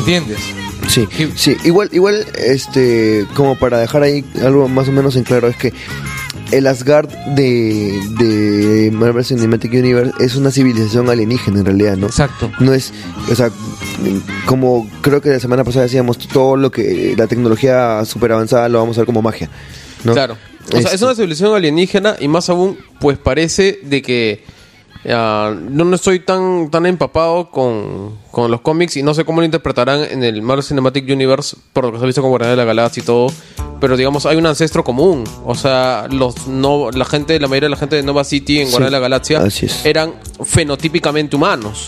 Speaker 1: ¿Entiendes?
Speaker 4: Sí,
Speaker 1: Sí.
Speaker 4: sí, igual, igual, este, como para dejar ahí algo más o menos en claro, es que el Asgard de, de Marvel Cinematic Universe es una civilización alienígena en realidad, ¿no?
Speaker 1: Exacto.
Speaker 4: No es, o sea, como creo que la semana pasada decíamos, todo lo que la tecnología super avanzada lo vamos a ver como magia, ¿no?
Speaker 2: Claro. O sea, es
Speaker 4: Este,
Speaker 2: una civilización alienígena y más aún, pues parece de que ah, no, no estoy tan, tan empapado con, con los cómics y no sé cómo lo interpretarán en el Marvel Cinematic Universe, por lo que se ha visto con Guardianes de la Galaxia y todo. Pero digamos, hay un ancestro común. O sea, los no, la gente, la mayoría de la gente de Nova City en Guardianes de la Galaxia
Speaker 4: así es.
Speaker 2: eran fenotípicamente humanos.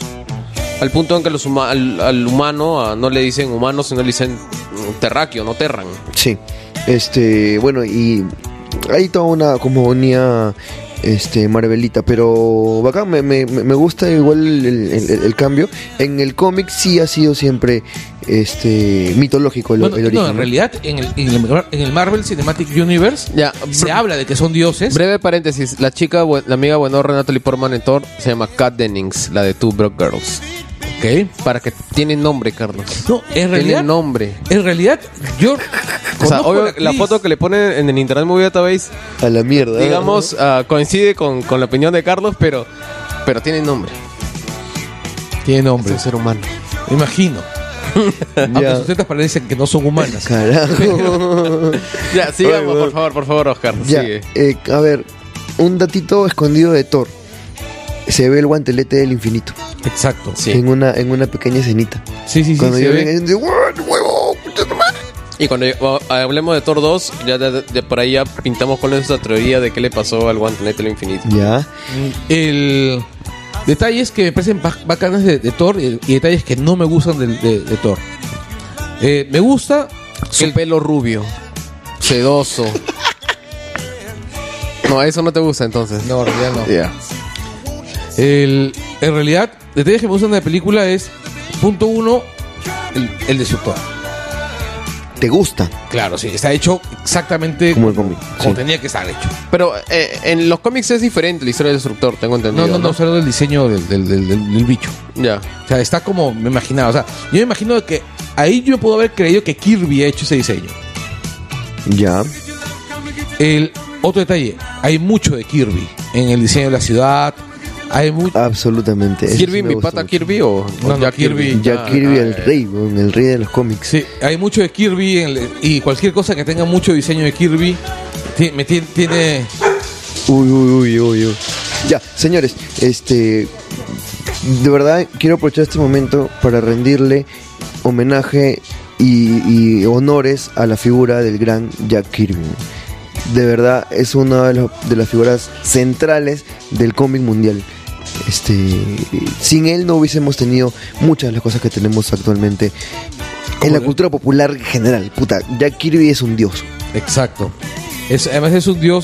Speaker 2: Al punto en que los huma- al, al humano ah, no le dicen humano, sino le dicen mm, terráqueo, no terran.
Speaker 4: Sí. Este, bueno, y hay toda una cosmogonía este, Marvelita, pero bacán, me, me- me gusta igual el, el- el- el cambio. En el cómic sí ha sido siempre este mitológico el,
Speaker 1: Bueno,
Speaker 4: el
Speaker 1: no,
Speaker 4: origen.
Speaker 1: en
Speaker 4: ¿no?
Speaker 1: realidad, en el, en el Mar- en el Marvel Cinematic Universe
Speaker 2: Ya,
Speaker 1: se
Speaker 2: br-
Speaker 1: habla de que son dioses.
Speaker 2: Breve paréntesis, la chica, bu- la amiga buena Natalie Portman en Thor se llama Kat Dennings, la de Two Broke Girls. ¿Ok? Para que tiene nombre, Carlos.
Speaker 1: No, en realidad,
Speaker 2: Tiene nombre.
Speaker 1: en realidad, yo
Speaker 2: O sea,
Speaker 1: conozco
Speaker 2: obvio,
Speaker 1: a
Speaker 2: la
Speaker 1: actriz.
Speaker 2: foto que le ponen en el Internet Movie Database,
Speaker 4: A la mierda.
Speaker 2: digamos, ah, coincide con, con la opinión de Carlos, pero, pero tiene nombre.
Speaker 1: tiene
Speaker 2: Es
Speaker 1: nombre,
Speaker 2: un ser humano.
Speaker 1: me imagino. Aunque
Speaker 4: Ya.
Speaker 1: sus tetas parecen que no son humanas.
Speaker 4: Carajo.
Speaker 2: Ya, sigamos,
Speaker 4: bueno.
Speaker 2: por favor, por favor, Oscar.
Speaker 4: ya,
Speaker 2: Pues Sigue.
Speaker 4: eh, a ver, un datito escondido de Thor. Se ve el guantelete del infinito
Speaker 1: Exacto.
Speaker 2: Sí.
Speaker 4: en una en una pequeña escenita.
Speaker 1: Sí, sí, sí.
Speaker 4: Cuando
Speaker 1: se
Speaker 4: yo
Speaker 1: ve.
Speaker 4: ven, dicen, "What, huevo! puta tu madre".
Speaker 2: Y cuando yo- bueno, hablemos de Thor 2, ya de, de por ahí ya pintamos con nuestra teoría de qué le pasó al guantelete del infinito.
Speaker 4: Ya.
Speaker 1: El detalles que me parecen bac- bacanas de, de Thor y, y detalles que no me gustan de, de- de Thor. Eh, me gusta
Speaker 2: Su
Speaker 1: el-
Speaker 2: pelo rubio, sedoso. no, eso no te gusta entonces.
Speaker 1: No, en realidad no.
Speaker 2: Ya.
Speaker 1: El- en realidad, detalles que me gustan de la película es, punto uno, el, el destructor.
Speaker 4: ¿Te gusta?
Speaker 1: Claro, sí, está hecho exactamente
Speaker 4: Como
Speaker 1: como,
Speaker 4: el cómic. sí.
Speaker 1: tenía que estar hecho.
Speaker 2: eh,
Speaker 4: Ah,
Speaker 1: Ah,
Speaker 4: este, Este,
Speaker 1: este,
Speaker 2: Ah,
Speaker 1: este,
Speaker 4: este,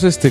Speaker 4: este,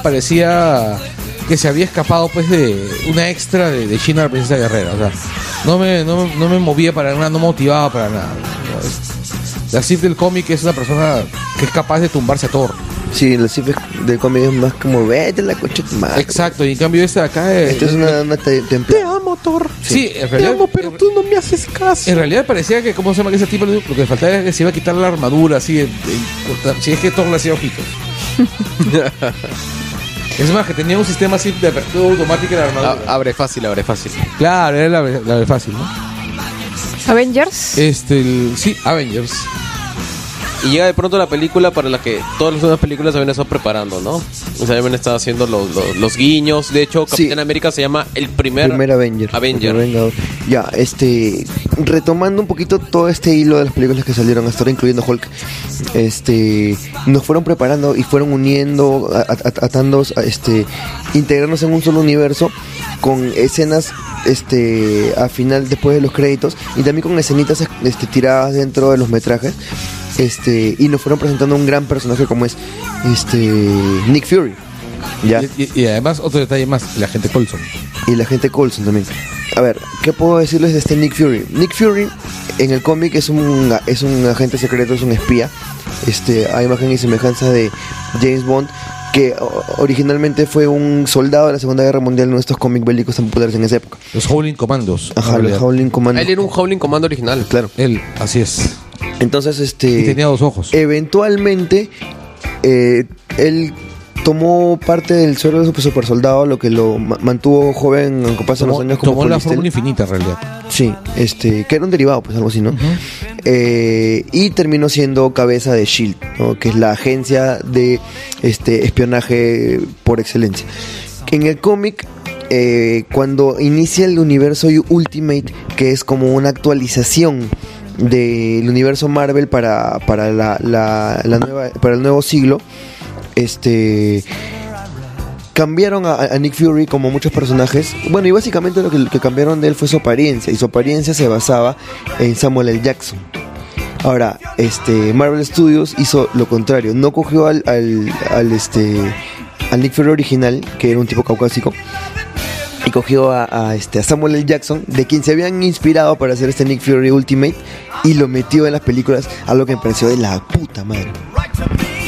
Speaker 1: Este, pues, este eh, Eh. Este,
Speaker 4: este, Ah. este, este, este, este a final después de los créditos y también con escenitas este, tiradas dentro de los metrajes este y nos fueron presentando un gran personaje como es este Nick Fury ya
Speaker 1: Y, y- y además, otro detalle más, la gente Colson.
Speaker 4: y la gente Colson también. A ver, ¿qué puedo decirles de este Nick Fury? Nick Fury en el cómic es un, es un agente secreto, es un espía, este, a imagen y semejanza de James Bond, que o- originalmente fue un soldado de la Segunda Guerra Mundial, uno de estos cómics bélicos tan populares en esa época.
Speaker 1: Los Howling Commandos.
Speaker 4: Ajá,
Speaker 1: En
Speaker 4: los
Speaker 1: realidad.
Speaker 4: Howling Command.
Speaker 2: Él era un Howling Comando original.
Speaker 4: Claro.
Speaker 1: Él, así es.
Speaker 4: Entonces, este...
Speaker 1: Y tenía dos ojos.
Speaker 4: Eventualmente, eh, él tomó parte del suelo de su super soldado, lo que lo ma- mantuvo joven, aunque pasan los
Speaker 1: Tomó,
Speaker 4: años como
Speaker 1: tomó la
Speaker 4: Furistel.
Speaker 1: fórmula infinita, en realidad.
Speaker 4: Sí, este, que era un derivado, pues algo así, ¿no? Eh, y terminó siendo cabeza de Shield, ¿no? que es la agencia de este espionaje por excelencia. En el cómic, eh, cuando inicia el universo Ultimate, que es como una actualización del universo Marvel para, para la, la- la nueva, para el nuevo siglo, este cambiaron a, a Nick Fury como muchos personajes. Bueno, y básicamente lo que, lo que cambiaron de él fue su apariencia. Y su apariencia se basaba en Samuel L. Jackson. Ahora, este, Marvel Studios hizo lo contrario. No cogió al, al, al, este, al Nick Fury original, que era un tipo caucásico. Y cogió a, a, este, a Samuel L. Jackson, de quien se habían inspirado para hacer este Nick Fury Ultimate, y lo metió en las películas, a lo que me pareció de la puta madre.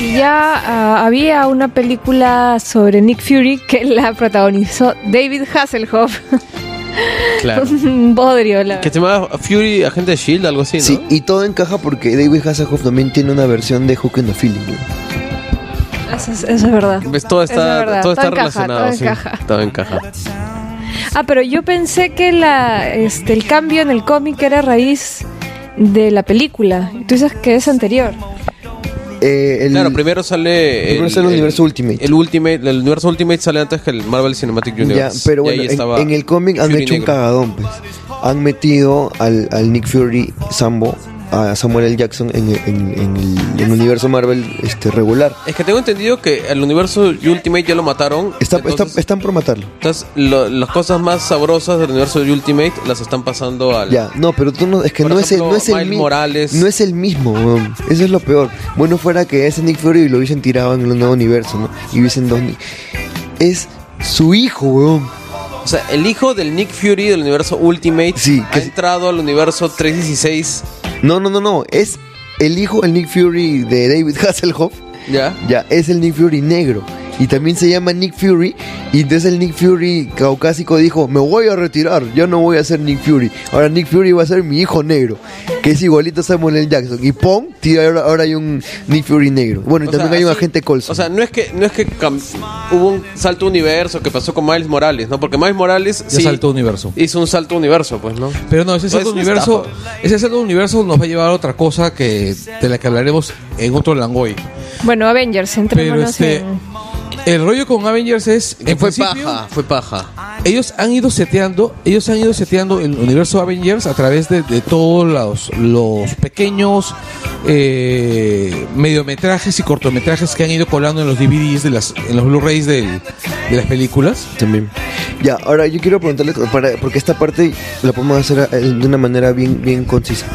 Speaker 3: Y ya ah, había una película sobre Nick Fury que la protagonizó David Hasselhoff.
Speaker 2: Claro.
Speaker 3: Un Bodrio, la
Speaker 2: Que se llama Fury, agente de Shield, algo así, ¿no?
Speaker 4: Sí, y todo encaja porque David Hasselhoff también tiene una versión de Hook and the Feeling. ¿no?
Speaker 3: verdad. Eso, es, eso es verdad.
Speaker 2: Ves, todo
Speaker 3: Eso
Speaker 2: está,
Speaker 3: es verdad,
Speaker 2: todo está
Speaker 3: todo encaja,
Speaker 2: relacionado,
Speaker 3: todo
Speaker 2: sí.
Speaker 3: encaja.
Speaker 2: Todo encaja.
Speaker 3: Ah, pero yo pensé que la, este, el cambio en el cómic era a raíz de la película. Y Tú dices que es anterior.
Speaker 4: Eh, el-
Speaker 2: Claro, primero sale.
Speaker 4: Primero sale el universo Ultimate.
Speaker 2: El Ultimate, el universo Ultimate sale antes que el Marvel Cinematic
Speaker 4: ya,
Speaker 2: Universe.
Speaker 4: pero
Speaker 2: Y ahí
Speaker 4: bueno, en,
Speaker 2: estaba
Speaker 4: en el cómic han
Speaker 2: Fury
Speaker 4: hecho un
Speaker 2: negro.
Speaker 4: cagadón, pues. Han metido al, al Nick Fury Sambo, a Samuel L. Jackson en, en- en el, en el universo Marvel este regular.
Speaker 2: Es que tengo entendido que el universo Ultimate ya lo mataron.
Speaker 4: Está,
Speaker 2: entonces-
Speaker 4: está- están por matarlo.
Speaker 2: entonces, lo- las cosas más sabrosas del universo de Ultimate las están pasando al.
Speaker 4: Ya, no, pero tú no, es que
Speaker 2: Por
Speaker 4: no es, el,
Speaker 2: ejemplo,
Speaker 4: no es el
Speaker 2: Miles
Speaker 4: mi-
Speaker 2: Morales.
Speaker 4: No es el mismo, weón. Eso es lo peor. Bueno, fuera que ese Nick Fury lo hubiesen tirado en el nuevo universo, ¿no? Y hubiesen dos. Ni- Es su hijo, weón.
Speaker 2: O sea, el hijo del Nick Fury del universo Ultimate
Speaker 4: Sí,
Speaker 2: ha
Speaker 4: que-
Speaker 2: entrado al universo 316.
Speaker 4: No, no, no, no. Es el hijo del Nick Fury de David Hasselhoff.
Speaker 2: ¿Ya?
Speaker 4: Ya, es el Nick Fury negro. Y también se llama Nick Fury. Y entonces el Nick Fury caucásico dijo, me voy a retirar, yo no voy a ser Nick Fury. Ahora Nick Fury va a ser mi hijo negro, que es igualito a Samuel L. Jackson. Y ¡pum! tira, ahora, ahora hay un Nick Fury negro. Bueno, y
Speaker 2: O
Speaker 4: también
Speaker 2: sea,
Speaker 4: hay un
Speaker 2: así-
Speaker 4: agente Colson.
Speaker 2: O sea, no es que, no es que cam- hubo un salto de universo que pasó con Miles Morales, ¿no? Porque Miles Morales
Speaker 1: Ya
Speaker 2: sí
Speaker 1: saltó universo.
Speaker 2: hizo un salto de universo, pues, ¿no?
Speaker 4: Eh,
Speaker 1: Pero no, ese
Speaker 2: No, es
Speaker 1: segundo
Speaker 2: una
Speaker 1: universo,
Speaker 2: estafa.
Speaker 1: ese segundo universo nos va a llevar a otra cosa que de la que hablaremos en otro Langoy.
Speaker 3: Bueno, Avengers,
Speaker 1: Pero
Speaker 3: entrémonos
Speaker 1: este,
Speaker 3: en-
Speaker 1: el rollo con Avengers es
Speaker 2: Que
Speaker 1: en
Speaker 2: fue
Speaker 1: principio,
Speaker 2: paja, fue paja.
Speaker 1: Ellos han ido seteando, ellos han ido seteando el universo Avengers a través de, de todos los, los pequeños eh, mediometrajes y cortometrajes que han ido colando en los DVDs de las, en los Blu-rays del- de las películas.
Speaker 4: También. Ya, ahora yo quiero preguntarle, para, porque esta parte la podemos hacer eh, de una manera bien, bien concisa.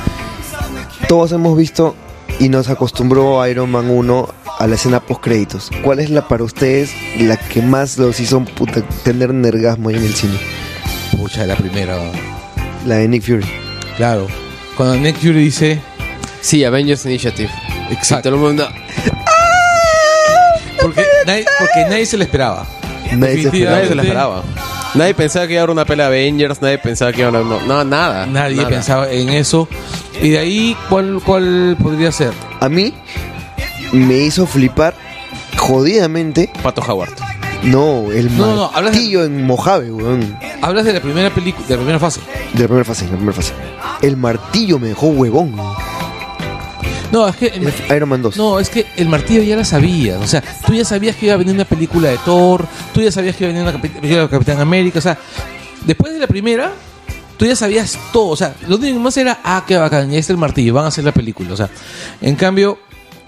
Speaker 4: Todos hemos visto y nos acostumbró Iron Man 1 a la escena post créditos. ¿Cuál es la para ustedes la que más los hizo puta, tener un orgasmo ahí en el cine?
Speaker 1: Pucha, la primera.
Speaker 4: La de Nick Fury.
Speaker 1: Claro. Cuando Nick Fury dice,
Speaker 2: Sí, Avengers Initiative.
Speaker 1: Exacto.
Speaker 2: Y todo el mundo-
Speaker 1: porque nadie, porque nadie se la esperaba.
Speaker 4: Nadie se esperaba.
Speaker 2: nadie se la
Speaker 1: Definitivamente,
Speaker 2: esperaba. Nadie pensaba que iba a haber una pelea Avengers, nadie pensaba que iba a haber... No, no, nada.
Speaker 1: Nadie
Speaker 2: Ah, nada.
Speaker 1: pensaba en eso. Y de ahí, ¿cuál, cuál podría ser?
Speaker 4: A mí me hizo flipar jodidamente.
Speaker 2: Pato Howard.
Speaker 4: No, el
Speaker 1: No, no, hablas de-
Speaker 4: martillo en Mojave, weón.
Speaker 1: Hablas de la primera película, de la primera fase.
Speaker 4: De la primera fase, de la primera fase. El martillo me dejó huevón. weón.
Speaker 1: No, es que
Speaker 4: Es Iron Man 2.
Speaker 1: No, es que el martillo ya la sabías. O sea, tú ya sabías que iba a venir una película de Thor, tú ya sabías que iba a venir una capi- película de Capitán América. O sea, después de la primera, tú ya sabías todo. O sea, lo único más era, ah, qué bacán, ya está el martillo, van a hacer la película. O sea, en cambio,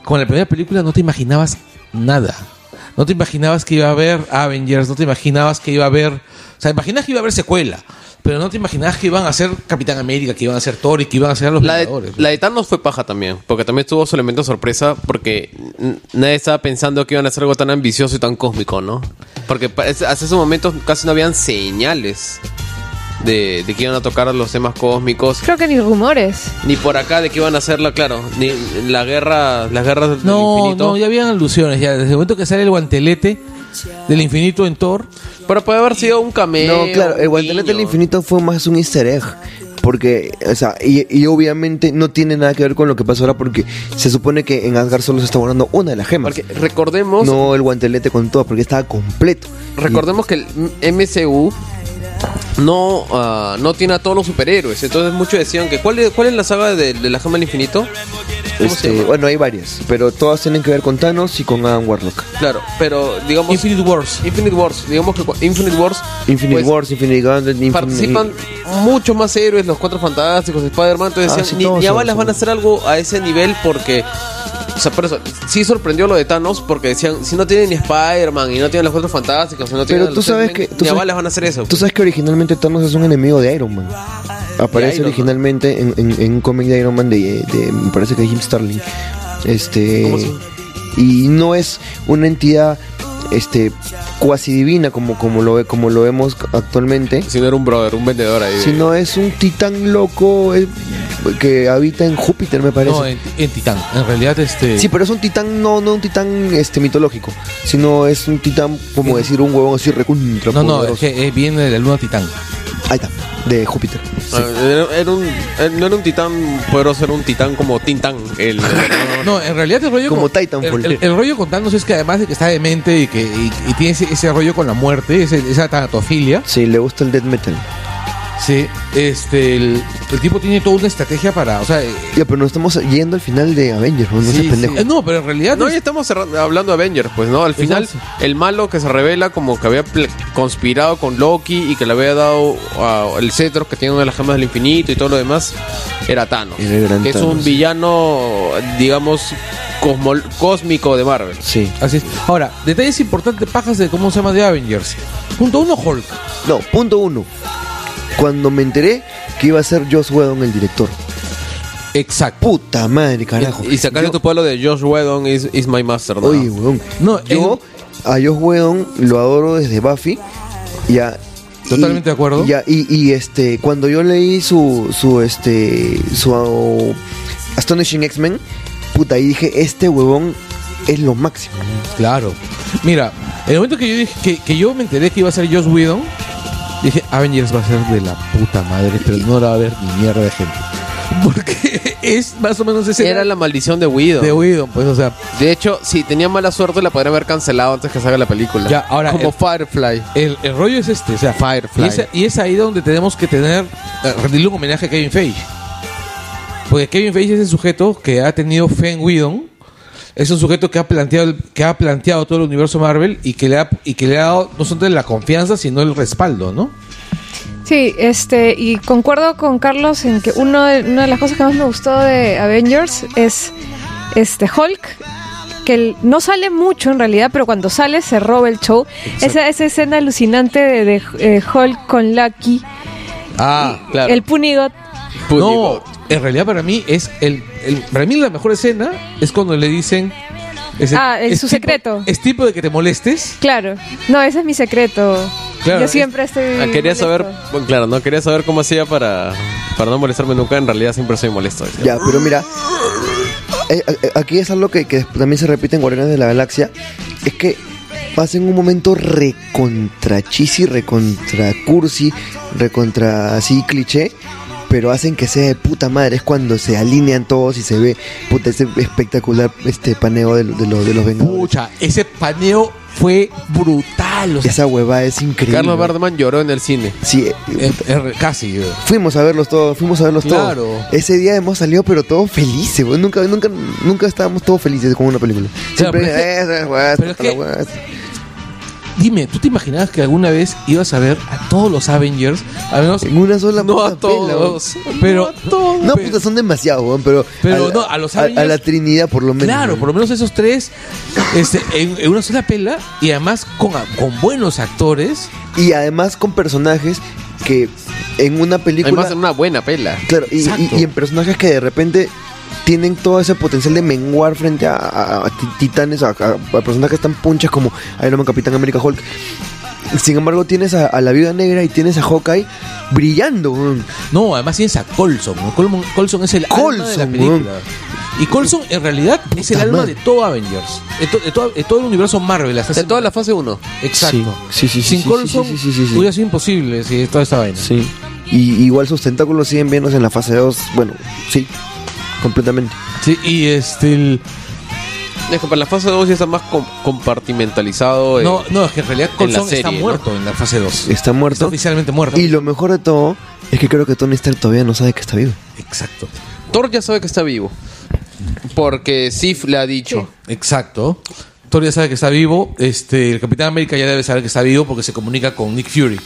Speaker 1: con la primera película no te imaginabas nada. No te imaginabas que iba a haber Avengers, no te imaginabas que iba a haber. O sea, imaginas que iba a haber secuela, pero no te imaginabas que iban a ser Capitán América, que iban a ser Thor y que iban a ser los
Speaker 2: La de,
Speaker 1: Vengadores.
Speaker 2: la de Thanos fue paja también, porque también tuvo su elemento sorpresa, porque n- nadie estaba pensando que iban a hacer algo tan ambicioso y tan cósmico, ¿no? Porque pa- es- hasta esos momentos casi no habían señales de, de que iban a tocar los temas cósmicos,
Speaker 3: Creo que ni rumores.
Speaker 2: ni por acá de que iban a hacerla, claro, ni la guerra, las guerras del
Speaker 1: No,
Speaker 2: infinito.
Speaker 1: no, ya habían alusiones, ya desde el momento que sale el guantelete del infinito en Thor.
Speaker 2: Pero puede haber sido un cameo.
Speaker 4: No, claro, el
Speaker 2: un
Speaker 4: guantelete del
Speaker 2: guiño.
Speaker 4: infinito fue más un easter egg. Porque, o sea, y, y obviamente no tiene nada que ver con lo que pasó ahora porque se supone que en Asgard solo se está guardando una de las gemas.
Speaker 2: Porque recordemos,
Speaker 4: No el guantelete con todo, porque estaba completo.
Speaker 2: recordemos que el MCU no, ah, no tiene a todos los superhéroes. Entonces muchos decían que ¿cuál es, cuál es la saga de, de la gema del infinito?
Speaker 4: Y,
Speaker 2: ¿Cómo se
Speaker 4: este,
Speaker 2: llama?
Speaker 4: bueno, hay varias, pero todas tienen que ver con Thanos y con Adam Warlock.
Speaker 2: Claro, pero digamos Infinite,
Speaker 1: Infinite Wars.
Speaker 2: Wars, digamos que cu- Infinite Wars
Speaker 4: Infinite
Speaker 2: pues,
Speaker 4: Wars, Infinite Gauntlet, Infinite...
Speaker 2: participan muchos más héroes, los Cuatro Fantásticos, Spider-Man, entonces
Speaker 4: Ah,
Speaker 2: decían,
Speaker 4: sí,
Speaker 2: ni,
Speaker 4: todos
Speaker 2: ni a
Speaker 4: son-
Speaker 2: balas van a hacer algo a ese nivel porque o sea, por eso, sí sorprendió lo de Thanos porque decían, si no tienen ni Spider-Man y no tienen los Cuatro Fantásticos, y no tienen a
Speaker 4: Pero tú
Speaker 2: los
Speaker 4: sabes que...
Speaker 2: X-Men,
Speaker 4: Tú
Speaker 2: ni a
Speaker 4: sabes-
Speaker 2: balas van a hacer eso.
Speaker 4: Tú sabes que originalmente Thanos es un enemigo de Iron Man. Aparece
Speaker 2: Iron Man.
Speaker 4: originalmente en, en- en un cómic de Iron Man de, de- Me parece que Jim Starling. Este...
Speaker 2: ¿Cómo se-
Speaker 4: Y no es una entidad este cuasi divina como, como, lo, ve- como lo vemos actualmente.
Speaker 2: Si no era un brother, un vendedor ahí. de-
Speaker 4: Sino es un titán loco eh, que habita en Júpiter, me parece.
Speaker 1: No,
Speaker 2: eh,
Speaker 1: en, en Titán. En realidad, este.
Speaker 4: Sí, pero es un titán, no, no un titán este mitológico, sino es un titán, como decir, un huevón así recontra
Speaker 1: no, no,
Speaker 4: poderoso.
Speaker 1: es que eh, viene de la luna Titán.
Speaker 4: Ahí está, de Júpiter.
Speaker 2: Ah, era- era un- eh, no era un titán poderoso, era un titán como Tintán. El,
Speaker 1: No, en realidad el rollo
Speaker 4: Como
Speaker 1: con,
Speaker 4: Titanfall.
Speaker 1: El, el- el rollo con Thanos es que además de que está demente y que y, y tiene ese, ese rollo con la muerte, ese- esa tanatofilia,
Speaker 4: Sí, le gusta el death metal.
Speaker 1: sí, este, el, el tipo tiene toda una estrategia para, o sea, eh,
Speaker 4: Ya, pero no estamos yendo al final de Avengers, no, no
Speaker 1: sí,
Speaker 4: seas
Speaker 1: sí.
Speaker 4: pendejo.
Speaker 1: Eh, no, pero en realidad
Speaker 2: No,
Speaker 1: es-
Speaker 2: ya estamos cerrando- hablando de Avengers, pues, ¿no? Al final,
Speaker 1: Exacto.
Speaker 2: el malo que se revela como que había ple- conspirado con Loki y que le había dado ah, el cetro que tiene una de las gemas del infinito y todo lo demás, era Thanos.
Speaker 4: Era el gran
Speaker 2: que es
Speaker 4: Thanos.
Speaker 2: un villano, digamos, cosmo- cósmico de Marvel.
Speaker 4: Sí.
Speaker 1: así es. Ahora, detalles importantes, pajas de cómo se llama de Avengers. Punto uno, Hulk.
Speaker 4: No, punto uno. Cuando me enteré que iba a ser Joss Whedon el director.
Speaker 1: Exacto.
Speaker 4: Puta madre, carajo.
Speaker 2: Y, y sacar de
Speaker 4: Yo-
Speaker 2: tu pueblo de Josh Whedon is, is my master, ¿no?
Speaker 4: Oye, weón.
Speaker 1: No,
Speaker 4: yo a Joss Whedon lo adoro desde Buffy. Ya. y-
Speaker 1: Totalmente de acuerdo.
Speaker 4: Ya, y, y, este, cuando yo leí su, su, este, su oh, Astonishing X-Men, puta, ahí dije, este huevón es lo máximo.
Speaker 1: Claro. Mira, el momento que yo dije que, que yo me enteré que iba a ser Joss Whedon, dije Avengers va a ser de la puta madre, pero no la va a ver ni mierda de gente. Porque es más o menos ese
Speaker 2: Era la maldición de Whedon.
Speaker 1: de Whedon, pues, o sea,
Speaker 2: De hecho, si tenía mala suerte, la podrían haber cancelado antes que salga la película.
Speaker 1: Ya, ahora,
Speaker 2: Como
Speaker 1: eh,
Speaker 2: Firefly.
Speaker 1: el, el rollo es este, o sea,
Speaker 2: Firefly.
Speaker 1: Y es, y es ahí donde tenemos que tener, eh, rendirle un homenaje a Kevin Feige. Porque Kevin Feige es el sujeto que ha tenido fe en Whedon, es un sujeto que ha planteado, el- que ha planteado todo el universo Marvel y que le ha, y que le ha dado no solamente la confianza, sino el respaldo, ¿no?
Speaker 3: Sí, este, y concuerdo con Carlos en que uno de- una de las cosas que más me gustó de Avengers es este Hulk, que el- no sale mucho en realidad, pero cuando sale se roba el show. Esa, esa escena alucinante de, de, eh, Hulk con Lucky,
Speaker 1: Ah,
Speaker 2: Claro.
Speaker 3: el Punigot.
Speaker 1: No, en realidad para mí es el, el- para mí la mejor escena es cuando le dicen es
Speaker 3: Ah, el- su
Speaker 1: tipo-
Speaker 3: secreto.
Speaker 1: Es tipo de que te molestes.
Speaker 3: Claro, no, ese es mi secreto.
Speaker 1: Claro,
Speaker 3: Yo
Speaker 1: es-
Speaker 3: siempre estoy.
Speaker 2: Ah, quería
Speaker 3: molesto.
Speaker 2: saber, bueno, claro, no quería saber cómo hacía para, para no molestarme nunca. En realidad siempre soy molesto. decía.
Speaker 4: Ya, pero mira, eh, eh, aquí es algo que, que también se repite en Guardianes de la Galaxia, es que pasen un momento recontra chisi, recontra cursi, recontra así cliché, pero hacen que sea de puta madre, es cuando se alinean todos y se ve puta, ese espectacular este paneo de, lo- de lo- de los Vengadores.
Speaker 1: Pucha, ese paneo fue brutal. o sea,
Speaker 4: Esa hueva es increíble.
Speaker 2: Carlos Bardman lloró en el cine.
Speaker 4: Sí, eh,
Speaker 1: eh, eh, casi. eh.
Speaker 4: Fuimos a verlos todos, fuimos a verlos
Speaker 1: Claro.
Speaker 4: todos. Ese día hemos salido pero todos felices, güey. Nunca, nunca, nunca estábamos todos felices con una película.
Speaker 1: Claro,
Speaker 4: Siempre,
Speaker 1: pero es que-
Speaker 4: "Eh, eh, güey,
Speaker 1: pero es
Speaker 4: puta la
Speaker 1: que-
Speaker 4: güey".
Speaker 1: Dime, ¿tú te imaginabas que alguna vez ibas a ver a todos los Avengers? Al menos
Speaker 4: En una sola
Speaker 2: No a
Speaker 4: puta pela, weón.
Speaker 2: todos.
Speaker 1: Oh, Pero-
Speaker 2: No a todos.
Speaker 4: No,
Speaker 1: Pe-
Speaker 4: puta, son demasiados, weón, pero.
Speaker 1: Pero
Speaker 4: la-
Speaker 1: no, a los
Speaker 4: a,
Speaker 1: Avengers-
Speaker 4: la Trinidad, por lo menos.
Speaker 1: Claro,
Speaker 4: weón.
Speaker 1: por lo menos esos tres este, en, en una sola pela y además con, con buenos actores.
Speaker 4: Y además con personajes que en una película.
Speaker 2: Además, en una buena pela.
Speaker 4: Claro, y,
Speaker 1: Exacto.
Speaker 4: y- y en personajes que de repente tienen todo ese potencial de menguar frente a, a- a ti- titanes, a, a- a personajes tan punchas como Iron Man, Capitán América, Hulk. Sin embargo, tienes a, a la Viuda Negra y tienes a Hawkeye brillando. weón.
Speaker 1: No, además tienes a Colson. ¿no? Colm- Colson es el alma de la
Speaker 4: Colson,
Speaker 1: película. Y Colson en realidad es el
Speaker 4: Puta
Speaker 1: alma
Speaker 4: madre.
Speaker 1: de todo Avengers. De, to- de todo- de todo el universo Marvel. hasta
Speaker 2: De
Speaker 1: ese
Speaker 2: toda la
Speaker 1: momento.
Speaker 2: fase 1.
Speaker 1: Exacto.
Speaker 4: Sí, sí, sí, sí,
Speaker 1: Sin
Speaker 4: sí,
Speaker 1: Colson
Speaker 4: sí, sí, sí, sí.
Speaker 1: hubiera sido imposible si toda esta vaina.
Speaker 4: Sí. Y igual sus tentáculos siguen viéndose en la fase 2. Bueno, sí, completamente.
Speaker 1: Sí, y este el-
Speaker 2: Es que para la fase 2 ya está más com- compartimentalizado. eh.
Speaker 1: no, no, es que en realidad
Speaker 2: en la
Speaker 1: Colson está
Speaker 2: serie, ¿no?
Speaker 1: muerto en la fase 2.
Speaker 4: Está
Speaker 1: Está
Speaker 4: muerto.
Speaker 1: oficialmente muerto.
Speaker 4: Y lo mejor de todo es que creo que Tony Stark todavía no sabe que está vivo.
Speaker 1: Exacto.
Speaker 2: Thor ya sabe que está vivo. Porque Sif le ha dicho.
Speaker 1: Exacto. Thor ya sabe que está vivo. Este, el Capitán América ya debe saber que está vivo porque se comunica con Nick Fury.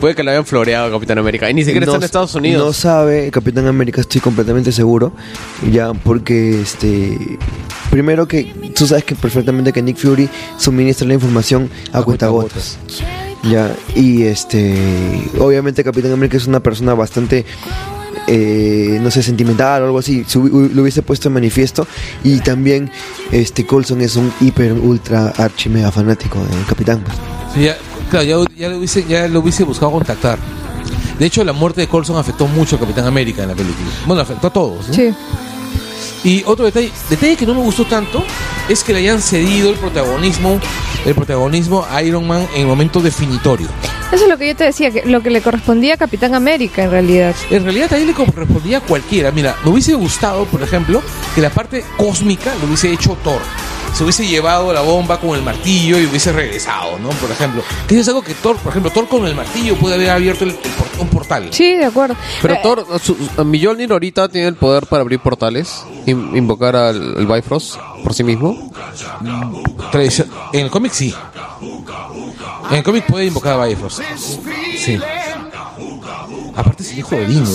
Speaker 2: Puede que le hayan floreado a Capitán América. Y ni siquiera
Speaker 4: No-
Speaker 2: está en Estados
Speaker 4: No
Speaker 2: Unidos.
Speaker 4: sabe, Capitán América, estoy completamente seguro. Ya, porque este. Primero que tú sabes que perfectamente que Nick Fury suministra la información a cuentagotas. Ya, y este. Obviamente, Capitán América es una persona bastante. eh, no sé, sentimental o algo así, se hubi- lo hubiese puesto en manifiesto. Y también, este Colson es un hiper, ultra, archi, mega fanático del Capitán. pues.
Speaker 1: Sí, ya, claro, ya, ya lo hubiese, ya lo hubiese buscado contactar. De hecho, la muerte de Colson afectó mucho a Capitán América en la película. Bueno, afectó a todos. ¿no?
Speaker 3: Sí.
Speaker 1: Y otro detalle, detalle que no me gustó tanto es que le hayan cedido el protagonismo, el protagonismo a Iron Man en el momento definitorio.
Speaker 3: Eso es lo que yo te decía, que lo que le correspondía a Capitán América en realidad.
Speaker 1: En realidad ahí le correspondía a cualquiera. Mira, me hubiese gustado, por ejemplo, que la parte cósmica lo hubiese hecho Thor. Se hubiese llevado la bomba con el martillo y hubiese regresado, ¿no? Por ejemplo. Que eso es algo que Thor, por ejemplo, Thor con el martillo puede haber abierto el- el por- un portal.
Speaker 3: Sí, de acuerdo.
Speaker 2: Pero
Speaker 3: Eh,
Speaker 2: Thor, su, su- Mjolnir ahorita tiene el poder para abrir portales. in- invocar al, al Bifrost por sí mismo.
Speaker 1: Tradici- En el cómic sí. En el cómic puede invocar a Bifrost. Sí. Aparte es hijo de lindo,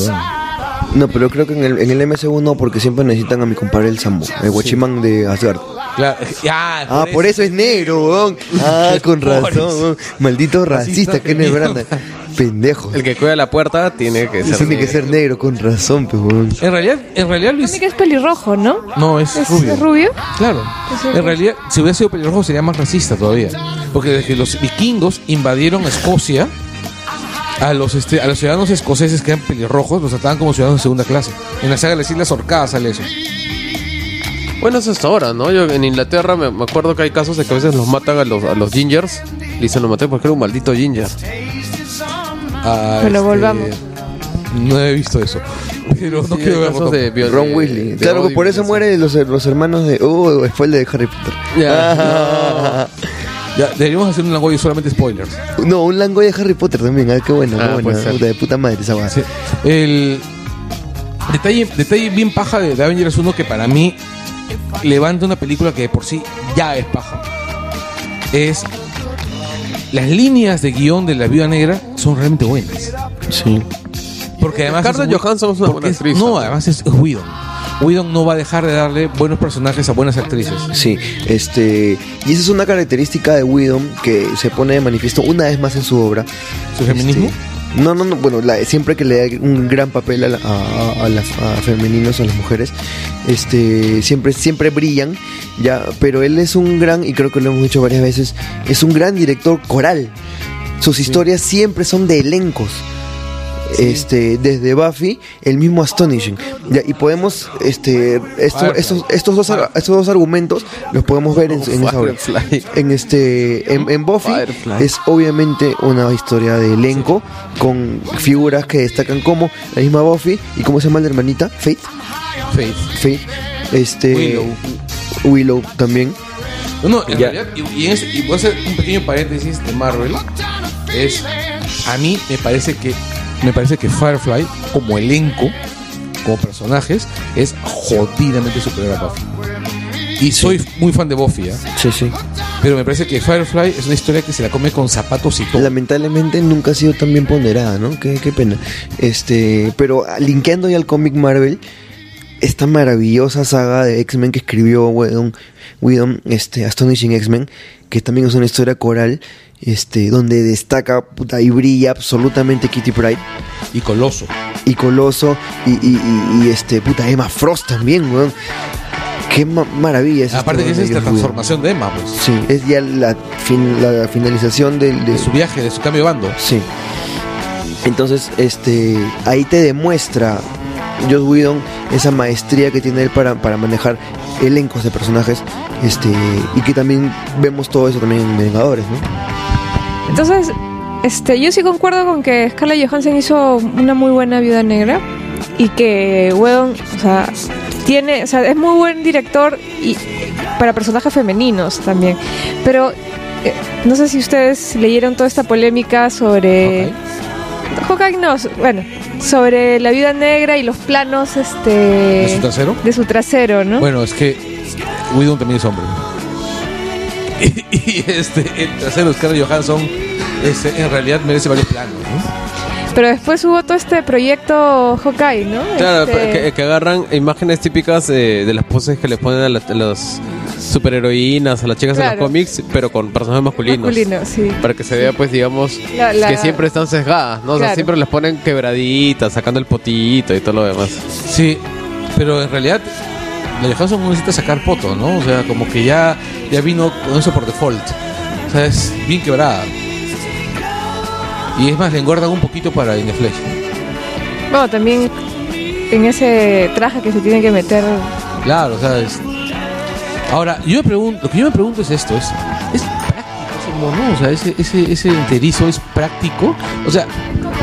Speaker 4: No, pero creo que en el, en el MCU no, porque siempre necesitan a mi compadre el Sambo, el guachimán de Asgard.
Speaker 1: Claro. Ah,
Speaker 4: Ah, por eso es negro, weón. Ah, con
Speaker 1: Pobres.
Speaker 4: razón, weón. Maldito racista,
Speaker 1: Racista
Speaker 4: que no es
Speaker 1: genial.
Speaker 4: Branda. Pendejo.
Speaker 2: El que cuida la puerta tiene que ser.
Speaker 4: Tiene que ser negro, con razón, pues, weón.
Speaker 1: En realidad, en realidad Luis.
Speaker 3: Tony que es pelirrojo, ¿no?
Speaker 1: No, es,
Speaker 3: ¿Es
Speaker 1: rubio.
Speaker 3: rubio?
Speaker 1: Claro.
Speaker 3: Es rubio.
Speaker 1: En realidad, si hubiera sido pelirrojo sería más racista todavía. Porque desde que los vikingos invadieron Escocia, a los, este, a los ciudadanos escoceses que eran pelirrojos los trataban como ciudadanos de segunda clase. En la saga de las Islas Orcadas sale eso.
Speaker 2: Bueno, eso es ahora, ¿no? Yo en Inglaterra me, me acuerdo que hay casos de que a veces los matan a los, a los gingers. Le dicen, lo maté porque era un maldito ginger.
Speaker 1: Ah,
Speaker 3: Pero volvamos.
Speaker 1: No he visto eso. Pero no
Speaker 2: Sí,
Speaker 1: quiero
Speaker 2: hay
Speaker 1: ver
Speaker 2: casos de viol-
Speaker 4: Ron
Speaker 2: de-
Speaker 4: Weasley.
Speaker 2: de
Speaker 4: Claro,
Speaker 2: odio y
Speaker 4: por eso
Speaker 2: violencia.
Speaker 4: mueren los, los hermanos de. Uh, spoiler de Harry Potter.
Speaker 2: Ya.
Speaker 4: Ah.
Speaker 1: Ya, deberíamos hacer un langoyo solamente spoilers.
Speaker 4: No, un langoy de Harry Potter también. Ah, qué bueno,
Speaker 2: Ah,
Speaker 4: qué bueno.
Speaker 2: puede ser.
Speaker 4: puta, de puta madre esa weá.
Speaker 1: Sí. El detalle, detalle bien paja de, de Avengers 1 que para mí levanta una película que de por sí ya es paja. Es las líneas de guión de La Viuda Negra son realmente buenas.
Speaker 4: Sí.
Speaker 1: Porque además.
Speaker 2: Scarlett
Speaker 1: es Wi-
Speaker 2: Johansson es una
Speaker 1: porque
Speaker 2: buena actriz,
Speaker 1: No,
Speaker 2: también.
Speaker 1: además es, es Whedon. Whedon no va a dejar de darle buenos personajes a buenas actrices.
Speaker 4: Sí, este. Y esa es una característica de Widom que se pone de manifiesto una vez más en su obra.
Speaker 1: ¿Su feminismo?
Speaker 4: Este, no, no, no. Bueno, la- siempre que le da un gran papel a, la- a- a- a las a femeninos, a las mujeres, este, siempre, siempre brillan, ya. Pero él es un gran, y creo que lo hemos dicho varias veces, es un gran director coral. Sus historias siempre son de elencos. Este, desde Buffy, el mismo Astonishing. Ya, y podemos, este, esto-
Speaker 1: Firefly.
Speaker 4: estos, estos, dos, ar- estos dos argumentos los podemos ver en, en esa obra.
Speaker 2: Firefly.
Speaker 4: En este, en, en Buffy
Speaker 2: Firefly.
Speaker 4: es obviamente una historia de elenco con figuras que destacan como la misma Buffy y cómo se llama la hermanita, Faith,
Speaker 1: Faith.
Speaker 4: Faith, este,
Speaker 1: Willow.
Speaker 4: Willow también.
Speaker 1: No, no, en
Speaker 2: Ya.
Speaker 1: realidad, y, y en este- y voy a hacer un pequeño paréntesis de Marvel, es, a mí me parece que, me parece que Firefly, como elenco, como personajes, es jodidamente superior a Buffy. Y soy muy fan de Buffy, ¿ah?
Speaker 4: Sí, sí.
Speaker 1: Pero me parece que Firefly es una historia que se la come con zapatos y todo.
Speaker 4: Lamentablemente nunca ha sido tan bien ponderada, ¿no? Qué, qué pena. Este, pero ah, linkeando ya al cómic Marvel, esta maravillosa saga de X-Men que escribió Whedon, Whedon, este, Astonishing X-Men, que también es una historia coral, este, donde destaca puta, y brilla absolutamente Kitty Pryde
Speaker 1: Y coloso.
Speaker 4: y Coloso y, y- y- y, este, puta, Emma Frost también, weón. Qué ma- maravilla es
Speaker 1: Aparte que es esta transformación de Emma, pues.
Speaker 4: Sí, es ya la, fin- la finalización del, de,
Speaker 1: De su viaje, de su cambio de bando.
Speaker 4: Sí. Entonces, este, ahí te demuestra Joss Whedon esa maestría que tiene él para, para manejar elencos de personajes, este, y que también vemos todo eso también en Vengadores, ¿no?
Speaker 3: Entonces, este, yo sí concuerdo con que Scarlett Johansson hizo una muy buena viuda negra y que Whedon, o sea, tiene, o sea, es muy buen director y para personajes femeninos también. Pero eh, no sé si ustedes leyeron toda esta polémica sobre Hawkeye no, so- bueno, sobre la viuda negra y los planos este
Speaker 1: ¿De su trasero?
Speaker 3: de su trasero, ¿no?
Speaker 1: Bueno, es que Whedon también es hombre. Y, y, este, el trasero de Scarlett Johansson este, en realidad merece varios planos. ¿no?
Speaker 3: Pero después hubo todo este proyecto Hawkeye, ¿no?
Speaker 2: Claro,
Speaker 3: Este-
Speaker 2: que, que agarran imágenes típicas de, de las poses que le ponen a, la- a las superheroínas, a las chicas en
Speaker 3: Claro.
Speaker 2: los cómics, pero con personajes masculinos.
Speaker 3: Masculino, sí.
Speaker 2: Para que se vea, pues, digamos,
Speaker 3: La- la-
Speaker 2: que siempre están sesgadas, ¿no? O sea,
Speaker 3: Claro.
Speaker 2: siempre las ponen quebraditas, sacando el potito y todo lo demás.
Speaker 1: Sí, pero en realidad la Johansson no necesita sacar poto, ¿no? O sea, como que ya, ya vino con eso por default. O sea, es bien quebrada. Y es más, le engordan un poquito para In the Flesh.
Speaker 3: Bueno, también en ese traje que se tiene que meter.
Speaker 1: Claro, o sea, es- Ahora, yo me pregunto, lo que yo me pregunto es esto, es, ¿es práctico ese mono? O sea, ese, ese, ese enterizo es práctico. O sea,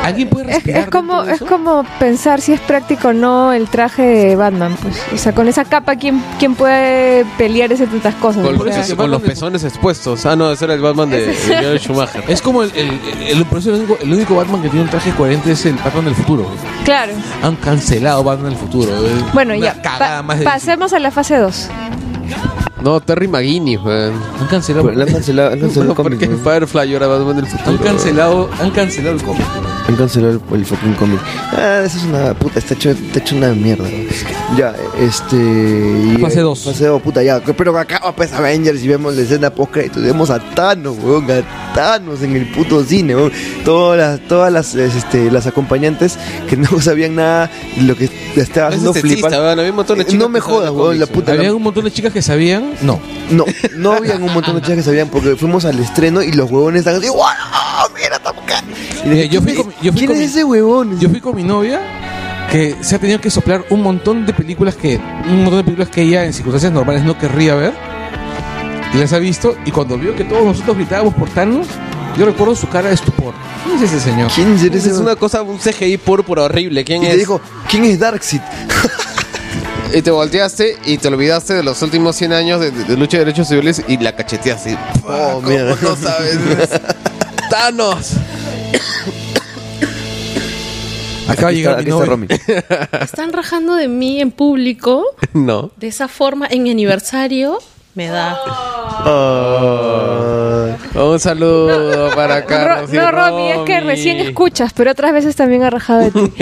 Speaker 1: ¿alguien puede
Speaker 3: Es,
Speaker 1: respirar
Speaker 3: es como
Speaker 1: dentro de
Speaker 3: es
Speaker 1: eso?
Speaker 3: como pensar si es práctico o no el traje de Batman, pues. O sea, con esa capa quién quién puede pelear ese tantas cosas.
Speaker 2: Con,
Speaker 3: O sea,
Speaker 1: eso se-
Speaker 2: con los pezones expuestos. Ah, no, ese era el Batman de de Joel Schumacher.
Speaker 1: Es como el, el, el- el- por eso el único, el único Batman que tiene un traje coherente es el Batman del futuro.
Speaker 3: Claro.
Speaker 1: Han cancelado Batman del futuro. eh,
Speaker 3: Bueno,
Speaker 1: una
Speaker 3: ya.
Speaker 1: cagada
Speaker 3: pa-
Speaker 1: más de-
Speaker 3: pasemos a la fase 2.
Speaker 2: No, Terry McGuinness, weón.
Speaker 1: Han cancelado.
Speaker 4: Pero le han cancelado, han cancelado
Speaker 2: No,
Speaker 4: el cómic,
Speaker 2: porque
Speaker 4: ¿no?
Speaker 2: Firefly ahora Batman del futuro.
Speaker 1: Han cancelado, han cancelado el cómic.
Speaker 4: Han cancelado el, el fucking cómic. Ah, eso es una puta, está hecho, está hecho una mierda. ¿no? Ya, este. y-
Speaker 1: Fase dos.
Speaker 4: Fase 2, puta, ya. Pero acaba pues Avengers y vemos la escena post y Vemos a Thanos, weón, a Thanos en el puto cine, weón. Todas las, todas las, este, las acompañantes que no sabían nada de lo que estaba
Speaker 2: Es
Speaker 4: haciendo
Speaker 2: sexista,
Speaker 4: flipar.
Speaker 2: weón, había un montón de
Speaker 4: Eh,
Speaker 2: chicas
Speaker 4: no me
Speaker 2: que estaban
Speaker 4: jodas,
Speaker 2: en
Speaker 4: weón, la
Speaker 2: cómics,
Speaker 4: puta.
Speaker 1: Había
Speaker 4: la-
Speaker 1: un montón de chicas que sabían. No.
Speaker 4: No, no habían un montón de chicas que sabían porque fuimos al estreno y los huevones estaban así, ¡Wow! ¡Mira, está acá! Y
Speaker 1: Mira,
Speaker 4: dije,
Speaker 1: Eh, yo fui
Speaker 4: ¿quién
Speaker 1: con-
Speaker 4: es-
Speaker 1: yo fui
Speaker 4: ¿Quién
Speaker 1: con
Speaker 4: es
Speaker 1: mi-
Speaker 4: ese huevón?
Speaker 1: Yo fui con mi novia que se ha tenido que soplar un montón de películas que un montón de películas que ella en circunstancias normales no querría ver y las ha visto y cuando vio que todos nosotros gritábamos por Thanos yo recuerdo su cara de estupor ¿quién es ese señor?
Speaker 4: ¿Quién es ese
Speaker 2: Es una cosa, un CGI púrpura horrible. ¿Quién
Speaker 4: Y
Speaker 2: es?
Speaker 4: te dijo, ¿quién es Darkseid?
Speaker 2: Y te volteaste y te olvidaste de los últimos 100 años de, de lucha de derechos civiles y la cacheteaste.
Speaker 1: Ah,
Speaker 4: Oh,
Speaker 2: ¿Cómo
Speaker 4: mierda.
Speaker 2: no sabes? ¡Thanos!
Speaker 1: acaba de llegar mi novia
Speaker 6: Están rajando de mí en público.
Speaker 2: No.
Speaker 6: De esa forma, en mi aniversario, me da.
Speaker 2: Un saludo para Carlos. y
Speaker 3: no, Romy, es que
Speaker 2: Romy.
Speaker 3: recién escuchas, pero otras veces también ha rajado de ti.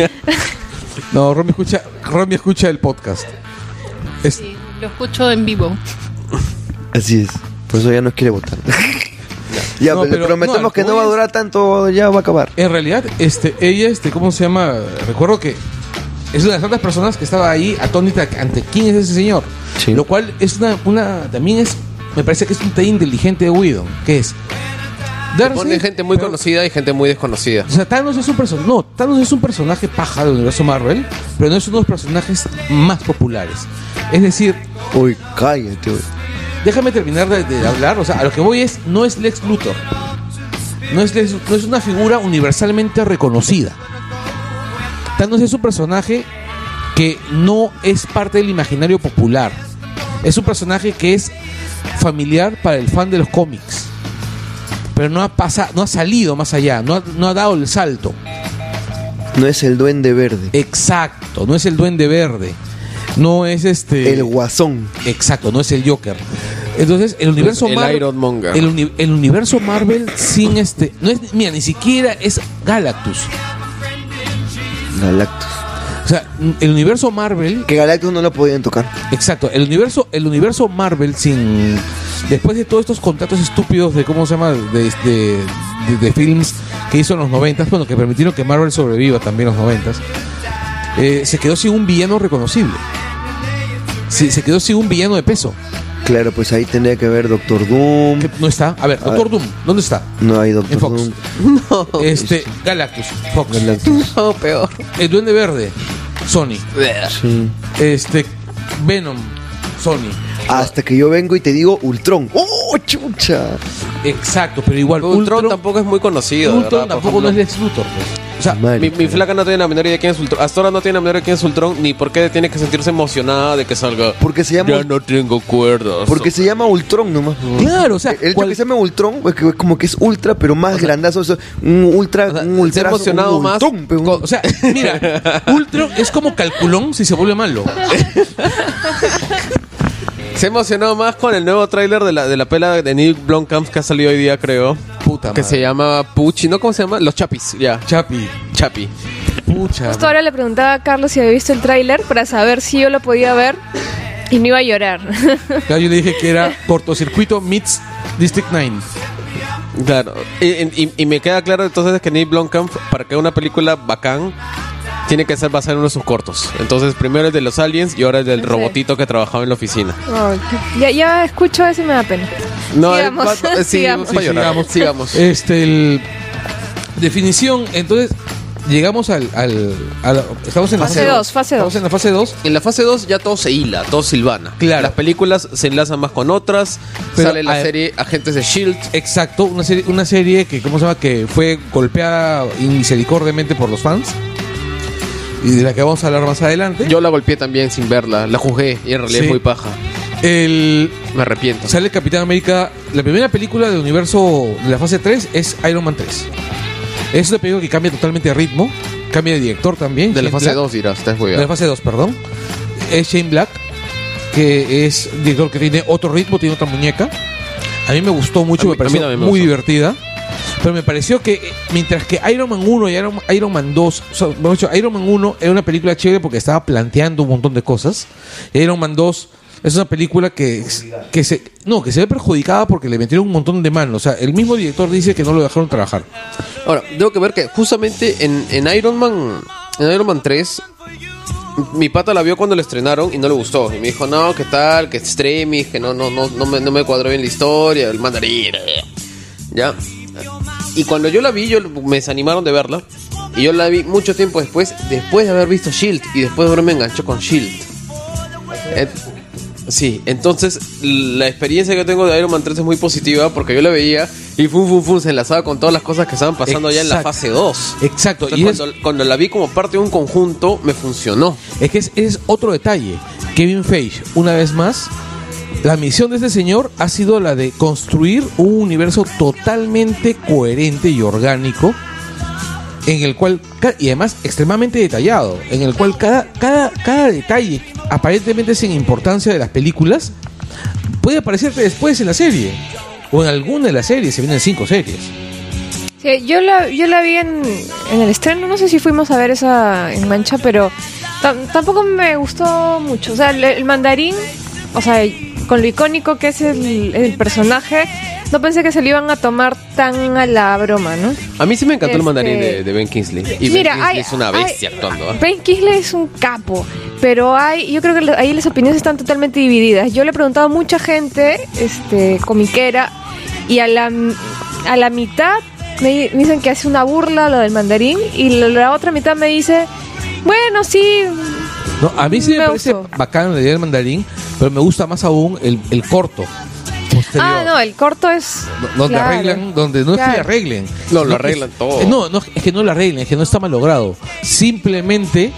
Speaker 1: no Romy escucha Romy escucha el podcast Es-
Speaker 6: Lo escucho en vivo.
Speaker 4: Así es. Por eso ya nos quiere votar. ya,
Speaker 1: No,
Speaker 4: pero
Speaker 1: pero-
Speaker 4: le prometemos
Speaker 1: no,
Speaker 4: que no va a
Speaker 1: es-
Speaker 4: durar tanto, ya va a acabar.
Speaker 1: en realidad este ella este ¿cómo se llama? recuerdo que es una de las tantas personas que estaba ahí atónita ante quién es ese señor
Speaker 4: Sí.
Speaker 1: lo cual es una, una también es me parece que es un té inteligente de Whedon que es darse
Speaker 2: Pone gente muy conocida y gente muy desconocida.
Speaker 1: O sea, Thanos es un personaje. No, Thanos es un personaje paja del universo Marvel, pero no es uno de los personajes más populares. Es decir,
Speaker 4: Uy, cállate, güey.
Speaker 1: déjame terminar de, de hablar. O sea, a lo que voy es, no es Lex Luthor. No es, Lex- no es una figura universalmente reconocida. Thanos es un personaje que no es parte del imaginario popular. Es un personaje que es familiar para el fan de los cómics. Pero no ha, pasa, no ha salido más allá, no ha- no ha dado el salto.
Speaker 4: No es el duende verde.
Speaker 1: Exacto, no es el duende verde. No es este.
Speaker 4: El guasón.
Speaker 1: Exacto, no es el Joker. Entonces, el universo
Speaker 2: El
Speaker 1: Marvel.
Speaker 2: Ironmonger.
Speaker 1: El, uni- el universo Marvel sin este. No es, mira, ni siquiera es Galactus.
Speaker 4: Galactus.
Speaker 1: O sea, el universo Marvel
Speaker 4: Que Galactus no lo podían tocar.
Speaker 1: Exacto, el universo, el universo Marvel sin después de todos estos contratos estúpidos de cómo se llama de, de, de- de films que hizo en los noventas, bueno, que permitieron que Marvel sobreviva también en los noventas, eh, se quedó sin un villano reconocible. Se, se quedó sin un villano de peso.
Speaker 4: Claro, pues ahí tendría que ver Doctor Doom.
Speaker 1: Que no está. A ver,
Speaker 4: A
Speaker 1: Doctor
Speaker 4: ver.
Speaker 1: Doom, ¿dónde está?
Speaker 4: No hay Doctor
Speaker 1: En Fox.
Speaker 4: Doom.
Speaker 1: Este, Galactus, Fox.
Speaker 4: Galactus.
Speaker 2: No, peor.
Speaker 1: El Duende Verde, Sony.
Speaker 4: Sí.
Speaker 1: Este, Venom, Sony.
Speaker 4: Hasta que yo vengo y te digo Ultron. ¡Oh, chucha!
Speaker 1: Exacto, pero igual.
Speaker 2: Ultron, tampoco es muy conocido.
Speaker 1: Ultron
Speaker 2: ¿verdad? Por
Speaker 1: tampoco no es
Speaker 2: ejemplo,
Speaker 1: Lex Luthor. pues. O sea,
Speaker 4: Mal,
Speaker 2: mi, mi
Speaker 4: cara.
Speaker 2: flaca no tiene la menor idea de quién es Ultron. Hasta ahora no tiene la menor idea de quién es Ultron, ni por qué tiene que sentirse emocionada de que salga.
Speaker 4: Porque se llama,
Speaker 2: Ya no tengo cuerdas.
Speaker 4: porque se llama Ultron nomás.
Speaker 1: claro, o sea,
Speaker 4: El hecho
Speaker 1: cual-
Speaker 4: que se llame Ultron, pues, que- como que es ultra, pero más grandazo. eso, un ultra,
Speaker 2: O sea,
Speaker 4: un
Speaker 2: se ha
Speaker 4: ultra.
Speaker 2: emocionado
Speaker 4: un
Speaker 2: más
Speaker 4: Ultron, pe, un-
Speaker 1: o sea, mira, Ultron es como calculón si se vuelve malo.
Speaker 2: se ha emocionado más con el nuevo tráiler de la, de la pela de Nick Blomkamp que ha salido hoy día, creo.
Speaker 1: Puta
Speaker 2: Que
Speaker 1: madre.
Speaker 2: se llama Pucci, ¿no? ¿Cómo se llama? Los Chapis, ya.
Speaker 1: Chapi,
Speaker 2: Chapi.
Speaker 1: pucha.
Speaker 3: Justo ahora le preguntaba a Carlos si había visto el tráiler para saber si yo lo podía ver y no iba a llorar.
Speaker 1: Ya yo le dije que era cortocircuito meets District 9.
Speaker 2: Claro. Y, y- y me queda claro entonces que Nick Blomkamp, para que una película bacán, tiene que ser basada en uno de sus cortos. Entonces, primero el de los aliens y ahora el del
Speaker 3: Sí.
Speaker 2: robotito que trabajaba en la oficina.
Speaker 3: Ay, qué- ya, ya escucho eso y me da pena.
Speaker 2: No,
Speaker 3: Sigamos,
Speaker 2: eh, va- eh, sí,
Speaker 3: sigamos.
Speaker 2: sí, sigamos. sigamos.
Speaker 1: Este, el- definición, entonces llegamos al, al, a la- estamos en la
Speaker 3: Fase dos, fase
Speaker 1: Estamos
Speaker 3: dos.
Speaker 1: en la fase 2.
Speaker 2: En la fase 2 ya todo se hila, todo silvana.
Speaker 1: Claro.
Speaker 2: Las películas se enlazan más con otras.
Speaker 1: Pero,
Speaker 2: sale la
Speaker 1: a-
Speaker 2: serie Agentes de Shield.
Speaker 1: Exacto, una serie, una serie que, ¿cómo se llama? Que fue golpeada inmisericordiamente por los fans. Y de la que vamos a hablar más adelante.
Speaker 2: Yo la golpeé también sin verla, la juzgué y en realidad
Speaker 1: Sí.
Speaker 2: es muy paja.
Speaker 1: el,
Speaker 2: Me arrepiento.
Speaker 1: Sale Capitán América. La primera película del universo de la fase 3 es Iron Man 3. Es una película que cambia totalmente de ritmo, cambia de director también.
Speaker 2: De la
Speaker 1: Shane
Speaker 2: fase
Speaker 1: Black.
Speaker 2: 2 dirás, estás muy
Speaker 1: De la fase 2, perdón. Es Shane Black, que es director que tiene otro ritmo, tiene otra muñeca. A mí me gustó mucho,
Speaker 2: A mí-
Speaker 1: me
Speaker 2: a
Speaker 1: pareció
Speaker 2: mí también me
Speaker 1: muy
Speaker 2: gustó.
Speaker 1: divertida. Pero me pareció que eh, mientras que Iron Man 1 y Iron, Iron Man 2, o sea, mejor dicho, Iron Man 1 era una película chévere porque estaba planteando un montón de cosas. Iron Man 2 es una película que, que se no, que se ve perjudicada porque le metieron un montón de manos. O sea, el mismo director dice que no lo dejaron trabajar.
Speaker 2: Ahora, tengo que ver que justamente en, en Iron Man, en Iron Man 3, mi pata la vio cuando la estrenaron y no le gustó. Y me dijo, no, ¿qué tal? Que extremis, que no, no, no, no me, no me cuadró bien la historia, el mandarín. eh". Ya. Y cuando yo la vi, yo me desanimaron de verla. Y yo la vi mucho tiempo después, después de haber visto Shield y después de haberme enganchado con Shield. Et- Sí, entonces la experiencia que tengo de Iron Man 3 es muy positiva porque yo la veía y fum, fum, fum, se enlazaba con todas las cosas que estaban pasando ya en la
Speaker 1: Exacto.
Speaker 2: fase 2.
Speaker 1: Exacto.
Speaker 2: Entonces,
Speaker 1: y es-
Speaker 2: cuando, cuando la vi como parte de un conjunto, me funcionó.
Speaker 1: Es que es, es otro detalle. Kevin Feige, una vez más, la misión de este señor ha sido la de construir un universo totalmente coherente y orgánico, en el cual, ca- y además extremadamente detallado, en el cual cada, cada, cada detalle, aparentemente sin importancia de las películas, puede aparecerte después en la serie. O en alguna de las series, se vienen cinco series.
Speaker 3: Sí, yo, la, yo la vi en, en el estreno, no sé si fuimos a ver esa en mancha, pero tam- tampoco me gustó mucho. O sea, el, el mandarín, o sea, con lo icónico que es el, el personaje, no pensé que se lo iban a tomar tan a la broma, ¿no?
Speaker 2: A mí sí me encantó el
Speaker 3: Este-
Speaker 2: mandarín de, de Ben Kingsley. Y
Speaker 3: Mira,
Speaker 2: Ben Kingsley
Speaker 3: hay-
Speaker 2: es una
Speaker 3: hay-
Speaker 2: bestia actuando. ¿ah?
Speaker 3: Ben Kingsley es un capo, pero hay, yo creo que la- ahí las opiniones están totalmente divididas. Yo le he preguntado a mucha gente, este, comiquera, y a la, a la mitad me, di- me dicen que hace una burla lo del mandarín, y la, la otra mitad me dice, bueno, sí,
Speaker 1: No, a mí sí me,
Speaker 3: Me
Speaker 1: parece
Speaker 3: gustó.
Speaker 1: bacán la idea del mandarín, pero me gusta más aún el, el corto. posterior.
Speaker 3: ah, no, el corto es...
Speaker 1: donde
Speaker 3: claro.
Speaker 1: arreglan, donde no es que
Speaker 3: Claro.
Speaker 1: le arreglen.
Speaker 2: No, lo
Speaker 1: Sino que
Speaker 2: arreglan
Speaker 1: es-
Speaker 2: todo.
Speaker 1: eh, No, no, es que no lo arreglen, es que no está mal logrado. Simplemente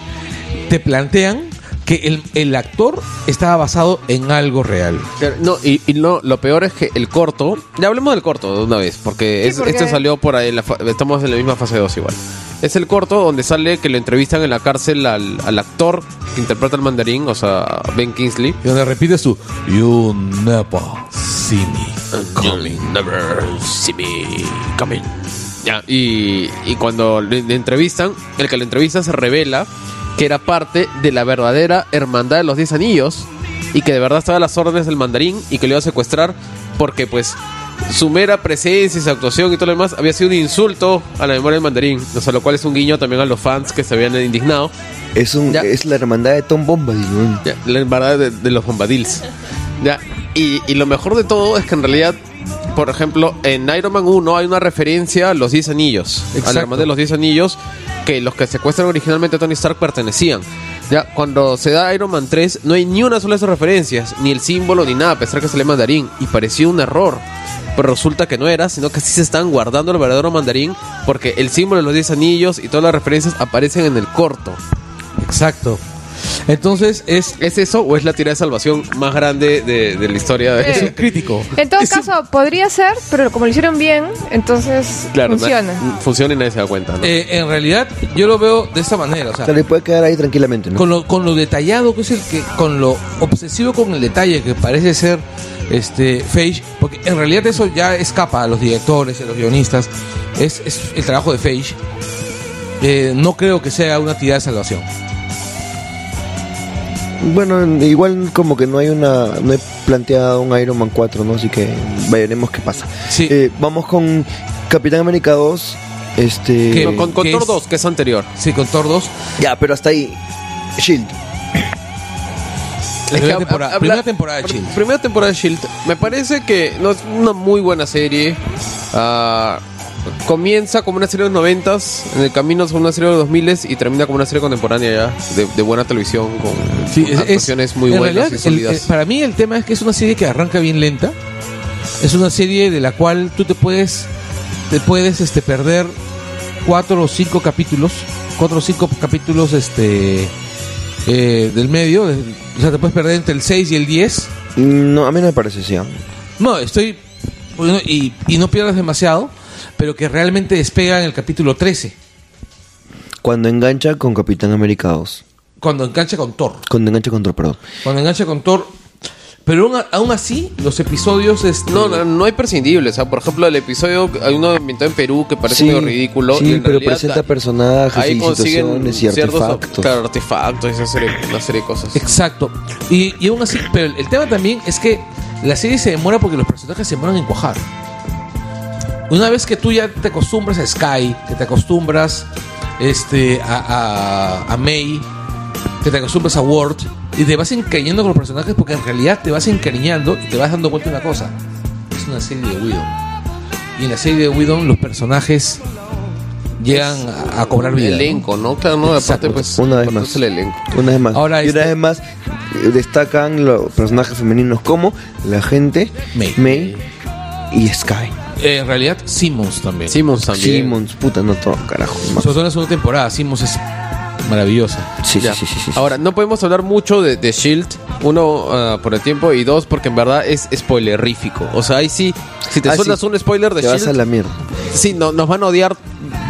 Speaker 1: te plantean que el, el actor estaba basado en algo real.
Speaker 2: Claro, No, y, y no, lo peor es que el corto, ya hablemos del corto de una vez, porque,
Speaker 3: Sí,
Speaker 2: es-
Speaker 3: porque-
Speaker 2: este salió por ahí, en la fa- estamos en la misma fase 2 igual. Es el corto donde sale que lo entrevistan en la cárcel al, al actor que interpreta el mandarín, o sea, Ben Kingsley.
Speaker 1: Y donde repites tú, You never see me coming.
Speaker 2: never see me coming. Ya, y, y cuando le, le entrevistan, el que le entrevista se revela que era parte de la verdadera hermandad de los 10 anillos y que de verdad estaba a las órdenes del mandarín y que lo iba a secuestrar porque pues su mera presencia y su actuación y todo lo demás había sido un insulto a la memoria del mandarín, o sea, lo cual es un guiño también a los fans que se habían indignado.
Speaker 4: Es, un,
Speaker 2: Ya.
Speaker 4: es la hermandad de Tom Bombadil. weón.
Speaker 2: Ya, la embarrada de, de los bombadils. Ya, y, y lo mejor de todo es que en realidad, por ejemplo, en Iron Man 1 hay una referencia a los 10 anillos. A
Speaker 1: Exacto.
Speaker 2: la hermandad de los 10 anillos que los que secuestran originalmente a Tony Stark pertenecían. Ya, cuando se da Iron Man 3 no hay ni una sola de esas referencias, ni el símbolo ni nada, a pesar que se le mandarín y parecía un error. Pero resulta que no era, sino que sí se están guardando el verdadero mandarín porque el símbolo de los 10 anillos y todas las referencias aparecen en el corto.
Speaker 1: Exacto. Entonces es,
Speaker 2: ¿Es eso o es la tira de salvación más grande de, de la historia?
Speaker 1: es un
Speaker 2: De...
Speaker 3: Sí.
Speaker 1: crítico.
Speaker 3: En todo
Speaker 1: Es un-
Speaker 3: caso, podría ser, pero como lo hicieron bien, entonces
Speaker 2: Claro,
Speaker 3: funciona.
Speaker 2: na- funciona y nadie se da cuenta. ¿no?
Speaker 1: eh, en realidad, yo lo veo de esta manera. O sea,
Speaker 4: Claro, y puede quedar ahí tranquilamente, ¿no?
Speaker 1: con lo, con lo detallado que es el que, con lo obsesivo con el detalle que parece ser este Feige, porque en realidad eso ya escapa a los directores, a los guionistas, es, es el trabajo de Feige. Eh, no creo que sea una tirada de salvación.
Speaker 4: Bueno, igual como que no hay una no he planteado un Iron Man 4, ¿no? Así que veremos qué pasa.
Speaker 1: Sí.
Speaker 4: Eh, vamos con Capitán América 2, este
Speaker 1: ¿Qué?
Speaker 2: No, con con
Speaker 1: ¿qué
Speaker 2: Thor
Speaker 1: eh, es?
Speaker 2: 2, que es anterior.
Speaker 1: Sí, con Thor 2,
Speaker 4: ya, pero hasta ahí Shield.
Speaker 1: la primera
Speaker 2: hab-
Speaker 1: temporada,
Speaker 2: habla-
Speaker 1: primera temporada de
Speaker 2: pr-
Speaker 1: Shield.
Speaker 2: Primera temporada de Shield. Me parece que no es una muy buena serie. Ah, comienza como una serie de los noventas, en el camino es una serie de los 2000 y termina como una serie contemporánea ya, de, de buena televisión, con,
Speaker 1: Sí,
Speaker 2: con
Speaker 1: es- es-
Speaker 2: actuaciones muy
Speaker 1: en
Speaker 2: buenas y
Speaker 1: realidad, el-
Speaker 2: sólidas.
Speaker 1: el- para mí el tema es que es una serie que arranca bien lenta. Es una serie de la cual tú te puedes te puedes este perder cuatro o cinco capítulos, cuatro o cinco capítulos este eh, del medio, de- o sea, te puedes perder entre el 6 y el 10.
Speaker 4: Mm, No, a mí no me parece sí. ¿ah?
Speaker 1: No, estoy bueno, y, y no pierdas demasiado, pero que realmente despega en el capítulo 13
Speaker 4: Cuando engancha con Capitán América 2.
Speaker 1: cuando engancha con Thor.
Speaker 4: Cuando engancha con Thor, perdón.
Speaker 1: Cuando engancha con Thor, pero aún, aún así los episodios este,
Speaker 2: No, no, no hay prescindibles. O sea, por ejemplo, el episodio, hay uno ambientado en Perú que parece
Speaker 4: Sí,
Speaker 2: medio ridículo.
Speaker 4: sí,
Speaker 2: y en
Speaker 4: pero
Speaker 2: realidad
Speaker 4: presenta personajes y situaciones y
Speaker 2: ciertos
Speaker 4: artefactos.
Speaker 2: claro, artefactos y una serie, una serie de cosas.
Speaker 1: Exacto. Y, y aún así, pero el, el tema también es que la serie se demora porque los personajes se demoran en cuajar. Una vez que tú ya te acostumbras a Sky, que te acostumbras este, a, a, a May, que te acostumbras a Ward, y te vas encariñando con los personajes porque en realidad te vas encariñando y te vas dando cuenta de una cosa. Es una serie de Widow. Y en la serie de Widow los personajes llegan a, a cobrar
Speaker 2: El
Speaker 1: vida. ¿no?
Speaker 2: elenco, ¿no? Claro, no, aparte,
Speaker 1: Exacto.
Speaker 2: pues.
Speaker 4: Una vez
Speaker 2: aparte
Speaker 4: más.
Speaker 2: es el elenco.
Speaker 4: Una vez más.
Speaker 1: Ahora
Speaker 4: y una
Speaker 1: este-
Speaker 4: vez más eh, destacan los personajes femeninos como la gente,
Speaker 1: May.
Speaker 4: y Sky.
Speaker 1: Eh, en realidad, Simmons también.
Speaker 2: Simmons también.
Speaker 4: Simmons, puta, no todo, carajo. ma-
Speaker 1: Sobre todo en la segunda temporada, Simos es maravillosa.
Speaker 4: Sí, sí,
Speaker 2: Ya.
Speaker 4: sí, sí, sí, sí.
Speaker 2: Ahora, no podemos hablar mucho de, de Shield. Uno, ah, por el tiempo. Y dos, porque en verdad es spoilerífico. O sea, ahí sí. Si te
Speaker 4: Ah,
Speaker 2: sueltas
Speaker 4: sí.
Speaker 2: un spoiler de
Speaker 4: te vas a
Speaker 2: Shield,
Speaker 4: la mierda.
Speaker 2: sí, no, nos van a odiar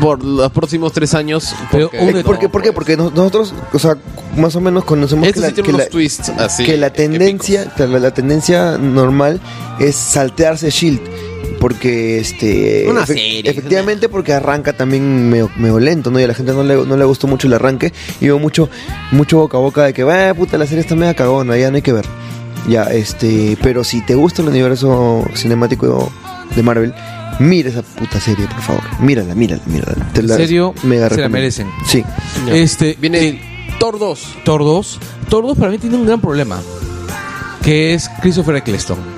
Speaker 2: por los próximos tres años.
Speaker 1: Pero
Speaker 2: Porque,
Speaker 1: un
Speaker 4: Eh, ¿Por qué?
Speaker 2: no,
Speaker 4: ¿Por qué?
Speaker 2: pues.
Speaker 4: Porque no- nosotros, o sea, más o menos conocemos
Speaker 2: Este sí tiene unos twists así,
Speaker 4: que la
Speaker 2: épicos.
Speaker 4: tendencia, que la, la tendencia normal es saltearse Shield. Porque este
Speaker 2: Una serie.
Speaker 4: efectivamente porque arranca también medio, medio lento, ¿no? Y a la gente no le, no le gustó mucho el arranque. Y hubo mucho, mucho boca a boca de que va puta la serie está media cagona, ya no hay que ver. Ya, este, pero si te gusta el universo cinemático de Marvel, mira esa puta serie, por favor. Mírala, mírala, mírala. Te
Speaker 1: En
Speaker 4: la-
Speaker 1: serio, se la
Speaker 4: recomiendo.
Speaker 1: merecen.
Speaker 4: Sí.
Speaker 2: Ya.
Speaker 1: Este,
Speaker 2: Viene
Speaker 1: eh,
Speaker 2: Thor 2.
Speaker 1: Thor 2. Thor 2 para mí tiene un gran problema. Que es Christopher Eccleston.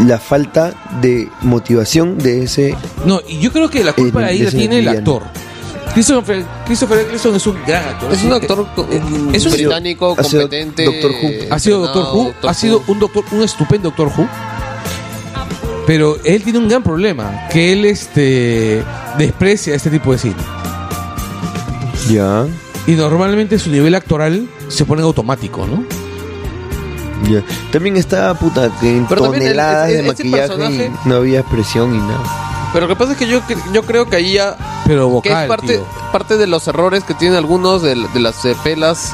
Speaker 4: la falta de motivación de ese
Speaker 1: No, y yo creo que la culpa
Speaker 4: El-
Speaker 1: ahí
Speaker 4: de
Speaker 1: la
Speaker 4: ese
Speaker 1: tiene el
Speaker 4: villano.
Speaker 1: actor. Christopher, Christopher Eccleston es un gran actor.
Speaker 2: Es un actor
Speaker 1: eh, es un-
Speaker 2: británico,
Speaker 4: ha sido
Speaker 2: competente. eh,
Speaker 4: Doctor Who.
Speaker 1: ha sido
Speaker 2: entrenado,
Speaker 1: Doctor Who, ha sido un doctor, un estupendo Doctor Who. Pero él tiene un gran problema, que él este desprecia este tipo de cine.
Speaker 4: ya
Speaker 1: Y normalmente su nivel actoral se pone en automático, ¿no?
Speaker 4: ya también está puta que en
Speaker 2: Pero también el-
Speaker 4: toneladas
Speaker 2: ese- ese
Speaker 4: de maquillaje
Speaker 2: personaje-
Speaker 4: y no había expresión y nada
Speaker 2: Pero lo que pasa es que yo, cre- yo creo que ahí ya.
Speaker 1: Pero
Speaker 2: Que
Speaker 1: vocal,
Speaker 2: es parte,
Speaker 1: tío.
Speaker 2: parte de los errores que tienen algunos de, de las eh, pelas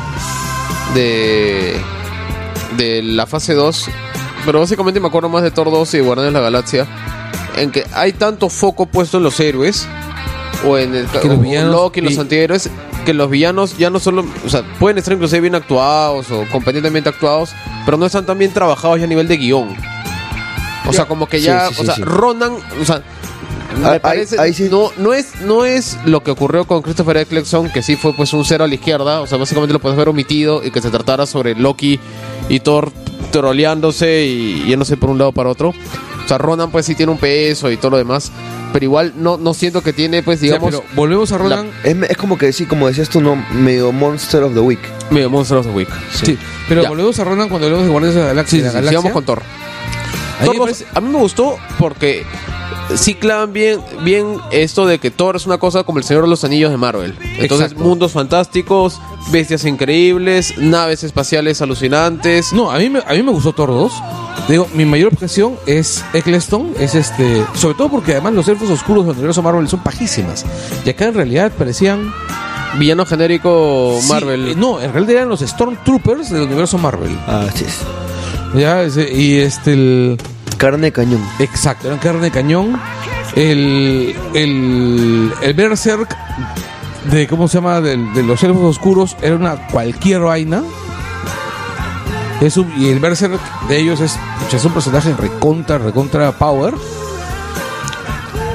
Speaker 2: de, de la fase 2, pero básicamente me acuerdo más de Thor 2 y Guardianes de la Galaxia, en que hay tanto foco puesto en los héroes, o en el,
Speaker 1: Que los
Speaker 2: o- o
Speaker 1: villanos
Speaker 2: Loki, los
Speaker 1: y-
Speaker 2: antihéroes, que los villanos ya no solo, o sea, pueden estar inclusive bien actuados o competentemente actuados, pero no están tan bien trabajados ya a nivel de guión. O sea, como que
Speaker 4: Sí,
Speaker 2: ya,
Speaker 4: sí, sí,
Speaker 2: o sea,
Speaker 4: sí.
Speaker 2: Ronan, o sea, me
Speaker 4: Ahí-
Speaker 2: parece,
Speaker 4: ahí sí.
Speaker 2: no, no, es, no es lo que ocurrió con Christopher Eccleston, que sí fue pues un cero a la izquierda, o sea, básicamente lo puedes haber omitido y que se tratara sobre Loki y Thor troleándose y yéndose por un lado para otro. O sea, Ronan pues sí tiene un peso y todo lo demás, pero igual no, no siento que tiene pues digamos
Speaker 1: pero volvemos a Ronan.
Speaker 4: Es, me- es como que sí, como decías tú, no, medio Monster of the Week.
Speaker 2: medio Monster of the Week.
Speaker 1: Sí. pero
Speaker 2: Ya.
Speaker 1: volvemos a Ronan cuando hablamos de Guardianes de la Galaxia. de
Speaker 2: Sí, sí,
Speaker 1: la
Speaker 2: sí,
Speaker 1: Galaxia.
Speaker 2: sigamos con Thor.
Speaker 1: A mí
Speaker 2: Thor
Speaker 1: me
Speaker 2: no-
Speaker 1: parece-
Speaker 2: pues, a mí me gustó porque ciclan bien, bien esto de que Thor es una cosa como el Señor de los Anillos de Marvel. Entonces,
Speaker 1: Exacto.
Speaker 2: mundos fantásticos, bestias increíbles, naves espaciales alucinantes.
Speaker 1: No, a mí, me, a mí me gustó Thor 2. Te Digo, mi mayor objeción es Eccleston, es este, sobre todo porque además los elfos oscuros del universo Marvel son pajísimas. Y acá en realidad parecían
Speaker 2: Villano genérico
Speaker 1: Sí,
Speaker 2: Marvel.
Speaker 1: eh, no, en realidad eran los Stormtroopers del universo Marvel.
Speaker 4: Ah, sí. es.
Speaker 1: Ya, ese- y este el
Speaker 4: Carne de cañón.
Speaker 1: exacto, eran carne de cañón. El el el Berserk de cómo se llama del- de, los elfos oscuros era una cualquier vaina. Es un- y el Berserk de ellos es, pucha, es un personaje recontra, recontra power.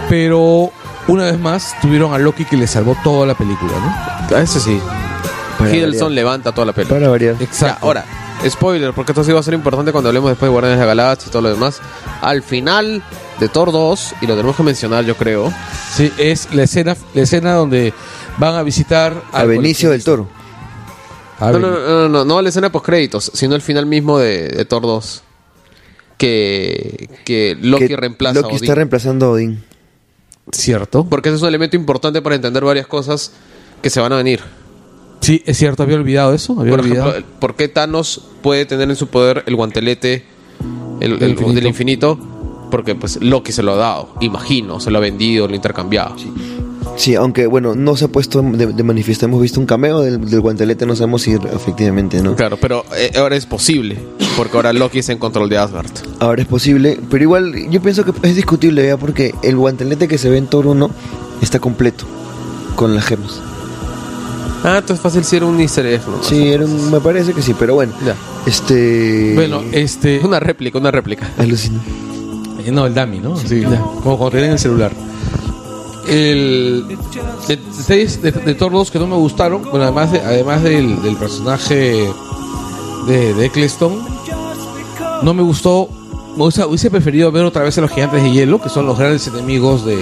Speaker 1: Pero una vez más tuvieron a Loki que le salvó toda la película, ¿no?
Speaker 2: Ah, ese sí.
Speaker 4: Para
Speaker 2: Hiddleston
Speaker 4: variar.
Speaker 2: levanta toda la pelota.
Speaker 4: Para variar.
Speaker 1: Exacto.
Speaker 2: Ya, ahora, spoiler, porque esto sí va a ser importante cuando hablemos después de Guardianes de la Galaxia y todo lo demás. Al final de Thor 2, y lo tenemos que mencionar, yo creo.
Speaker 1: Sí, es la escena, la escena donde van a visitar Ah,
Speaker 2: Ah,
Speaker 4: A Benicio del Toro.
Speaker 1: A
Speaker 2: No,
Speaker 1: Ben-
Speaker 2: no, no, no, no, no la escena post créditos, sino el final mismo de, de Thor 2. Que, que Loki
Speaker 4: Que
Speaker 2: reemplaza a
Speaker 4: Loki
Speaker 2: Odín.
Speaker 4: está reemplazando a Odín.
Speaker 1: Cierto.
Speaker 2: Porque ese es un elemento importante para entender varias cosas que se van a venir.
Speaker 1: Sí, es cierto, había olvidado eso. Había
Speaker 2: Por
Speaker 1: olvidado.
Speaker 2: ejemplo, el- ¿por qué Thanos puede tener en su poder el guantelete el,
Speaker 1: Del
Speaker 2: el-
Speaker 1: infinito.
Speaker 2: del infinito? Porque pues Loki se lo ha dado, imagino, se lo ha vendido, lo ha intercambiado.
Speaker 4: Sí, aunque bueno, no se ha puesto de, de manifiesto. Hemos visto un cameo del, del guantelete, no sabemos si efectivamente no.
Speaker 2: Claro, pero eh, ahora es posible, porque ahora Loki está en control de Asgard.
Speaker 4: Ahora es posible, pero igual yo pienso que es discutible ya porque el guantelete que se ve en Thor 1 está completo con las gemas.
Speaker 2: Ah, entonces fácil si era un easter egg, ¿no?
Speaker 4: Sí, era un- me parece que sí, pero bueno.
Speaker 2: Ya. eh,
Speaker 4: Este.
Speaker 1: bueno, este.
Speaker 2: Una réplica, una réplica.
Speaker 4: Alucina.
Speaker 1: eh, No, el dummy, ¿no? Sí, ya, como cuando tienen el celular. El. De, seis de, de Thor 2 que no me gustaron. Bueno, además, de- además del, del personaje de, de Eccleston, no me gustó. Me gusta- hubiese preferido ver otra vez a los gigantes de hielo, que son los grandes enemigos de.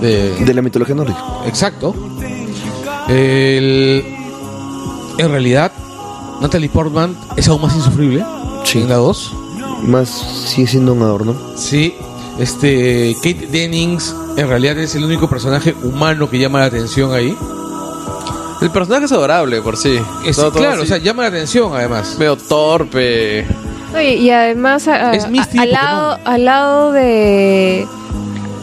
Speaker 1: de
Speaker 4: De la mitología nórdica.
Speaker 1: Exacto. El- en realidad, Natalie Portman es aún más insufrible.
Speaker 4: Sí.
Speaker 1: En la 2.
Speaker 4: Más sigue siendo un adorno.
Speaker 1: Sí. Este, Kate Dennings en realidad es el único personaje humano que llama la atención ahí.
Speaker 2: El personaje es adorable por sí.
Speaker 1: Es,
Speaker 2: Todo- todo
Speaker 1: claro,
Speaker 2: así,
Speaker 1: o sea, llama la atención además.
Speaker 2: medio torpe.
Speaker 3: No, y, y además a- a-
Speaker 1: Es Misty
Speaker 3: a- al,
Speaker 1: de Pokémon.
Speaker 3: lado, al lado de,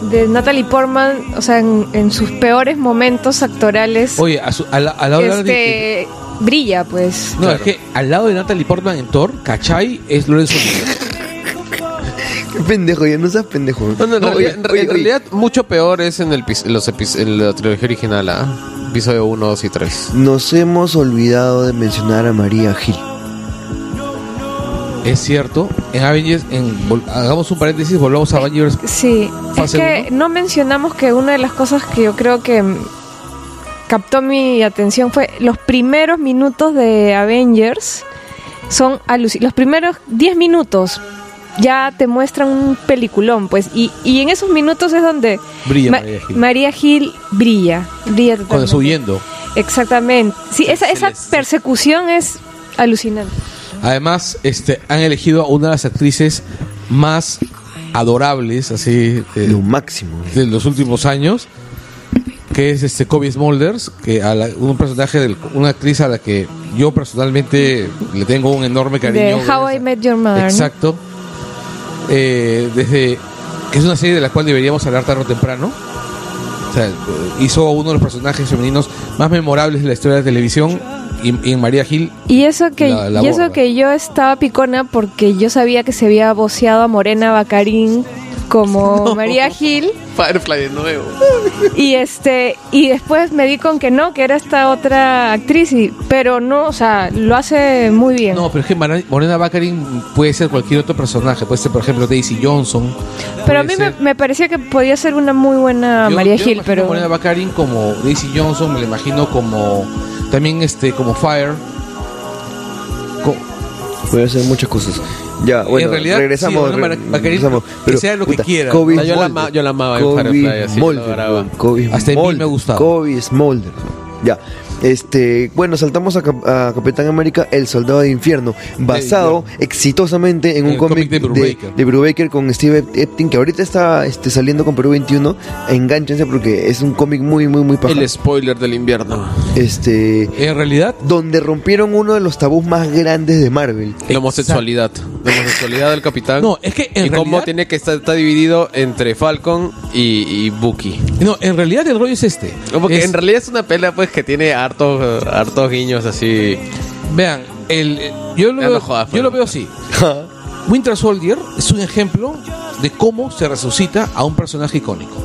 Speaker 3: de Natalie Portman, o sea, en, en sus peores momentos actorales,
Speaker 1: Oye, a, su- a la, a la hora de...
Speaker 3: este, brilla, pues.
Speaker 1: No, es que al lado de Natalie Portman en Thor, Cachai es Lorenzo Miller.
Speaker 4: Qué pendejo, ya no seas pendejo.
Speaker 2: No, no, en,
Speaker 4: No,
Speaker 2: realidad,
Speaker 4: oye,
Speaker 2: en re-
Speaker 4: oye,
Speaker 2: en
Speaker 4: oye,
Speaker 2: realidad mucho peor es en, el, pis- en los epi- en la trilogía original, ¿ah? episodio 1, 2 y 3.
Speaker 4: Nos hemos olvidado de mencionar a María Gil.
Speaker 1: es cierto. En Avengers, en, vol- hagamos un paréntesis, volvamos a Avengers.
Speaker 3: Sí, es
Speaker 1: Fase
Speaker 3: que no mencionamos que una de las cosas que yo creo que mm, captó mi atención fue los primeros minutos de Avengers son alucinantes. Los primeros 10 minutos ya te muestran un peliculón, pues. Y, y en esos minutos es donde
Speaker 1: Brilla
Speaker 3: Ma-
Speaker 1: María Gil.
Speaker 3: María Gil brilla. Brilla
Speaker 1: Cuando
Speaker 3: totalmente.
Speaker 1: está huyendo.
Speaker 3: Exactamente. Sí, esa,
Speaker 2: se
Speaker 3: esa
Speaker 2: les-
Speaker 3: persecución es alucinante.
Speaker 1: Además, este, han elegido a una de las actrices más adorables, así, eh, de,
Speaker 4: Lo máximo.
Speaker 1: de los últimos años, que es este Kobe Smulders, que a la- un personaje, del- una actriz a la que yo personalmente le tengo un enorme
Speaker 3: de
Speaker 1: cariño.
Speaker 3: How I Met Your Mother. ¿no?
Speaker 1: Exacto. Eh, desde que es una serie de la cual deberíamos hablar tarde o temprano. O sea, eh, hizo uno de los personajes femeninos más memorables de la historia de la televisión y, y en María Gil.
Speaker 3: Y eso que
Speaker 1: La- la
Speaker 3: y eso
Speaker 1: borda.
Speaker 3: que yo estaba picona porque yo sabía que se había boceado a Morena Bacarín como María Gil
Speaker 2: Firefly de nuevo.
Speaker 3: y este y después me di con que no, que era esta otra actriz y, pero no, o sea, lo hace muy bien.
Speaker 1: No, pero es que Mara- Morena Baccarin puede ser cualquier otro personaje. Puede ser, por ejemplo, Daisy Johnson.
Speaker 3: pero a
Speaker 1: puede
Speaker 3: mí me,
Speaker 1: ser-
Speaker 3: me parecía que podía ser una muy
Speaker 1: Yo-
Speaker 3: buena Ah, María
Speaker 1: yo me
Speaker 3: Gil,
Speaker 1: imagino
Speaker 3: pero
Speaker 1: a Morena Baccarin como Daisy Johnson, me la imagino como. También este, como Fire. Co-
Speaker 4: Puede ser muchas cosas. Ya, bueno,
Speaker 1: en realidad,
Speaker 4: regresamos.
Speaker 1: sí, bueno,
Speaker 4: re-
Speaker 1: Mara- Baccarin,
Speaker 4: regresamos.
Speaker 1: que sea lo que quiera.
Speaker 4: Kobe
Speaker 2: No, yo la
Speaker 4: Smulders.
Speaker 2: ama- yo la amaba en
Speaker 4: Kobe
Speaker 2: Firefly, así,
Speaker 4: Smulders,
Speaker 2: la adoraba.
Speaker 4: weón. Kobe
Speaker 1: Hasta en mí
Speaker 4: Smulders.
Speaker 1: me gustaba.
Speaker 4: Kobe Smulders. Ya. Este, bueno, saltamos a, Cap- a Capitán América, El Soldado de Infierno, basado exitosamente en un
Speaker 1: El cómic
Speaker 4: cómic de,
Speaker 1: de Brubaker.
Speaker 4: de Brubaker con Steve Epting, que ahorita está este, saliendo con Perú 21. Enganchense porque es un cómic muy, muy, muy paja.
Speaker 2: El spoiler del invierno.
Speaker 4: Este,
Speaker 1: En realidad,
Speaker 4: donde rompieron uno de los tabús más grandes de Marvel.
Speaker 2: La homosexualidad. La homosexualidad del capitán.
Speaker 1: No, es que en
Speaker 2: y cómo
Speaker 1: realidad-
Speaker 2: tiene que estar está dividido entre Falcon y, y Bucky.
Speaker 1: no, en realidad el rollo es este.
Speaker 2: Como que
Speaker 1: Es-
Speaker 2: en realidad es una pelea pues que tiene hartos, eh, hartos guiños así.
Speaker 1: Vean, el, eh, yo, lo
Speaker 2: Ya
Speaker 1: veo,
Speaker 2: no jodas,
Speaker 1: yo lo veo
Speaker 2: pero-
Speaker 1: así. Winter Soldier es un ejemplo de cómo se resucita a un personaje icónico.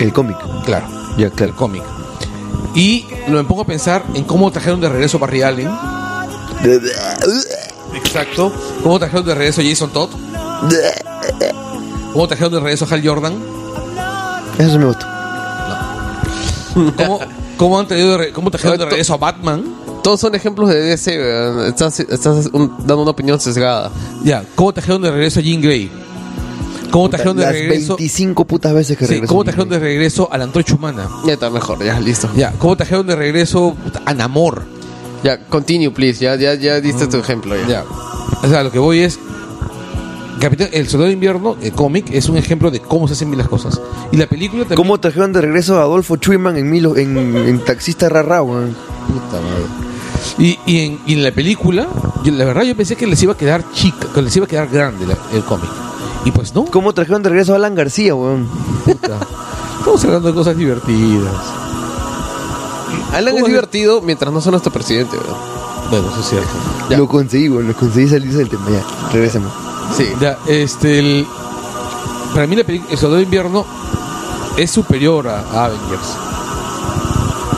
Speaker 4: El cómic.
Speaker 1: Claro,
Speaker 4: Ya,
Speaker 1: el
Speaker 4: claro.
Speaker 1: cómic. Y lo me pongo a pensar en cómo trajeron de regreso Barry Allen. Exacto. Cómo trajeron de regreso Jason Todd. Cómo trajeron de regreso Hal Jordan.
Speaker 4: Eso sí me gusta.
Speaker 1: Cómo, cómo han traído de re- cómo trajeron de
Speaker 2: To-
Speaker 1: regreso a Batman.
Speaker 2: Todos son ejemplos de DC, weón. Estás, estás un- dando una opinión sesgada.
Speaker 1: Ya, cómo trajeron de regreso a Jean Grey. Cómo trajeron de
Speaker 4: Las
Speaker 1: regreso.
Speaker 4: 25 putas veces que
Speaker 1: Sí,
Speaker 4: regresó.
Speaker 1: cómo trajeron de regreso a la antorcha humana.
Speaker 2: Ya está mejor, ya, listo.
Speaker 1: Ya, ¿cómo trajeron de regreso puta, a Namor?
Speaker 2: Ya, continue, please. Ya, ya, ya diste tu ejemplo. Ya.
Speaker 1: Ya. O sea, lo que voy es. Capitán, el Soldado de Invierno, el cómic, es un ejemplo de cómo se hacen bien las cosas. Y la película también.
Speaker 4: ¿Cómo trajeron de regreso a Adolfo Chuyman en, Milo- en, en Taxista Rara, weón? Puta madre.
Speaker 1: Y, y en, y en la película, yo- la verdad, yo pensé que les iba a quedar chica, que les iba a quedar grande la- el cómic. Y pues no.
Speaker 4: ¿Cómo trajeron de regreso a Alan García, weón?
Speaker 1: Puta. Estamos hablando de cosas divertidas.
Speaker 2: Alan es
Speaker 1: ¿Cómo
Speaker 2: divertido mientras no sea nuestro presidente, weón.
Speaker 1: Bueno, eso es cierto.
Speaker 2: Ya.
Speaker 4: Lo conseguí, weón. Lo conseguí salirse del tema. Ya, regresemos.
Speaker 2: Sí.
Speaker 1: Ya, este. el- para mí, la peli- El Soldado de Invierno es superior a, a Avengers.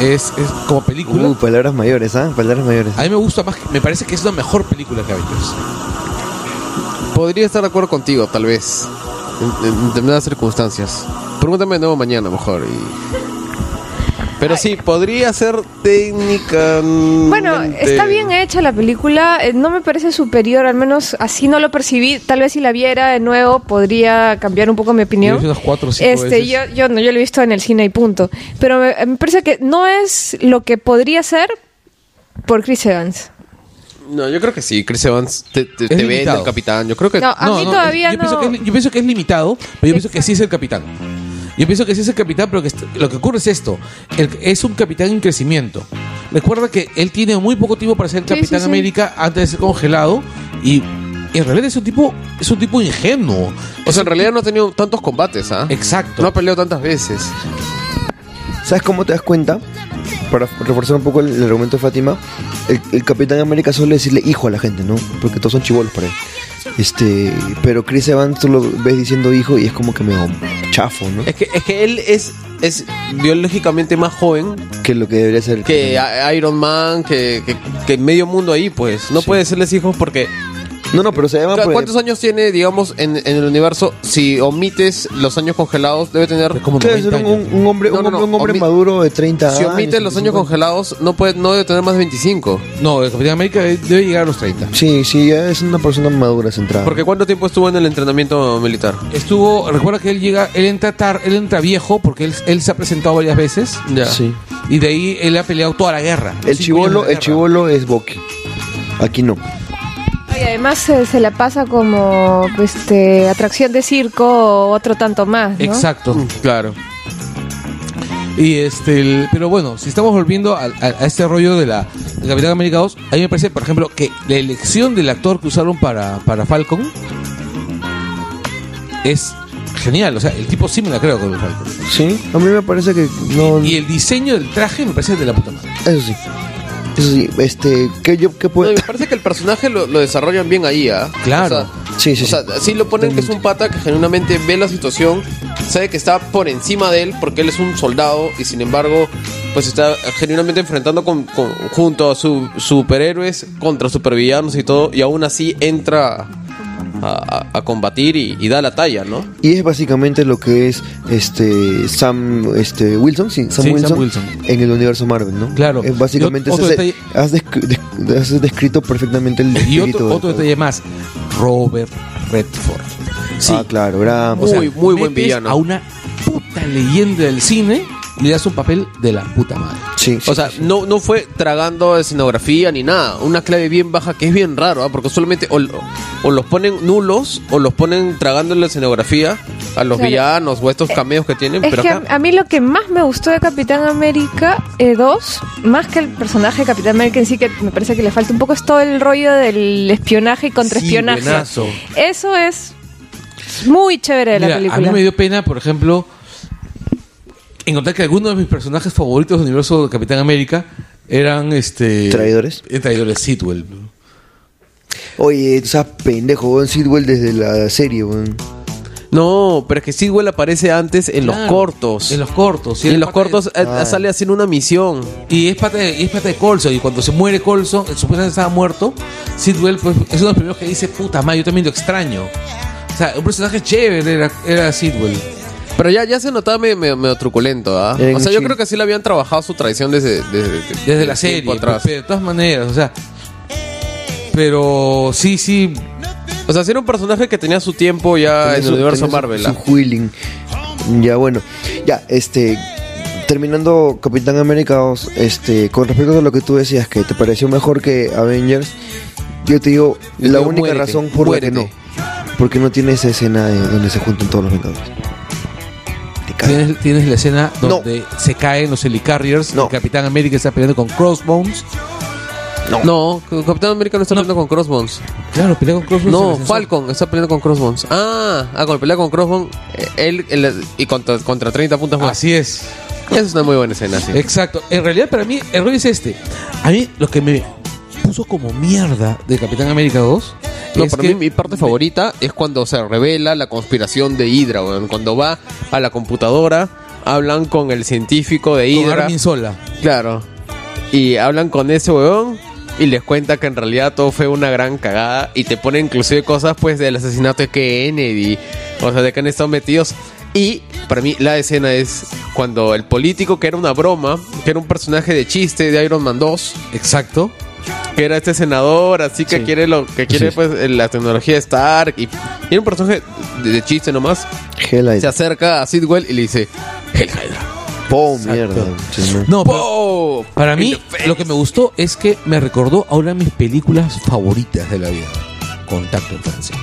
Speaker 1: Es, es como película.
Speaker 4: Uh, palabras mayores, ¿ah? Palabras mayores.
Speaker 1: A mí me gusta más, que- me parece que es la mejor película que Avengers.
Speaker 2: Podría estar de acuerdo contigo, tal vez. En, en determinadas circunstancias. Pregúntame de nuevo mañana, mejor. Y... Pero sí, podría ser técnica. mm,
Speaker 3: Bueno, está bien ¿eh? hecha la película, eh, no me parece superior, al menos así no lo percibí. Tal vez si la viera de nuevo podría cambiar un poco mi opinión.
Speaker 1: Yo vi unas cuatro o cinco
Speaker 3: Este,
Speaker 1: veces.
Speaker 3: yo, yo no, yo lo he visto en el cine y punto. Pero me, me parece que no es lo que podría ser por Chris Evans.
Speaker 2: No, yo creo que sí. Chris Evans te, te,
Speaker 1: Es
Speaker 2: te vende
Speaker 1: limitado.
Speaker 2: el capitán. Yo creo que.
Speaker 3: No, a mí todavía
Speaker 1: es- yo
Speaker 3: no.
Speaker 1: Pienso que es, yo pienso que es limitado, pero yo pienso que sí es el capitán. Yo pienso que sí es el capitán, pero que est- lo que ocurre es esto: el- es un capitán en crecimiento. Recuerda que él tiene muy poco tiempo para ser el
Speaker 3: Sí,
Speaker 1: capitán
Speaker 3: sí, sí.
Speaker 1: América antes de ser congelado y en realidad es un tipo es un tipo ingenuo.
Speaker 2: O sea, en realidad no ha tenido tantos combates, ¿ah?
Speaker 1: Exacto.
Speaker 2: No ha peleado tantas veces.
Speaker 4: ¿Sabes cómo te das cuenta? Para reforzar un poco el, el argumento de Fátima, el, el Capitán América suele decirle hijo a la gente, ¿no? Porque todos son chivolos para él. Este, pero Chris Evans tú lo ves diciendo hijo y es como que me chafo, ¿no?
Speaker 2: Es que, es que él es, es biológicamente más joven
Speaker 4: Que lo que debería ser. el
Speaker 2: que a- Iron Man, que, que, que medio mundo ahí, pues. No puede serles hijos porque.
Speaker 4: No, no, pero se llama. pues, por-
Speaker 2: ¿Cuántos años tiene, digamos, en, en el universo? Si omites los años congelados, debe tener.
Speaker 1: Es como
Speaker 4: Claro, es
Speaker 1: 90
Speaker 4: un,
Speaker 1: años.
Speaker 4: un- un hombre,
Speaker 2: No,
Speaker 4: un
Speaker 2: no,
Speaker 4: hombre,
Speaker 2: no,
Speaker 4: un hombre
Speaker 2: omi-
Speaker 4: maduro de 30
Speaker 2: Si
Speaker 4: años.
Speaker 2: omites los años
Speaker 4: 35.
Speaker 2: congelados, no puede, no debe tener más de 25.
Speaker 1: No, el capitán América debe llegar a los 30.
Speaker 4: Sí, sí, ya es una persona madura centrada.
Speaker 2: Porque ¿cuánto tiempo estuvo en el entrenamiento militar?
Speaker 1: Estuvo, recuerda que él llega, él entra tar- él entra viejo porque él, él se ha presentado varias veces.
Speaker 2: Ya.
Speaker 4: Sí.
Speaker 1: Y de ahí él ha peleado toda la guerra.
Speaker 4: El
Speaker 1: Los cinco años de
Speaker 4: chivolo,
Speaker 1: la
Speaker 4: el
Speaker 1: guerra.
Speaker 4: chivolo es Boki. Aquí no.
Speaker 3: Y además eh, se la pasa como este atracción de circo o otro tanto más. ¿no?
Speaker 1: Exacto.
Speaker 2: Claro.
Speaker 1: Y este, el- pero bueno, si estamos volviendo al- a, a este rollo de la de Capitán América 2, a mí me parece, por ejemplo, que la elección del actor que usaron para, para Falcon es genial. O sea, el tipo sí me la creo con el Falcon.
Speaker 4: Sí, a mí me parece que no.
Speaker 1: Y el diseño del traje me parece de la puta madre.
Speaker 4: Eso sí. Eso sí, este, ¿qué, yo, qué
Speaker 2: No,
Speaker 4: puedo...?
Speaker 2: y me parece que el personaje lo, lo desarrollan bien ahí, ¿ah?
Speaker 1: Claro.
Speaker 2: O sea,
Speaker 4: Sí, sí,
Speaker 2: o sea, sí lo ponen que es un pata que genuinamente ve la situación, sabe que está por encima de él porque él es un soldado y sin embargo, pues está genuinamente enfrentando con, con- junto a su, superhéroes contra supervillanos y todo, y aún así entra a, a- a combatir y, y da la talla, ¿no?
Speaker 4: Y es básicamente lo que es este Sam este Wilson, sí, Sam,
Speaker 1: Sí, Sam
Speaker 4: Wilson,
Speaker 1: Wilson.
Speaker 4: en el universo Marvel, ¿no?
Speaker 1: Claro.
Speaker 4: Es básicamente
Speaker 1: Y ot-
Speaker 4: es
Speaker 1: otro
Speaker 4: ese- has, descri- des- has descrito perfectamente el
Speaker 1: Y
Speaker 4: espíritu
Speaker 1: otro,
Speaker 4: del
Speaker 1: otro
Speaker 4: juego.
Speaker 1: detalle más, Robert Redford. Sí.
Speaker 4: Ah, claro, gran
Speaker 2: Muy, muy buen
Speaker 1: metes
Speaker 2: villano.
Speaker 1: A una puta leyenda del cine le das un papel de la puta madre.
Speaker 4: Sí, sí,
Speaker 2: O sea,
Speaker 4: sí.
Speaker 2: no, no fue tragando escenografía ni nada. Una clave bien baja que es bien raro, ¿ah? porque solamente o, o los ponen nulos o los ponen tragando la escenografía a los
Speaker 3: Claro. Eh,
Speaker 2: villanos o estos cameos que tienen.
Speaker 3: Es
Speaker 2: pero
Speaker 3: que
Speaker 2: acá,
Speaker 3: a, a mí lo que más me gustó de Capitán América 2, más que el personaje de Capitán América en sí, que me parece que le falta un poco, es todo el rollo del espionaje y contraespionaje.
Speaker 1: Sí, buenazo.
Speaker 3: Eso es muy chévere de la
Speaker 1: Mira,
Speaker 3: película.
Speaker 1: a mí me dio pena, por ejemplo, encontrar que algunos de mis personajes favoritos del universo de Capitán América eran este
Speaker 4: ¿Traidores?
Speaker 1: eh, traidores Sitwell.
Speaker 4: Oye, tú seas pendejo, weón, Sidwell desde la serie, weón.
Speaker 2: No, pero es que Sidwell aparece antes en los
Speaker 1: Claro,
Speaker 2: cortos.
Speaker 1: En los cortos.
Speaker 2: Y
Speaker 1: era
Speaker 2: en los
Speaker 1: parte de-
Speaker 2: cortos eh,
Speaker 4: Ah.
Speaker 2: sale haciendo una misión.
Speaker 1: Y es parte de, y es parte de Colson. Y cuando se muere Colson, eh, supuestamente estaba muerto. Sidwell pues, es uno de los primeros que dice, puta madre, yo también lo extraño. O sea, un personaje chévere era, era Sidwell.
Speaker 2: Pero ya, ya se notaba medio, medio- medio truculento, ¿ah?
Speaker 4: Eh,
Speaker 2: O sea, yo
Speaker 4: sí.
Speaker 2: creo que así le habían trabajado su traición desde, desde,
Speaker 1: Desde la
Speaker 2: tiempo
Speaker 1: serie, pues,
Speaker 2: atrás.
Speaker 1: pero de todas maneras, o sea. Pero sí, sí.
Speaker 2: O sea, sí era un personaje que tenía su tiempo ya
Speaker 4: Tenía
Speaker 2: Ah, en
Speaker 4: su-
Speaker 2: el universo
Speaker 4: tenía su-
Speaker 2: Marvel.
Speaker 4: Su,
Speaker 2: ¿ah?
Speaker 4: healing. Ya, bueno. Ya, este. Terminando Capitán América 2, este, con respecto a lo que tú decías, que te pareció mejor que Avengers, yo te digo,
Speaker 2: Yo
Speaker 4: la
Speaker 2: digo,
Speaker 4: única
Speaker 2: muérete,
Speaker 4: razón por la que
Speaker 2: muérete.
Speaker 4: no. Porque no tiene esa escena de donde se juntan todos los Vengadores. Te cago.
Speaker 1: Tienes, tienes la escena
Speaker 4: No.
Speaker 1: donde se caen los Helicarriers.
Speaker 4: No.
Speaker 1: El Capitán América está peleando con Crossbones.
Speaker 2: ah. No, Capitán América no está peleando con Crossbones.
Speaker 1: Claro, pelea con Crossbones. en el
Speaker 2: No,
Speaker 1: ascensor.
Speaker 2: Falcon está peleando con Crossbones. Ah, ah con pelea con Crossbones, eh, él, él- y contra, contra 30 puntos más.
Speaker 1: Así es.
Speaker 2: Esa es una muy buena escena, sí.
Speaker 1: Exacto. En realidad, para mí, el rollo es este. A mí, lo que me puso como mierda de Capitán América 2.
Speaker 2: No,
Speaker 1: es
Speaker 2: para
Speaker 1: que
Speaker 2: mí mi parte favorita es cuando se revela la conspiración de Hydra, weón. Cuando va a la computadora, hablan con el científico de
Speaker 1: con
Speaker 2: Hydra.
Speaker 1: Armin Sola.
Speaker 2: Claro. Y hablan con ese weón y les cuenta que en realidad todo fue una gran cagada y te ponen inclusive cosas pues del asesinato de Kennedy, o sea, de que han estado metidos. Y para mí la escena es cuando el político que era una broma, que era un personaje de chiste de Iron Man 2,
Speaker 1: Exacto.
Speaker 2: que era este senador, así que quiere lo que quiere pues eh, la tecnología de Stark y, y era un personaje de, de chiste nomás.
Speaker 4: Hell Hydra.
Speaker 2: Se acerca a Sidwell y le dice, "Hell Hydra".
Speaker 4: Po, mierda. Sí, ¿no?
Speaker 1: No, Oh, pero-
Speaker 2: ¡Pow!
Speaker 1: Para
Speaker 2: In
Speaker 1: mí,
Speaker 2: the face.
Speaker 1: lo que me gustó es que me recordó a una de mis películas favoritas de la vida: Contacto en Francia.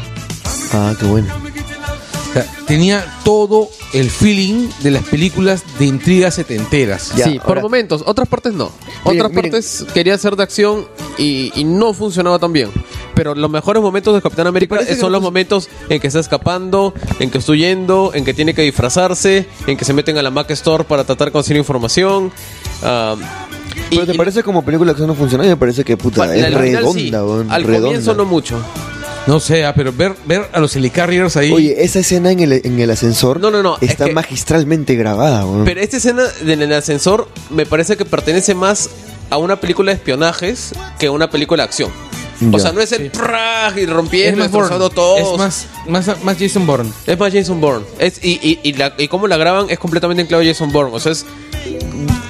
Speaker 4: Ah, qué bueno.
Speaker 1: O sea, tenía todo el feeling de las películas de intrigas setenteras.
Speaker 4: Ya,
Speaker 2: sí, por
Speaker 4: ahora-
Speaker 2: momentos. Otras partes no.
Speaker 4: Miren,
Speaker 2: Otras
Speaker 4: miren.
Speaker 2: partes quería hacer de acción y, y no funcionaba tan bien. Pero los mejores momentos de Capitán América
Speaker 1: parece que
Speaker 2: son
Speaker 1: no
Speaker 2: los momentos en que está escapando, en que está huyendo, en que tiene que disfrazarse, en que se meten a la Mac Store para tratar de conseguir información. Ah, y-
Speaker 4: Pero te
Speaker 2: y-
Speaker 4: parece como película que eso no funciona, me parece que puta,
Speaker 2: la-
Speaker 4: es
Speaker 2: la- al final
Speaker 4: redonda,
Speaker 2: sí.
Speaker 4: weón,
Speaker 2: Al
Speaker 4: redonda. Mm.
Speaker 2: comienzo no mucho.
Speaker 1: No sé, ah, pero ver, ver a los Helicarriers ahí.
Speaker 4: Oye, esa escena en el, en el ascensor
Speaker 2: No, no, no, es
Speaker 4: está
Speaker 2: que-
Speaker 4: magistralmente grabada, weón.
Speaker 2: Pero esta escena en el ascensor me parece que pertenece más a una película de espionajes que a una película de acción. O
Speaker 4: Ya.
Speaker 2: sea, no es el praj y
Speaker 1: es
Speaker 2: rompiendo,
Speaker 1: más Bourne.
Speaker 2: destrozando todos.
Speaker 1: Es más, más, más Jason Bourne.
Speaker 2: Es más Jason Bourne. Es, y, y, y, la- y cómo la graban es completamente en clave Jason Bourne. O sea, es-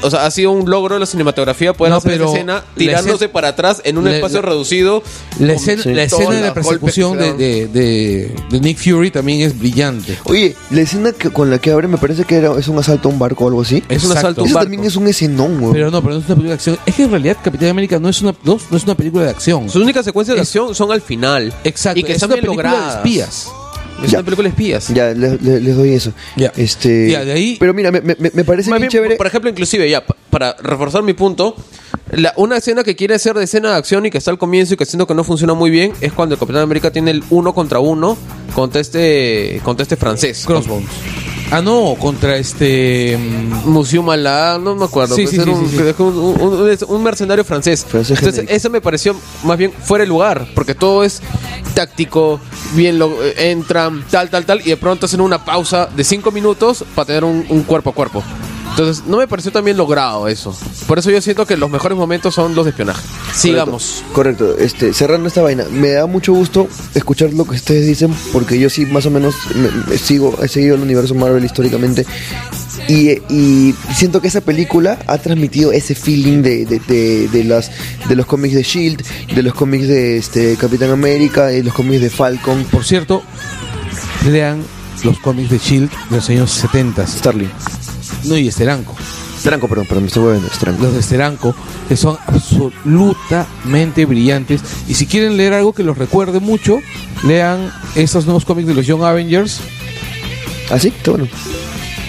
Speaker 2: o sea, ha sido un logro de la cinematografía poder
Speaker 1: No,
Speaker 2: hacer esa
Speaker 1: pero
Speaker 2: escena
Speaker 1: la
Speaker 2: tirándose
Speaker 1: escena-
Speaker 2: para atrás en un
Speaker 1: la-
Speaker 2: espacio
Speaker 1: la-
Speaker 2: reducido.
Speaker 1: La
Speaker 2: con
Speaker 1: escena, la
Speaker 2: todos
Speaker 1: escena de la
Speaker 2: los golpes
Speaker 1: persecución
Speaker 2: que se
Speaker 1: de,
Speaker 2: dan.
Speaker 1: de- de- de Nick Fury también es brillante.
Speaker 4: Oye, la escena que- con la que abre me parece que era, es un asalto a un barco o algo así.
Speaker 2: Es un
Speaker 1: Exacto.
Speaker 2: asalto a un
Speaker 4: Eso
Speaker 2: barco.
Speaker 4: también es un escenón, weón.
Speaker 1: Pero no, pero no es una película de acción. Es que en realidad Capitán América no es una, no, no es una película de acción.
Speaker 2: Sus únicas secuencias de
Speaker 1: Es-
Speaker 2: acción son al final.
Speaker 1: Exacto.
Speaker 2: Y que
Speaker 1: es
Speaker 2: están
Speaker 1: una
Speaker 2: bien
Speaker 1: película
Speaker 2: logradas.
Speaker 1: de espías.
Speaker 2: Es
Speaker 4: Ya.
Speaker 2: una película de espías.
Speaker 4: Ya, le- le- les doy eso.
Speaker 1: Ya.
Speaker 4: Este,
Speaker 1: Ya, de ahí-
Speaker 4: Pero mira, me, me- me parece
Speaker 2: Más bien,
Speaker 4: bien chévere.
Speaker 2: Por ejemplo, inclusive, ya, pa- para reforzar mi punto, la- una escena que quiere ser de escena de acción y que está al comienzo y que siento que no funciona muy bien es cuando el Capitán América tiene el uno contra uno contra este, contra este francés.
Speaker 1: Crossbones. Ah, no, contra este. mm,
Speaker 2: Museum Alá, no me acuerdo.
Speaker 1: Sí,
Speaker 2: pues
Speaker 1: sí,
Speaker 2: era
Speaker 1: sí,
Speaker 2: un,
Speaker 1: sí, sí.
Speaker 2: un- un- un- un mercenario francés.
Speaker 4: Pero eso es
Speaker 2: Entonces,
Speaker 4: genérico.
Speaker 2: eso me pareció más bien fuera de lugar, porque todo es táctico, bien lo, eh, entran, tal, tal, tal, y de pronto hacen una pausa de cinco minutos para tener un, un cuerpo a cuerpo. Entonces, no me pareció tan bien logrado eso. Por eso yo siento que los mejores momentos son los de espionaje. Sigamos.
Speaker 4: Correcto, correcto. este, cerrando esta vaina, me da mucho gusto escuchar lo que ustedes dicen, porque yo sí más o menos me- me sigo, he seguido el universo Marvel históricamente. Y, eh, y siento que esa película ha transmitido ese feeling de, de, de- de las, de los cómics de Shield, E de los cómics de este, Capitán América, de los cómics de Falcon,
Speaker 1: Por cierto, lean los cómics de Shield E de los años 70.
Speaker 4: Starling.
Speaker 1: No, y Esteranco.
Speaker 4: Stranco, perdón, perdón, me estoy moviendo, Stranco.
Speaker 1: Los de Esteranco, que son absolutamente brillantes. Y si quieren leer algo que los recuerde mucho, lean estos nuevos cómics de los Young Avengers.
Speaker 4: Así, Ah, está bueno.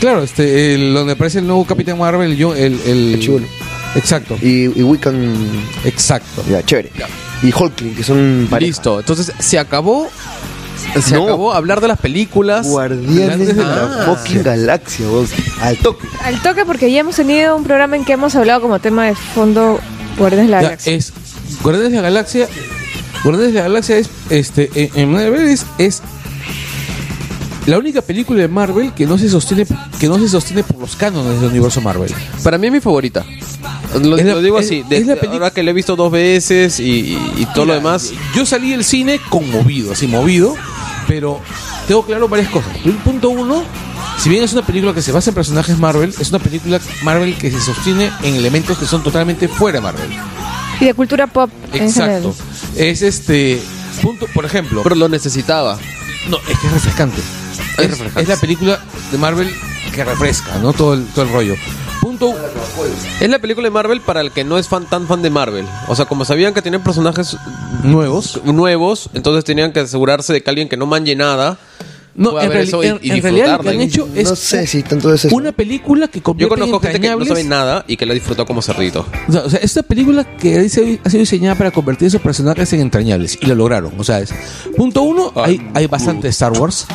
Speaker 1: Claro, este, el- donde aparece el nuevo Capitán Marvel, el, Young- el, el-
Speaker 4: El chibolo.
Speaker 1: Exacto,
Speaker 4: Y, y Wiccan,
Speaker 1: exacto.
Speaker 4: ya, chévere. Y Hulkling, que son pareja.
Speaker 2: Listo. Entonces, se acabó. Se
Speaker 4: No.
Speaker 2: acabó hablar de las películas.
Speaker 4: Guardianes de la fucking galaxia, vos. Al toque.
Speaker 3: Al toque, porque ya hemos tenido un programa en que hemos hablado como tema de fondo Guardianes de la
Speaker 1: Ya, eh,
Speaker 3: Galaxia.
Speaker 1: es Guardianes de la Galaxia. Guardianes de la Galaxia es este en, en Marvel es, es la única película de Marvel que no se sostiene que no se sostiene por los cánones del universo Marvel.
Speaker 2: Para mí es mi favorita. Lo,
Speaker 1: Es la-
Speaker 2: lo digo
Speaker 1: es-
Speaker 2: así, de,
Speaker 1: es la peli-
Speaker 2: ahora que la he visto dos veces y, y- y todo lo
Speaker 1: Mira,
Speaker 2: demás.
Speaker 1: Yo salí del cine conmovido, así movido, pero tengo claro varias cosas. Un Punto uno, si bien es una película que se basa en personajes Marvel, es una película Marvel que se sostiene en elementos que son totalmente fuera de Marvel.
Speaker 3: Y de cultura pop. en general.
Speaker 1: Exacto. Es este punto, por ejemplo,
Speaker 2: Pero lo necesitaba.
Speaker 1: No, es que es refrescante. Es,
Speaker 2: refrescante.
Speaker 1: es la película de Marvel que refresca, ¿no? Todo el, todo el rollo. Punto.
Speaker 2: Es la película de Marvel para el que no es fan tan fan de Marvel. O sea, como sabían que tenían personajes
Speaker 1: Nuevos.
Speaker 2: nuevos, entonces tenían que asegurarse de que alguien que no manje nada.
Speaker 1: No,
Speaker 2: pueda
Speaker 1: en,
Speaker 2: ver
Speaker 1: reali-
Speaker 2: eso y-
Speaker 1: en-
Speaker 2: y
Speaker 1: en realidad lo que
Speaker 2: disfrutarla.
Speaker 1: han hecho es
Speaker 4: No sé si tanto es eso.
Speaker 1: una película que
Speaker 2: Yo
Speaker 1: convierte
Speaker 2: conozco
Speaker 1: en
Speaker 2: gente que no sabe
Speaker 1: entrañables-
Speaker 2: nada y que la disfrutó como cerdito.
Speaker 1: O sea, o sea, es una película que dice- ha sido diseñada para convertir esos personajes en entrañables. Y lo lograron. O sea, es- punto uno, hay, hay bastante Star Wars.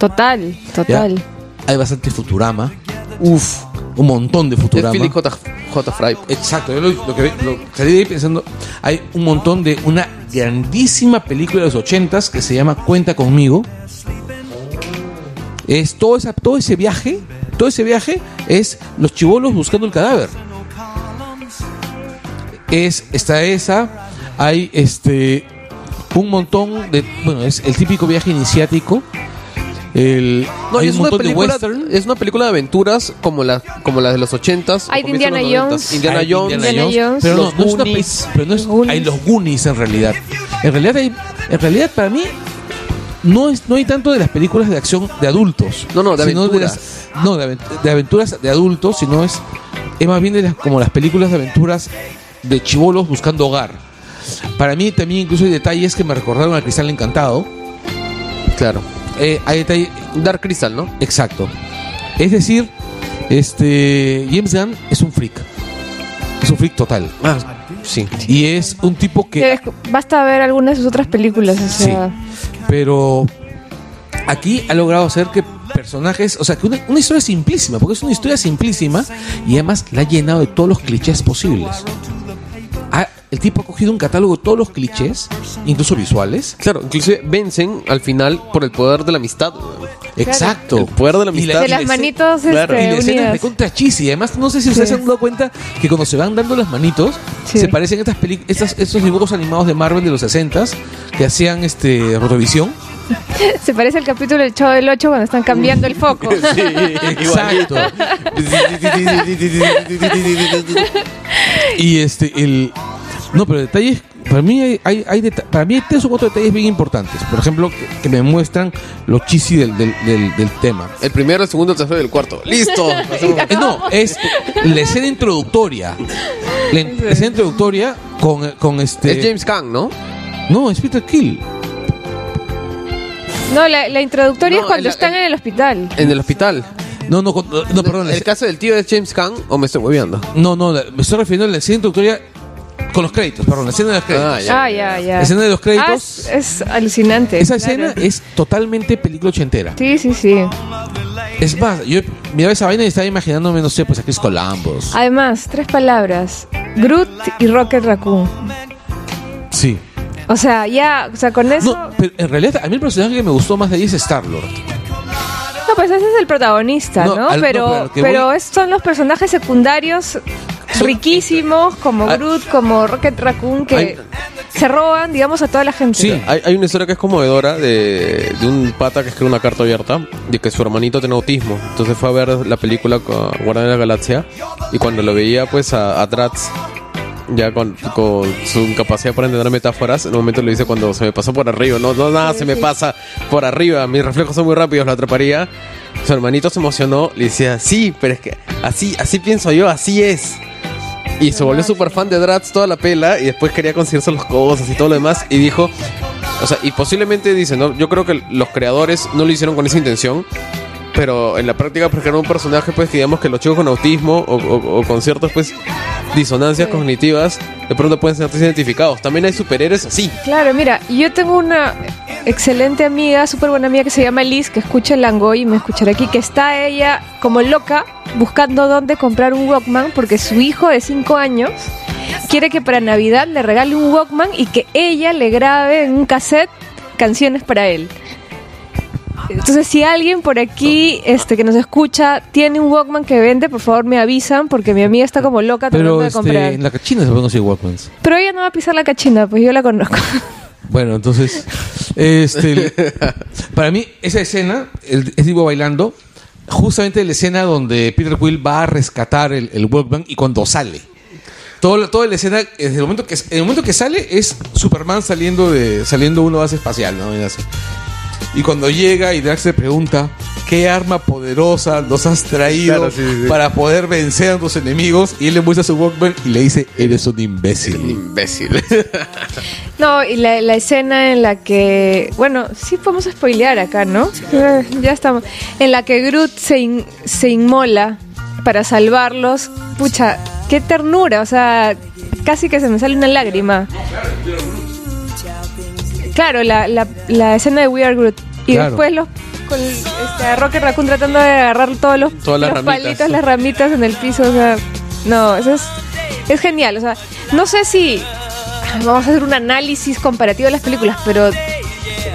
Speaker 3: Total,
Speaker 1: ¿ya?
Speaker 3: total.
Speaker 1: Hay bastante Futurama. Uf, un montón de
Speaker 2: Es
Speaker 1: Futurama.
Speaker 2: Philip J. J. Fry.
Speaker 1: Exacto, yo lo, lo que lo- salí de ahí pensando, hay un montón de una grandísima película de los ochentas que se llama Cuenta conmigo. Es todo, esa, todo ese viaje, todo ese viaje es los chivolos buscando el cadáver. Es está esa, hay este un montón de bueno, es el típico viaje iniciático. El,
Speaker 2: No,
Speaker 1: hay
Speaker 2: y es
Speaker 1: un
Speaker 2: una,
Speaker 1: montón de
Speaker 2: película,
Speaker 1: western.
Speaker 2: es una película de aventuras como la, como la de los 80s.
Speaker 3: Hay de
Speaker 2: comienzos los
Speaker 3: Indiana
Speaker 2: 90s.
Speaker 3: Jones.
Speaker 2: Indiana
Speaker 1: Hay de
Speaker 2: Jones.
Speaker 3: Indiana Jones.
Speaker 1: Pero no,
Speaker 2: Los
Speaker 1: no es una pe-
Speaker 2: Goonies.
Speaker 1: pero no es-
Speaker 3: Los Goonies.
Speaker 1: hay los Goonies en realidad. En realidad, hay, en realidad para mí no es no hay tanto de las películas de acción de adultos.
Speaker 2: No, no, de
Speaker 1: sino
Speaker 2: aventuras.
Speaker 1: las- no, de, avent- de aventuras de adultos, sino es es más bien de las, como las películas de aventuras de chivolos buscando hogar. Para mí también incluso hay detalles que me recordaron al Cristal Encantado.
Speaker 2: Claro.
Speaker 1: Eh, hay detalles
Speaker 2: Dark Crystal, ¿no?
Speaker 1: Exacto. Es decir, este James Gunn es un freak. Es un freak total.
Speaker 2: Ah, sí.
Speaker 1: Y es un tipo que...
Speaker 3: Debes- Basta ver algunas de sus otras películas. O
Speaker 1: Sí.
Speaker 3: sea,
Speaker 1: Pero aquí ha logrado hacer que personajes, o sea, que una, una historia simplísima, porque es una historia simplísima y además la ha llenado de todos los clichés posibles. Ha- el tipo ha cogido un catálogo de todos los clichés, incluso visuales.
Speaker 2: Claro, inclusive vencen al final por el poder de la amistad. weón.
Speaker 1: Exacto.
Speaker 2: El poder de la amistad.
Speaker 1: Y
Speaker 3: de las
Speaker 1: y
Speaker 3: manitos
Speaker 2: claro.
Speaker 1: Y
Speaker 3: este,
Speaker 1: la escena
Speaker 3: unidas.
Speaker 1: es contra chis. Y además, no sé si ustedes
Speaker 3: Sí.
Speaker 1: se han dado cuenta que cuando se van dando las manitos,
Speaker 3: Sí.
Speaker 1: se parecen a estas peli- estas, estos dibujos animados de Marvel de los 60 que hacían este Rotovisión.
Speaker 3: Se parece al capítulo del Chavo del 8 cuando están cambiando
Speaker 2: Mm.
Speaker 3: el foco.
Speaker 1: Exacto. y este, el. No, pero detalles. Para mí hay, hay, hay deta- para mí hay tres o cuatro detalles bien importantes. Por ejemplo, que, que me muestran lo chisi del, del, del- del tema.
Speaker 2: El primero, el segundo, el tercero y el cuarto. ¡Listo! Hacemos-
Speaker 1: Eh, No, es la escena introductoria. La, in- la escena introductoria con, con este.
Speaker 2: Es James Kang, ¿no?
Speaker 1: No, es Peter Kill.
Speaker 3: No, la, la introductoria
Speaker 2: No,
Speaker 3: es cuando
Speaker 2: el-
Speaker 3: están
Speaker 2: el-
Speaker 3: en el hospital.
Speaker 2: En el hospital.
Speaker 1: No, no, con- no, perdón. la
Speaker 2: ¿El
Speaker 1: escena-
Speaker 2: caso del tío es James Kang o me estoy moviendo?
Speaker 1: No, no, la- me estoy refiriendo a la escena introductoria con los créditos, perdón, la escena de los créditos.
Speaker 2: Ah, ya.
Speaker 3: Ah, ya, ya.
Speaker 1: La escena de los
Speaker 3: Ah,
Speaker 1: créditos.
Speaker 3: es, es alucinante.
Speaker 1: Esa
Speaker 3: claro.
Speaker 1: escena es totalmente película ochentera.
Speaker 3: Sí, sí, sí.
Speaker 1: Es más, yo miraba esa vaina y estaba imaginándome, no sé, pues a Chris Columbus.
Speaker 3: Ah, Además, tres palabras. Groot y Rocket Raccoon.
Speaker 1: Sí.
Speaker 3: O sea, ya, o sea, con eso...
Speaker 1: No,
Speaker 3: No,
Speaker 1: pero en realidad a mí el personaje que me gustó más de ahí es Star-Lord.
Speaker 3: pues ese es el protagonista,
Speaker 1: No,
Speaker 3: ¿no?
Speaker 1: al- no,
Speaker 3: pero
Speaker 1: pero lo que
Speaker 3: pero
Speaker 1: voy-
Speaker 3: es- son los personajes secundarios riquísimos, como
Speaker 2: Ah.
Speaker 3: Groot, como Rocket Raccoon, que
Speaker 2: Ay.
Speaker 3: se roban, digamos, a toda la gente.
Speaker 1: Sí.
Speaker 2: Hay, hay una historia que es conmovedora de, de un pata que escribe una carta abierta de que su hermanito tenía autismo. Entonces fue a ver la película con Guardianes de la Galaxia y cuando lo veía pues a, a Drax ya con, con su incapacidad para entender metáforas, en un momento le dice cuando se me pasó por arriba, no, no, nada, se me pasa por arriba, mis reflejos son muy rápidos, lo atraparía. Su hermanito se emocionó, le decía, sí, pero es que así, así pienso yo, así es. Y se volvió súper fan de Drax toda la pela y después quería conseguirse los cosas y todo lo demás y dijo, o sea, y posiblemente dicen, ¿no? yo creo que los creadores no lo hicieron con esa intención, pero en la práctica crearon un personaje pues que digamos que los chicos con autismo o, o- o con ciertas pues disonancias
Speaker 3: Sí.
Speaker 2: cognitivas de pronto pueden sentirse identificados. También hay superhéroes así.
Speaker 3: Claro, mira, yo tengo una excelente amiga, súper buena amiga que se llama Liz, que escucha el Langoy y me escuchará aquí, que está ella como loca buscando dónde comprar un Walkman porque su hijo de 5 años quiere que para Navidad le regale un Walkman y que ella le grabe en un cassette canciones para él. Entonces, si alguien por aquí este, que nos escucha tiene un Walkman que vende, por favor me avisan porque mi amiga está como loca tratando
Speaker 1: Pero
Speaker 3: de
Speaker 1: este,
Speaker 3: comprar.
Speaker 1: en la cachina se pueden conseguir Walkmans.
Speaker 3: Pero ella no va a pisar la cachina, pues yo la conozco.
Speaker 1: Bueno, entonces, este, para mí esa escena, el, ese tipo bailando, justamente la escena donde Peter Quill va a rescatar el, el Walkman y cuando sale. Todo, la- toda la escena, desde el momento que, el momento que sale es Superman saliendo de saliendo de una base espacial, ¿no? Y así. Y cuando llega y Drax le pregunta, ¿qué arma poderosa nos has traído
Speaker 4: Claro, sí, sí, sí.
Speaker 1: para poder vencer a tus enemigos? Y él le muestra su Walkman y le dice, eres un imbécil.
Speaker 2: Imbécil.
Speaker 3: No, y la, la escena en la que, bueno, sí podemos spoilear acá, ¿no? Eh, Ya estamos. En la que Groot se, in- se inmola para salvarlos. Pucha, qué ternura, o sea, casi que se me sale una lágrima. Claro, la, la- la escena de We Are Groot. Y
Speaker 1: Claro.
Speaker 3: después los con este, a Rocket Raccoon tratando de agarrar todos los,
Speaker 2: Todas las
Speaker 3: los
Speaker 2: ramitas.
Speaker 3: palitos, las ramitas en el piso. O sea, no, eso es, es genial. O sea, no sé si vamos a hacer un análisis comparativo de las películas, pero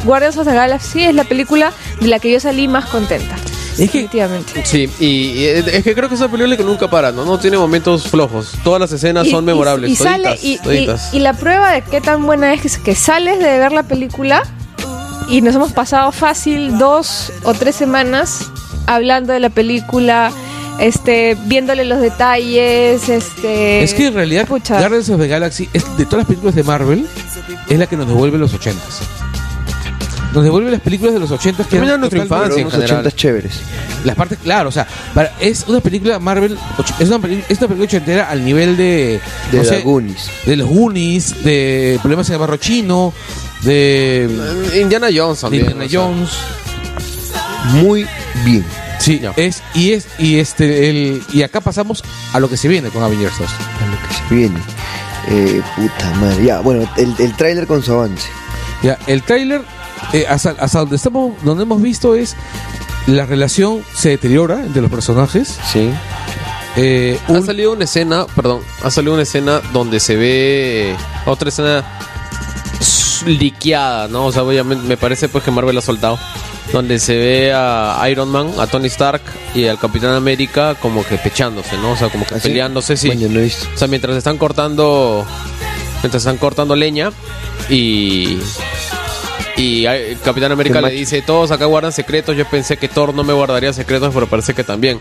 Speaker 3: Guardians of the Galaxy es la película de la que yo salí más contenta.
Speaker 1: Es que-
Speaker 3: definitivamente.
Speaker 2: Sí, y, y es que creo que es una película que nunca para, ¿no? No tiene momentos flojos. Todas las escenas
Speaker 3: Y-
Speaker 2: son
Speaker 3: y-
Speaker 2: memorables.
Speaker 3: Y, sale,
Speaker 2: toditas,
Speaker 3: y, y-
Speaker 2: toditas.
Speaker 3: y la prueba de qué tan buena es que, que sales de ver la película y nos hemos pasado fácil dos o tres semanas hablando de la película, este, viéndole los detalles, este.
Speaker 1: Es que en realidad
Speaker 3: pucha.
Speaker 1: Guardians of the Galaxy es de todas las películas de Marvel es la que nos devuelve los 80s. Nos devuelve las películas de los 80s que
Speaker 2: También
Speaker 1: eran
Speaker 2: a nuestra
Speaker 1: totalmente-
Speaker 2: infancia. en
Speaker 4: unos
Speaker 2: general.
Speaker 4: 80 chéveres.
Speaker 1: las partes claro, o sea, para- es una película Marvel och- es una, peli- es una película ochentera al nivel de no
Speaker 4: De no
Speaker 1: sé, de los Goonies, de problemas en el barro chino, de,
Speaker 2: Indiana Jones
Speaker 1: de
Speaker 2: también.
Speaker 1: Indiana
Speaker 2: o sea.
Speaker 1: Jones.
Speaker 4: Muy bien.
Speaker 1: Sí,
Speaker 2: Ya.
Speaker 1: es y es y este el y acá pasamos a lo que se viene con Avengers 2.
Speaker 4: A lo que se viene. Eh, puta madre. Ya, bueno, el, el tráiler con su avance.
Speaker 1: Ya, el tráiler, eh, hasta, hasta donde estamos, donde hemos visto es la relación se deteriora entre los personajes.
Speaker 4: Sí.
Speaker 1: Eh,
Speaker 2: Ha
Speaker 1: un-
Speaker 2: salido una escena, perdón, ha salido una escena donde se ve eh, otra escena s- liqueada, ¿no? O sea, obviamente me parece pues que Marvel ha soltado. Donde se ve a Iron Man, a Tony Stark y al Capitán América como que pechándose, ¿no? O sea, como que peleándose, sí.
Speaker 4: Bueno, no he visto.
Speaker 2: O sea, mientras están cortando. Mientras están cortando leña. Y. Y eh, Capitán América
Speaker 4: Qué
Speaker 2: le
Speaker 4: macho.
Speaker 2: dice: Todos acá guardan secretos. Yo pensé que Thor no me guardaría secretos, pero parece que también.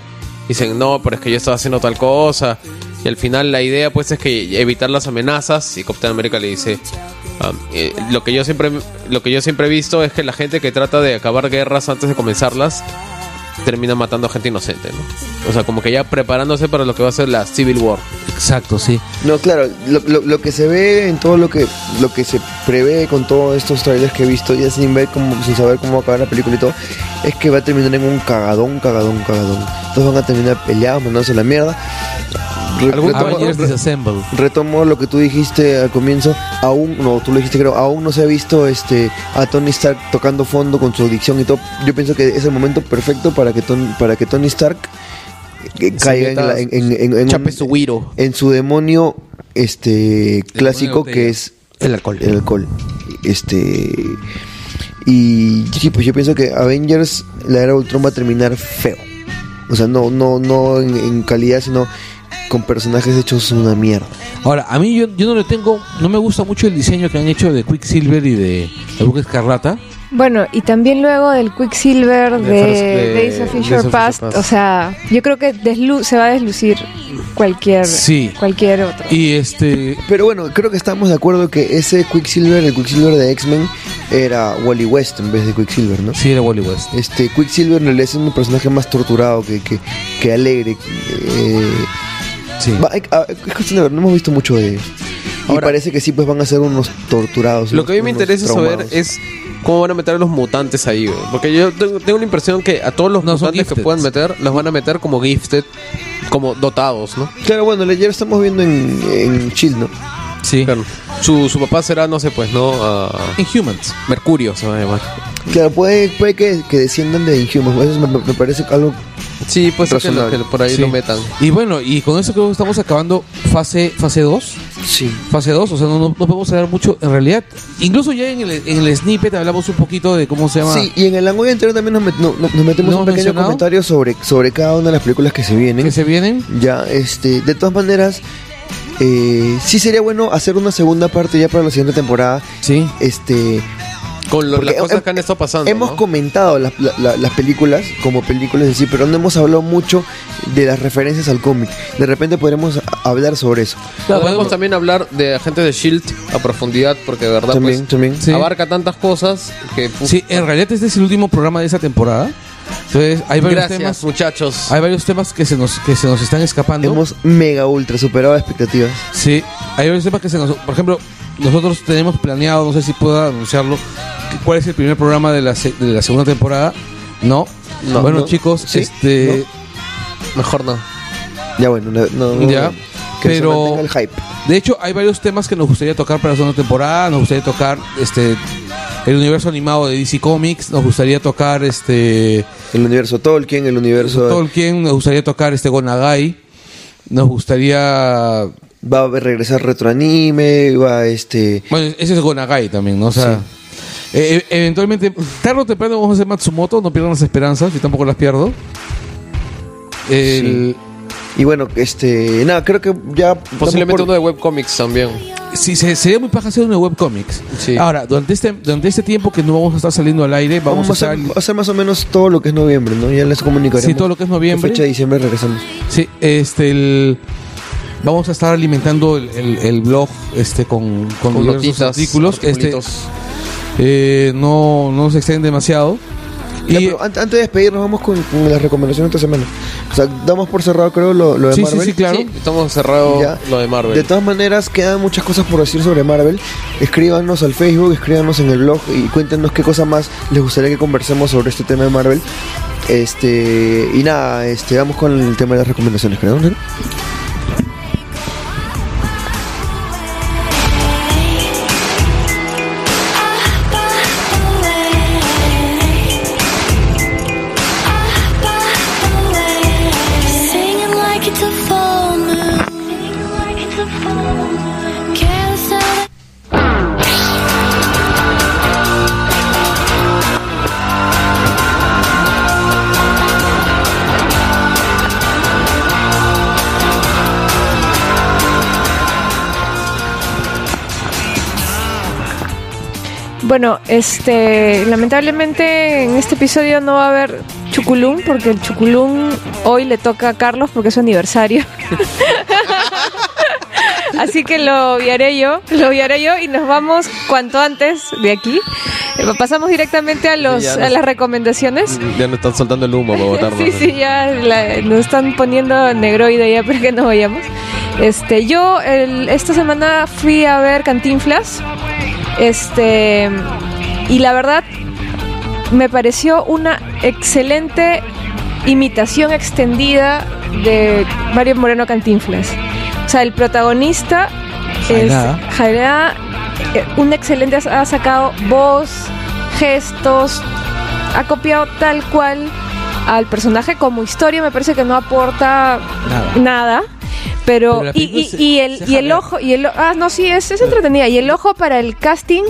Speaker 2: Dicen: No, pero es que yo estaba haciendo tal cosa. Y al final, la idea, pues, es que evitar las amenazas. Y Capitán América le dice: "Ah, eh, lo, que yo siempre, lo que yo siempre he visto es que la gente que trata de acabar guerras antes de comenzarlas termina matando a gente inocente, ¿no? O sea, como que ya preparándose para lo que va a ser la Civil War.
Speaker 1: exacto, sí.
Speaker 4: No, claro, lo, lo- lo que se ve en todo lo que lo que se prevé con todos estos trailers que he visto, ya sin ver cómo, sin saber cómo va a acabar la película y todo, es que va a terminar en un cagadón, cagadón, cagadón. Todos van a terminar peleados, mandándose a la mierda. Re-
Speaker 1: Algún
Speaker 4: retomo-
Speaker 1: Avengers
Speaker 4: re-
Speaker 1: Disassemble.
Speaker 4: Retomo lo que tú dijiste al comienzo, aún, no, tú lo dijiste creo, aún no se ha visto este a Tony Stark tocando fondo con su adicción y todo. Yo pienso que es el momento perfecto para que, Ton- para que Tony Stark eh, caiga en, la- en- en- en- en
Speaker 7: Chape
Speaker 4: un-
Speaker 7: su guiro.
Speaker 4: en su demonio este clásico
Speaker 1: botella.
Speaker 4: que es
Speaker 7: El alcohol.
Speaker 4: el alcohol. Este y sí, pues yo pienso que Avengers la era Ultron va a terminar feo. O sea, no no no en, en calidad, sino con personajes hechos una mierda.
Speaker 1: Ahora, a mí yo, yo no le tengo, no me gusta mucho el diseño que han hecho de Quicksilver y de la Bruja Escarlata.
Speaker 3: Bueno, y también luego del Quicksilver de,
Speaker 2: De First- de-
Speaker 3: Days of
Speaker 2: Days
Speaker 3: Future
Speaker 2: of Future
Speaker 3: Past,
Speaker 2: Past.
Speaker 3: o sea, yo creo que deslu- se va a deslucir cualquier,
Speaker 1: Sí.
Speaker 3: cualquier otro.
Speaker 1: Y este,
Speaker 4: Pero bueno, creo que estamos de acuerdo que ese Quicksilver, el Quicksilver de X-Men era Wally West en vez de Quicksilver, ¿no?
Speaker 1: sí era Wally West.
Speaker 4: Este, Quicksilver en realidad es un personaje más torturado que, que, que alegre. eh,
Speaker 1: Sí.
Speaker 4: Va, hay- ah, es cuestión de ver, no hemos visto mucho de ellos. Y
Speaker 2: Ahora-
Speaker 4: parece que sí, pues van a ser unos torturados.
Speaker 2: Lo que a mí me
Speaker 4: unos
Speaker 2: interesa saber
Speaker 4: traumados.
Speaker 2: es cómo van a meter a los mutantes ahí, güey. Porque yo tengo, tengo la impresión que a todos los
Speaker 1: No, son
Speaker 2: mutantes que
Speaker 1: gifted.
Speaker 2: puedan meter, los van a meter como gifted, como dotados, ¿no?
Speaker 4: Claro, bueno, ayer estamos viendo en, en Shield, ¿no?
Speaker 1: Sí.
Speaker 2: Claro. Su, su papá será, no sé, pues, ¿no? Ah,
Speaker 1: Inhumans.
Speaker 2: Mercurio se va a llamar.
Speaker 4: Claro, puede, puede que, que desciendan de Inhumans. Eso me, me parece algo.
Speaker 2: Sí, pues que, lo-
Speaker 4: Razonable.
Speaker 2: que por ahí
Speaker 1: Sí.
Speaker 2: lo metan.
Speaker 1: Y bueno, y con eso creo que estamos acabando fase fase 2.
Speaker 4: Sí.
Speaker 1: Fase 2, o sea, no, no, no podemos hablar mucho en realidad. Incluso ya en el, en el snippet hablamos un poquito de cómo se llama.
Speaker 4: Sí, y en el ángulo anterior también nos, met- no- no- nos metemos
Speaker 1: ¿No
Speaker 4: un
Speaker 1: hemos
Speaker 4: pequeño
Speaker 1: mencionado?
Speaker 4: comentario sobre, sobre cada una de las películas que se vienen.
Speaker 1: Que se vienen.
Speaker 4: Ya, este, de todas maneras, eh, sí sería bueno hacer una segunda parte ya para la siguiente temporada.
Speaker 1: Sí.
Speaker 4: Este,
Speaker 2: Con lo-
Speaker 4: Porque
Speaker 2: las cosas
Speaker 4: hem-
Speaker 2: que han estado pasando.
Speaker 4: Hemos
Speaker 2: ¿no?
Speaker 4: comentado las, la- la- las películas como películas en sí, pero no hemos hablado mucho de las referencias al cómic. De repente podremos a- hablar sobre eso.
Speaker 1: Claro,
Speaker 2: Podemos
Speaker 1: podemos-
Speaker 2: también hablar de agentes de Shield E a profundidad, porque de verdad
Speaker 4: también,
Speaker 2: pues,
Speaker 4: también.
Speaker 1: Sí.
Speaker 2: abarca tantas cosas que. puf,
Speaker 1: Sí, en realidad este es el último programa de esa temporada. Entonces, hay varios
Speaker 2: gracias,
Speaker 1: temas.
Speaker 2: muchachos.
Speaker 1: Hay varios temas que se nos, que se nos están escapando.
Speaker 4: Hemos mega ultra superado expectativas.
Speaker 1: Sí, hay varios temas que se nos. Por ejemplo, nosotros tenemos planeado, no sé si puedo anunciarlo, que- cuál es el primer programa de la, se- de la segunda temporada. No.
Speaker 4: No,
Speaker 1: bueno,
Speaker 4: no.
Speaker 1: chicos,
Speaker 4: Sí,
Speaker 1: este.
Speaker 2: Mejor no.
Speaker 4: Ya bueno, no, no- no-
Speaker 1: Ya,
Speaker 4: que se
Speaker 1: pero-
Speaker 4: mantenga el hype.
Speaker 1: De hecho, hay varios temas que nos gustaría tocar para la segunda temporada. Nos gustaría tocar este el universo animado de DC Comics. Nos gustaría tocar este
Speaker 4: El universo Tolkien, el universo
Speaker 1: Tolkien. Nos gustaría tocar este Gonagai. Nos gustaría.
Speaker 4: va a regresar retroanime, va a este
Speaker 1: Bueno, ese es Gonagai también, ¿no? O sea. eh, eh, eventualmente, tarde o temprano vamos a hacer Matsumoto. No pierdan las esperanzas. Yo tampoco las pierdo. El-
Speaker 4: y bueno, este nada, creo que ya
Speaker 2: Posiblemente uno
Speaker 4: estamos
Speaker 2: de webcomics también.
Speaker 1: Sí, se, sería muy paja hacer una webcomics.
Speaker 2: Sí.
Speaker 1: Ahora, durante este, durante este tiempo que no vamos a estar saliendo al aire,
Speaker 4: por-
Speaker 1: vamos, a estar.
Speaker 4: hacer, va a ser más o menos todo lo que es noviembre, ¿no? Ya les comunicaremos.
Speaker 1: Sí, todo lo que es noviembre.
Speaker 4: Fecha de diciembre regresamos.
Speaker 1: Sí, este el- vamos a estar alimentando el, el- el blog este con, con
Speaker 2: Con
Speaker 1: diversos
Speaker 2: notitas,
Speaker 1: artículos. Este,
Speaker 2: articulitos.
Speaker 1: eh, no, no se extiende demasiado.
Speaker 4: Ya,
Speaker 1: Y-
Speaker 4: pero an- antes de despedirnos, vamos con, con las recomendaciones de esta semana. O sea, damos por cerrado, creo, lo, lo de
Speaker 1: sí, sí,
Speaker 4: Marvel.
Speaker 1: sí, claro.
Speaker 2: Sí, estamos cerrado
Speaker 4: Ya.
Speaker 2: lo de Marvel.
Speaker 4: De todas maneras, quedan muchas cosas por decir sobre Marvel. Escríbanos al Facebook, escríbanos en el blog y cuéntenos qué cosa más les gustaría que conversemos sobre este tema de Marvel. Este y nada, este vamos con el tema de las recomendaciones, creo. ¿no?
Speaker 8: Singing like it's a full moon. Careless of the
Speaker 3: Bueno, este, lamentablemente en este episodio no va a haber Chuculum porque el Chuculum hoy le toca a Carlos porque es su aniversario. Así que lo obviaré yo, lo obviaré yo y nos vamos cuanto antes de aquí. Eh, Pasamos directamente a los
Speaker 2: Ya,
Speaker 3: a las recomendaciones.
Speaker 2: Ya nos están soltando el humo para votarnos.
Speaker 3: Sí, sí, ya la- nos están poniendo negroide ya para que nos vayamos. Este, yo el- esta semana fui a ver Cantinflas. Este, y la verdad me pareció una excelente imitación extendida de Mario Moreno Cantinflas. O sea, el protagonista es
Speaker 1: Jairada.
Speaker 3: Jairada, eh, un excelente, ha- ha sacado voz, gestos, ha copiado tal cual al personaje como historia, me parece que no aporta
Speaker 1: Nada.
Speaker 3: nada. Pero,
Speaker 1: Pero la
Speaker 3: y,
Speaker 1: película
Speaker 3: y-
Speaker 1: se-
Speaker 3: y el,
Speaker 1: se
Speaker 3: y el
Speaker 1: jalea.
Speaker 3: ojo, y el o- ah, no, sí, es, es entretenida. Y el ojo para el casting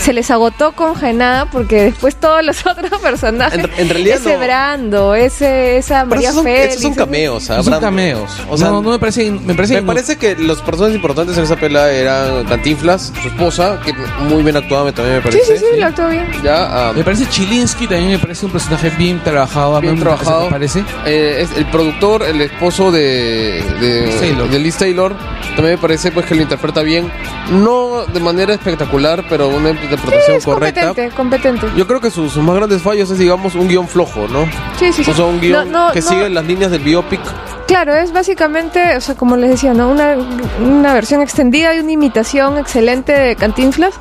Speaker 3: se les agotó con Genada porque después todos los otros personajes,
Speaker 2: En- en realidad
Speaker 3: ese
Speaker 2: no.
Speaker 3: Brando, ese, esa
Speaker 2: Pero
Speaker 3: María
Speaker 2: esos son,
Speaker 3: Félix,
Speaker 2: esos son
Speaker 3: ese-
Speaker 2: cameos, ¿ah?
Speaker 1: Son
Speaker 2: Brando.
Speaker 1: cameos.
Speaker 2: O sea,
Speaker 1: no, no me parece. in- Me parece,
Speaker 2: Me
Speaker 1: inu-
Speaker 2: parece que las personas importantes en esa pela eran Cantinflas, su esposa, que muy bien actuada también me
Speaker 3: Sí,
Speaker 2: parece.
Speaker 3: sí, sí, lo actuó bien.
Speaker 2: Ya, ah,
Speaker 1: Me parece Chilinsky también me parece un personaje bien trabajado. a mí
Speaker 2: bien
Speaker 1: me
Speaker 2: trabajado.
Speaker 1: Parece, me parece.
Speaker 2: Eh, es el productor, el esposo de, de,
Speaker 1: Liz Taylor.
Speaker 2: de Liz Taylor, también me parece pues que lo interpreta bien. No de manera espectacular, pero una interpretación
Speaker 3: Es
Speaker 2: correcta.
Speaker 3: competente, competente.
Speaker 2: Yo creo que sus, sus más grandes fallos es, digamos, un guión flojo, ¿no?
Speaker 3: Sí, sí, sí.
Speaker 2: O sea, un guión
Speaker 3: No, no,
Speaker 2: que
Speaker 3: no.
Speaker 2: sigue las líneas del biopic.
Speaker 3: Claro, es básicamente, o sea, como les decía, ¿no? Una, una versión extendida y una imitación excelente de Cantinflas.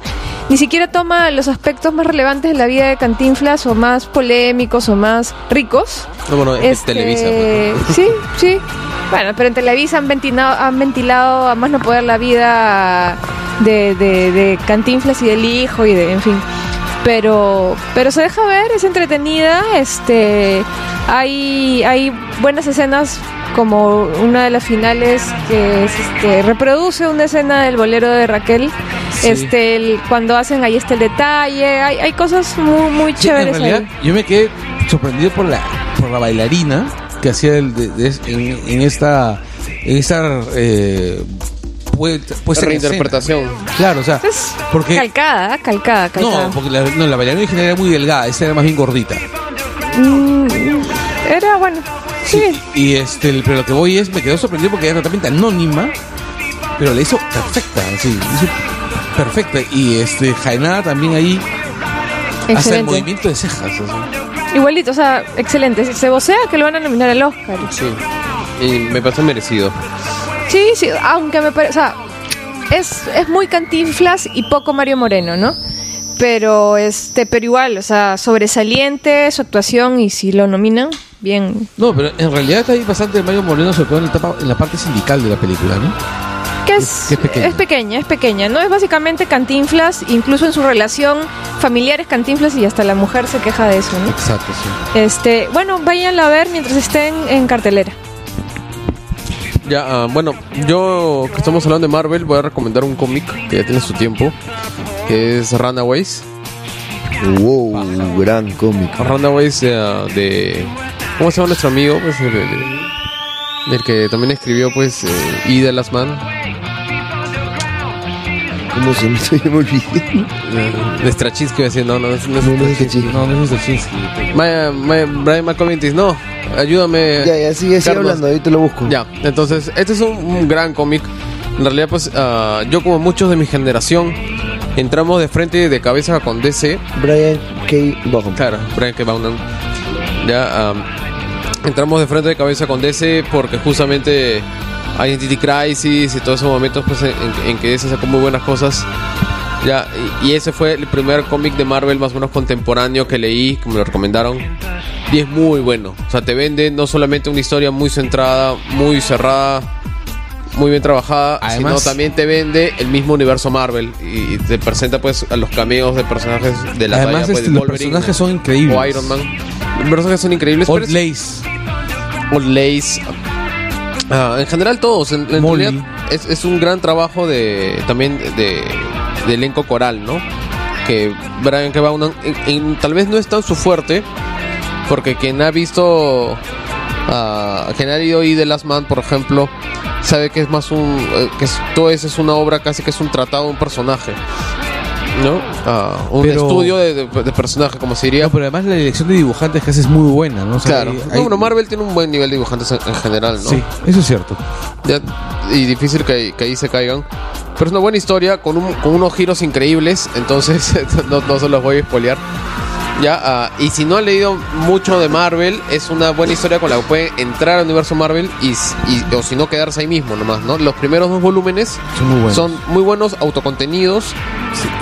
Speaker 3: Ni siquiera toma los aspectos más relevantes de la vida de Cantinflas o más polémicos o más ricos.
Speaker 2: No, bueno, es
Speaker 3: Este,
Speaker 2: Televisa. pues, ¿no?
Speaker 3: Sí, sí. Bueno, pero en Televisa han ventilado, han ventilado a más no poder la vida de, de- de Cantinflas y del hijo y de, en fin. Pero, pero se deja ver, es entretenida, este, hay, hay buenas escenas como una de las finales que es, este, reproduce una escena del bolero de Raquel,
Speaker 1: Sí.
Speaker 3: este, el- cuando hacen ahí está el detalle, hay, hay cosas muy, muy
Speaker 1: Sí, en
Speaker 3: chéveres.
Speaker 1: realidad,
Speaker 3: ahí.
Speaker 1: yo me quedé sorprendido por la, por la bailarina que hacía el de- de- en, en esta. En esta eh, puesta-
Speaker 2: pues.
Speaker 1: puesta en
Speaker 2: Reinterpretación.
Speaker 1: escena. Claro, o sea.
Speaker 3: Es
Speaker 1: Porque.
Speaker 3: calcada, calcada, calcada.
Speaker 1: No, porque la, no, la bailarina original era muy delgada, esa era más bien gordita.
Speaker 3: Mm, Era bueno. Sí.
Speaker 1: Y este, el- pero lo que voy es, me quedó sorprendido porque era totalmente anónima, pero la hizo perfecta, sí, hizo perfecta. Y este, Jaenada también ahí hace el
Speaker 3: Excelente.
Speaker 1: movimiento de cejas. así.
Speaker 3: Igualito, o sea, excelente. Se vocea que lo van a nominar al Oscar.
Speaker 2: Sí. Y me parece merecido.
Speaker 3: Sí, sí, aunque me parece. O sea, es, es muy cantinflas y poco Mario Moreno, ¿no? Pero este, pero igual, o sea, sobresaliente su actuación y si lo nominan, bien.
Speaker 1: No, pero en realidad está ahí bastante Mario Moreno, sobre todo en la, etapa- en la parte sindical de la película, ¿no?
Speaker 2: ¿Eh?
Speaker 3: Que es,
Speaker 1: Que es pequeña.
Speaker 3: es pequeña, es pequeña, ¿no? Es básicamente cantinflas, incluso en su relación familiar es cantinflas y hasta la mujer se queja de eso, ¿no?
Speaker 1: Exacto, sí.
Speaker 3: Este, bueno, váyanla a ver mientras estén en cartelera.
Speaker 2: Ya, ah, bueno, yo que estamos hablando de Marvel, voy a recomendar un cómic que ya tiene su tiempo, que es Runaways.
Speaker 4: Wow, gran cómico.
Speaker 2: Runaways eh, de... ¿Cómo se llama nuestro amigo? Pues el, el- el que también escribió pues eh, E The Last Man.
Speaker 4: ¿Cómo se me se me olvidé?
Speaker 2: eh, de Straczynski, iba a decir, no, no, es- no es-
Speaker 4: No, no es que sí.
Speaker 1: No, no es Straczynski.
Speaker 2: Ma- ma- Brian McCoventis, no, ayúdame.
Speaker 4: Ya, ya, sigue, sigue
Speaker 2: Carlos.
Speaker 4: hablando, ahí te lo busco.
Speaker 2: Ya, entonces, este es un, un gran cómic. En realidad, pues, ah, yo como muchos de mi generación, entramos de frente y de cabeza con DC.
Speaker 4: Brian K. Vaughan.
Speaker 2: Claro, Brian K. Vaughan. Ya, am, entramos de frente de cabeza con DC porque justamente Identity Crisis y todos esos momentos pues, en, en que DC sacó muy buenas cosas. Ya, y, y ese fue el primer cómic de Marvel más o menos contemporáneo que leí, que me lo recomendaron. Y es muy bueno. O sea, te vende no solamente una historia muy centrada, muy cerrada, muy bien trabajada,
Speaker 1: Además-
Speaker 2: sino también te vende el mismo universo Marvel. Y, y te presenta pues a los cameos de personajes de la
Speaker 1: Además,
Speaker 2: talla, pues,
Speaker 1: este,
Speaker 2: de
Speaker 1: los
Speaker 2: Wolverine
Speaker 1: personajes son increíbles.
Speaker 2: O Iron Man. Los personajes son increíbles.
Speaker 1: Old
Speaker 2: pero es-
Speaker 1: Lace.
Speaker 2: Old Lace. Ah, en general todos. En, en
Speaker 1: Molly.
Speaker 2: realidad es, es un gran trabajo de también de, de elenco coral, ¿no? Que Brian que tal vez no es tan su fuerte, porque quien ha visto a quien ha ido y The Last Man, por ejemplo, sabe que es más un eh, que es- todo eso es una obra casi que es un tratado de un personaje. ¿No? Ah, un
Speaker 1: Pero-
Speaker 2: estudio de, de- de personaje, como se diría.
Speaker 1: No, pero además la elección de dibujantes que hace es muy buena, ¿no? O sea,
Speaker 2: claro.
Speaker 1: hay-
Speaker 2: No,
Speaker 1: hay-
Speaker 2: bueno, Marvel tiene un buen nivel de dibujantes en, en general, ¿no?
Speaker 1: Sí, eso es cierto.
Speaker 2: Ya- y difícil que, que ahí se caigan. Pero es una buena historia con, un- con unos giros increíbles, entonces no, no se los voy a spoilear. Ya, ah, y si no han leído mucho de Marvel, es una buena historia con la que pueden entrar al universo Marvel y, s- y- o si no quedarse ahí mismo nomás, ¿no? Los primeros dos volúmenes
Speaker 1: Son muy buenos.
Speaker 2: son muy buenos, autocontenidos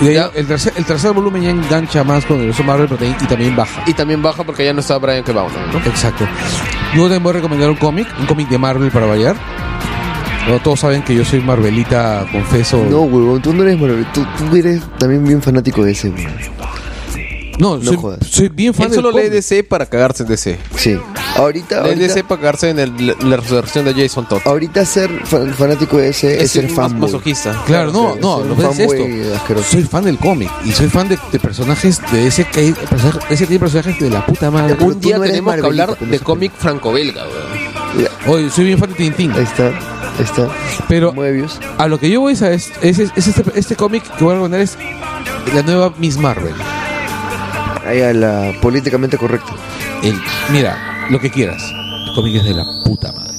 Speaker 1: Y de ahí
Speaker 2: Ya.
Speaker 1: el, tercer, el tercer volumen ya engancha más con el universo Marvel pero también- y también baja.
Speaker 2: y también baja porque ya no está Brian Kebauna, ¿no?
Speaker 1: Exacto. Yo también voy a recomendar un cómic, un cómic de Marvel para variar, No, todos saben que yo soy Marvelita, confeso.
Speaker 4: No, huevón, tú no eres Marvel. Tú, tú eres también bien fanático de ese, huevón.
Speaker 1: No, soy,
Speaker 4: jodas.
Speaker 1: soy bien fan
Speaker 2: Él solo
Speaker 1: del
Speaker 2: lee
Speaker 1: cómic.
Speaker 2: DC para cagarse en DC.
Speaker 4: Sí. Ahorita,
Speaker 2: Lee
Speaker 4: ahorita,
Speaker 2: DC para cagarse en el- la- la resurrección de Jason Todd.
Speaker 4: ahorita ser fan- fanático de ese es, ser
Speaker 2: un
Speaker 4: fanboy.
Speaker 2: masoquista.
Speaker 1: Claro, no,
Speaker 4: Claro,
Speaker 1: no,
Speaker 4: soy
Speaker 1: lo
Speaker 4: un
Speaker 1: que es
Speaker 4: fanboy
Speaker 1: esto.
Speaker 4: asqueroso.
Speaker 1: Soy fan del cómic y soy fan de, de personajes de ese que hay, personaje- ese tipo de personajes de la puta madre.
Speaker 4: Pero
Speaker 2: Un
Speaker 4: tú
Speaker 2: día
Speaker 4: no eres
Speaker 2: tenemos que
Speaker 4: Marvelita,
Speaker 2: hablar
Speaker 4: pero
Speaker 2: de
Speaker 4: eso-
Speaker 2: cómic franco-belga, weón.
Speaker 4: Ya,
Speaker 1: Oye, soy bien fan de Tintín,
Speaker 4: Ahí está, ahí está.
Speaker 1: pero
Speaker 4: Moebius.
Speaker 1: a lo que yo voy es, a es, es- es este, este cómic que voy a recomendar es la nueva Miss Marvel.
Speaker 4: Ahí a la políticamente correcta.
Speaker 1: El, mira, lo que quieras. El cómic es de la puta madre.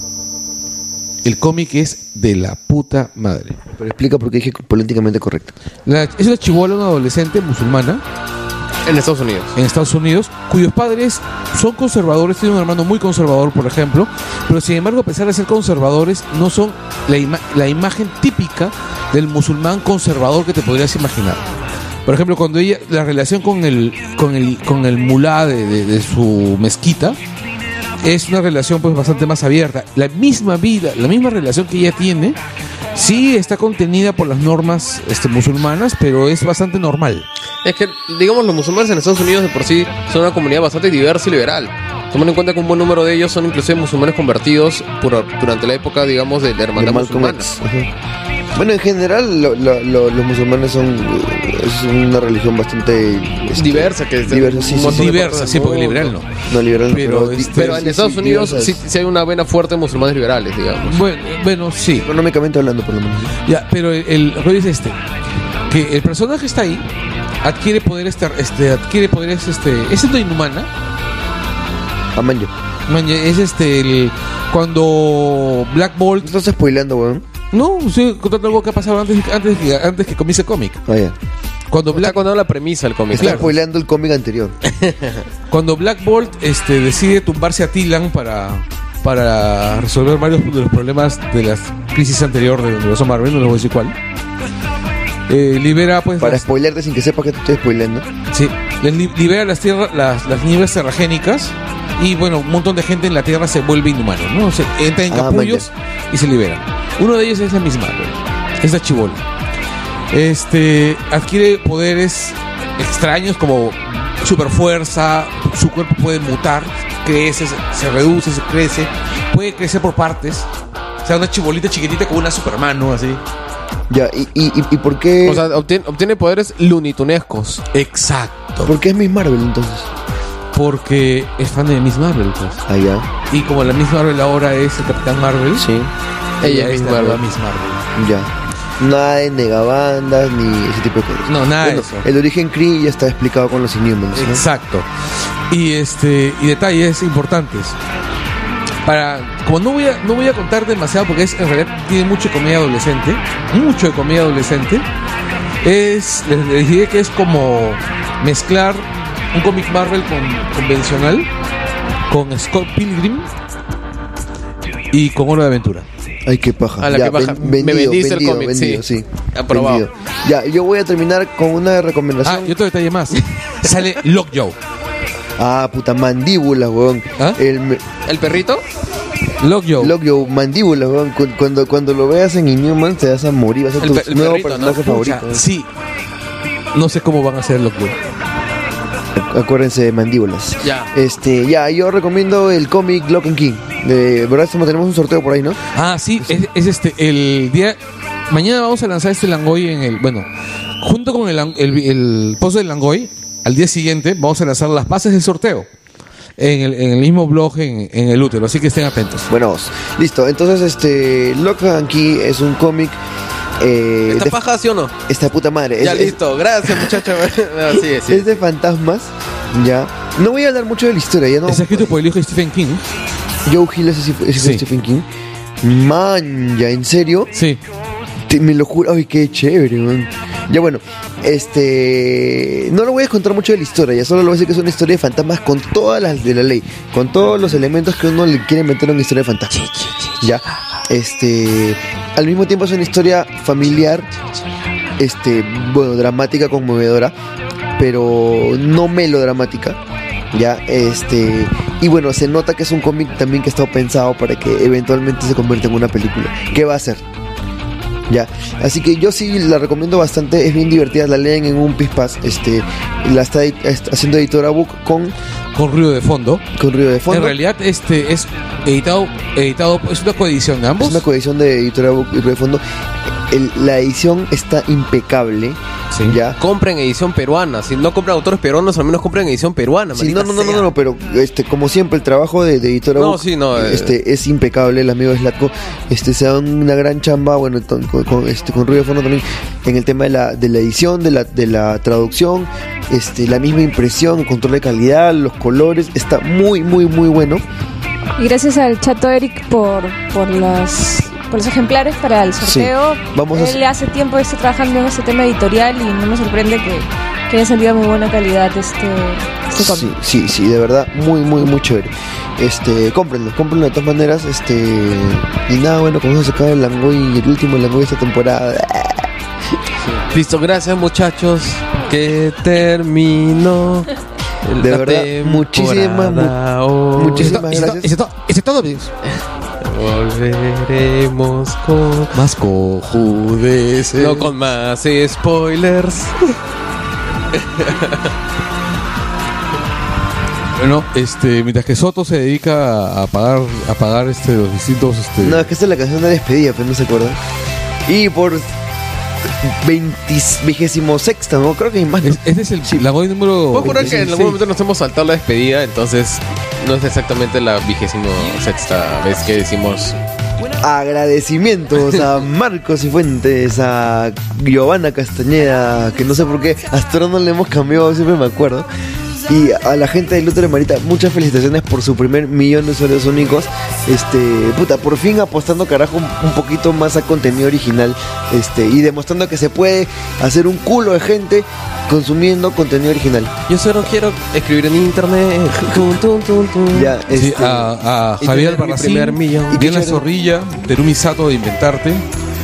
Speaker 1: El cómic es de la puta madre.
Speaker 4: Pero explica por qué dije políticamente correcta.
Speaker 1: La- es una chivola, una adolescente musulmana
Speaker 2: En Estados Unidos.
Speaker 1: en Estados Unidos, cuyos padres son conservadores, tiene un hermano muy conservador, por ejemplo, pero sin embargo, a pesar de ser conservadores, no son la, ima- la imagen típica del musulmán conservador que te podrías imaginar. Por ejemplo, cuando ella, la relación con el, con el, con el mulá de- de- de su mezquita, es una relación pues bastante más abierta. La misma vida, la misma relación que ella tiene, sí está contenida por las normas este, musulmanas, pero es bastante normal.
Speaker 2: Es que, digamos, los musulmanes en Estados Unidos de por sí son una comunidad bastante diversa y liberal. Tomando en cuenta que un buen número de ellos son inclusive musulmanes convertidos por- durante la época, digamos, de la hermandad
Speaker 4: De Malcolm
Speaker 2: musulmana.
Speaker 4: X. Ajá. Bueno, en general lo- lo- lo- los musulmanes son es una religión bastante este,
Speaker 2: Diversa, que es de
Speaker 4: diversa, sí,
Speaker 2: un
Speaker 4: sí,
Speaker 2: montón
Speaker 4: sí.
Speaker 2: de
Speaker 1: Diversa,
Speaker 2: partes
Speaker 1: sí,
Speaker 2: del
Speaker 1: porque
Speaker 2: mundo.
Speaker 1: liberal no.
Speaker 4: no liberal, no,
Speaker 1: pero,
Speaker 4: pero,
Speaker 1: este,
Speaker 2: Pero
Speaker 1: Sí,
Speaker 2: en Estados Unidos sí,
Speaker 4: diversas.
Speaker 2: sí hay una vena fuerte de musulmanes liberales, digamos.
Speaker 1: Bueno, bueno, sí.
Speaker 4: económicamente hablando por lo menos.
Speaker 1: Ya, pero el, el rollo es este. Que el personaje está ahí, adquiere poderes, ter- este, adquiere poderes, este, es siendo inhumana,
Speaker 4: Amanyo.
Speaker 1: man, es este, el, cuando Black
Speaker 4: No
Speaker 1: Bolt,
Speaker 4: estás spoilando, weón.
Speaker 1: no, estoy contando algo que ha pasado antes, antes, que- antes que comience el cómic.
Speaker 4: Ah, ya.
Speaker 1: Cuando
Speaker 2: Está
Speaker 1: Black,
Speaker 2: contando la premisa del cómic.
Speaker 4: Estás spoilando el cómic anterior.
Speaker 1: Cuando Black Bolt este, decide tumbarse a Tilan para, para resolver varios de los problemas de las crisis anterior del universo Marvel, no les voy a decir cuál, eh, libera pues
Speaker 4: Para
Speaker 1: las,
Speaker 4: spoilarte sin que sepas que te estoy spoilando.
Speaker 1: sí, les li- libera las tierras, las, las nieblas terragénicas y bueno, un montón de gente en la Tierra se vuelve inhumano, ¿no? Se entra en
Speaker 4: Ah,
Speaker 1: capullos y se libera. Uno de ellos es la misma, es la chivola. Este adquiere poderes extraños como superfuerza, su cuerpo puede mutar, crece, se, se reduce, se crece, puede crecer por partes. O sea, una chibolita chiquitita como una supermano, así.
Speaker 4: Ya, y, y, y, y por qué
Speaker 2: O sea, obtien- obtiene poderes lunitunescos.
Speaker 1: Exacto.
Speaker 4: ¿Por qué es Miss Marvel entonces?
Speaker 1: Porque es fan de Miss Marvel, pues.
Speaker 4: Ah, ya.
Speaker 1: Y como la Miss Marvel ahora es el Capitán Marvel,
Speaker 4: Sí.
Speaker 2: Ella
Speaker 1: es
Speaker 2: es
Speaker 1: la
Speaker 2: Marvel.
Speaker 1: nueva Miss Marvel.
Speaker 4: Ya. Nada de negabandas ni ese tipo de cosas.
Speaker 1: No, nada
Speaker 4: Bueno,
Speaker 1: de eso.
Speaker 4: el origen Kree ya está explicado con los Inhumans, ¿no?
Speaker 1: Exacto. Y este y detalles importantes. Para como no voy a no voy a contar demasiado porque es en realidad tiene mucho de comedia adolescente, mucho de comedia adolescente. Es les, les diré que es como mezclar un cómic Marvel con- convencional con Scott Pilgrim y con Hora de Aventura.
Speaker 4: Ay, qué paja.
Speaker 2: A la
Speaker 4: Ya,
Speaker 2: que baja.
Speaker 4: ven- vendido,
Speaker 2: Me vendiste el
Speaker 4: vendido,
Speaker 2: cómic,
Speaker 4: vendido,
Speaker 2: sí.
Speaker 4: sí.
Speaker 2: Aprobado.
Speaker 4: Vendido. Ya, yo voy a terminar con una
Speaker 1: Ah,
Speaker 4: recomendación.
Speaker 1: y otro detalle más. Sale Lockjaw.
Speaker 4: Ah, puta, mandíbulas, weón.
Speaker 1: ¿Ah?
Speaker 4: El me-
Speaker 2: ¿El perrito?
Speaker 1: Lockjaw.
Speaker 2: Oh.
Speaker 4: Lockjaw, mandíbulas, weón. Cu- Cuando, cuando lo veas en Inhumans te vas a morir. Va a ser
Speaker 2: El
Speaker 4: tu
Speaker 2: pe- el
Speaker 4: nuevo
Speaker 2: perrito,
Speaker 4: personaje
Speaker 2: ¿no?
Speaker 1: Pucha,
Speaker 4: favorito.
Speaker 1: sí. No sé cómo van a hacer Lockjaw.
Speaker 4: Ac- Acuérdense de mandíbulas.
Speaker 2: Ya.
Speaker 4: Este, ya, yo recomiendo el cómic Lock and King. De verdad, estamos- tenemos un sorteo por ahí, ¿no?
Speaker 1: Ah, sí, es, es este, el día... Mañana vamos a lanzar este Langoy en el... Bueno, junto con el, ang- el, el post del Langoy, al día siguiente vamos a lanzar las bases del sorteo. En el, en el mismo blog, en, en el útero, así que estén atentos.
Speaker 4: Buenos. Listo, entonces, este, Lock and Key es un cómic. Eh,
Speaker 2: ¿Está
Speaker 4: de-
Speaker 2: paja, sí o no?
Speaker 4: está de puta madre.
Speaker 2: ya
Speaker 4: Es- es-
Speaker 2: listo, gracias muchachos. Así es.
Speaker 4: es de fantasmas, ya. No voy a hablar mucho de la historia, ya no.
Speaker 1: Es escrito por el hijo de Stephen King.
Speaker 4: Joe Hill es, ese- ese
Speaker 1: Sí.
Speaker 4: Stephen King. Man, ya, ¿en serio?
Speaker 1: Sí.
Speaker 4: Te- me lo juro, ay, qué chévere, man. Ya bueno, este. No lo voy a contar mucho de la historia, ya solo lo voy a decir que es una historia de fantasmas con todas las de la ley, con todos los elementos que uno le quiere meter a una historia de fantasmas. Ya, este. Al mismo tiempo es una historia familiar, este, bueno, dramática, conmovedora, pero no melodramática. Ya, este. Y bueno, se nota que es un cómic también que está pensado para que eventualmente se convierta en una película. ¿Qué va a hacer? Ya. Así que yo sí la recomiendo bastante, es bien divertida, la leen en un pispas. Este, la está, edi- está haciendo editora Book con,
Speaker 1: Con ruido de fondo.
Speaker 4: con Río de Fondo.
Speaker 1: En realidad, este es editado, editado, es una coedición de ambos.
Speaker 4: Es una coedición de editora Book y Río de Fondo. El- la edición está impecable.
Speaker 1: Sí.
Speaker 4: Ya.
Speaker 2: Compren edición peruana. Si no compran autores peruanos, al menos compren edición peruana.
Speaker 4: Sí,
Speaker 2: maldita
Speaker 4: no, no, no, no,
Speaker 2: sea.
Speaker 4: no, pero este, como siempre, el trabajo de, de editora
Speaker 2: No,
Speaker 4: Book,
Speaker 2: sí, no, eh.
Speaker 4: este, es impecable. El amigo Slatko este, se da una gran chamba, bueno, ton- con, con, este, con Rubio Fono también, en el tema de la, de la edición, de la, de la traducción, este, la misma impresión, el control de calidad, los colores. Está muy, muy, muy bueno.
Speaker 3: Y gracias al chato Eric por, por, las, por los ejemplares para el sorteo.
Speaker 4: Sí. Vamos a
Speaker 3: Él hace tiempo está trabajando en este tema editorial y no me sorprende que, que haya salido de muy buena calidad este, este cómic.
Speaker 4: Sí, sí, sí, de verdad, muy, muy, muy chévere. Este, cómprenlo, cómprenlo de todas maneras. Este, y nada, bueno, con eso se acaba el Langoy, el último Langoy de esta temporada.
Speaker 2: Listo, gracias muchachos. Que terminó.
Speaker 4: De verdad, muchísimas, mu- muchísimas gracias.
Speaker 1: todo, amigos.
Speaker 2: Volveremos con.
Speaker 1: Más cojudeces.
Speaker 2: No con más spoilers.
Speaker 1: Bueno, este, mientras que Soto se dedica a pagar, a pagar este, los distintos. Este,
Speaker 4: No, es que esta es la canción de despedida, pero no se acuerda. Y por 26, ¿no? Creo que hay más. ¿no?
Speaker 1: es- este es el la voz número.
Speaker 2: Puedo jurar que en
Speaker 1: 26.
Speaker 2: algún momento nos hemos saltado la despedida, entonces no es exactamente la vigésimo sexta vez que decimos.
Speaker 4: Agradecimientos a Marcos y Fuentes, a Giovanna Castañeda, que no sé por qué, hasta ahora no le hemos cambiado, siempre me acuerdo. Y a la gente del Luto de Marita, muchas felicitaciones por su primer millón de usuarios únicos. Este, puta, por fin apostando carajo un, un poquito más a contenido original. Este, y demostrando que se puede hacer un culo de gente consumiendo contenido original.
Speaker 2: Yo solo quiero escribir en internet. Tum, tum, tum, tum.
Speaker 4: Ya,
Speaker 1: Sí,
Speaker 4: este,
Speaker 1: a, a
Speaker 2: y
Speaker 1: Javier
Speaker 2: tener mi
Speaker 1: Albarracín,
Speaker 2: primer millón.
Speaker 1: y Diana
Speaker 4: Y que-
Speaker 1: Zorrilla, Terumi Sato de Inventarte.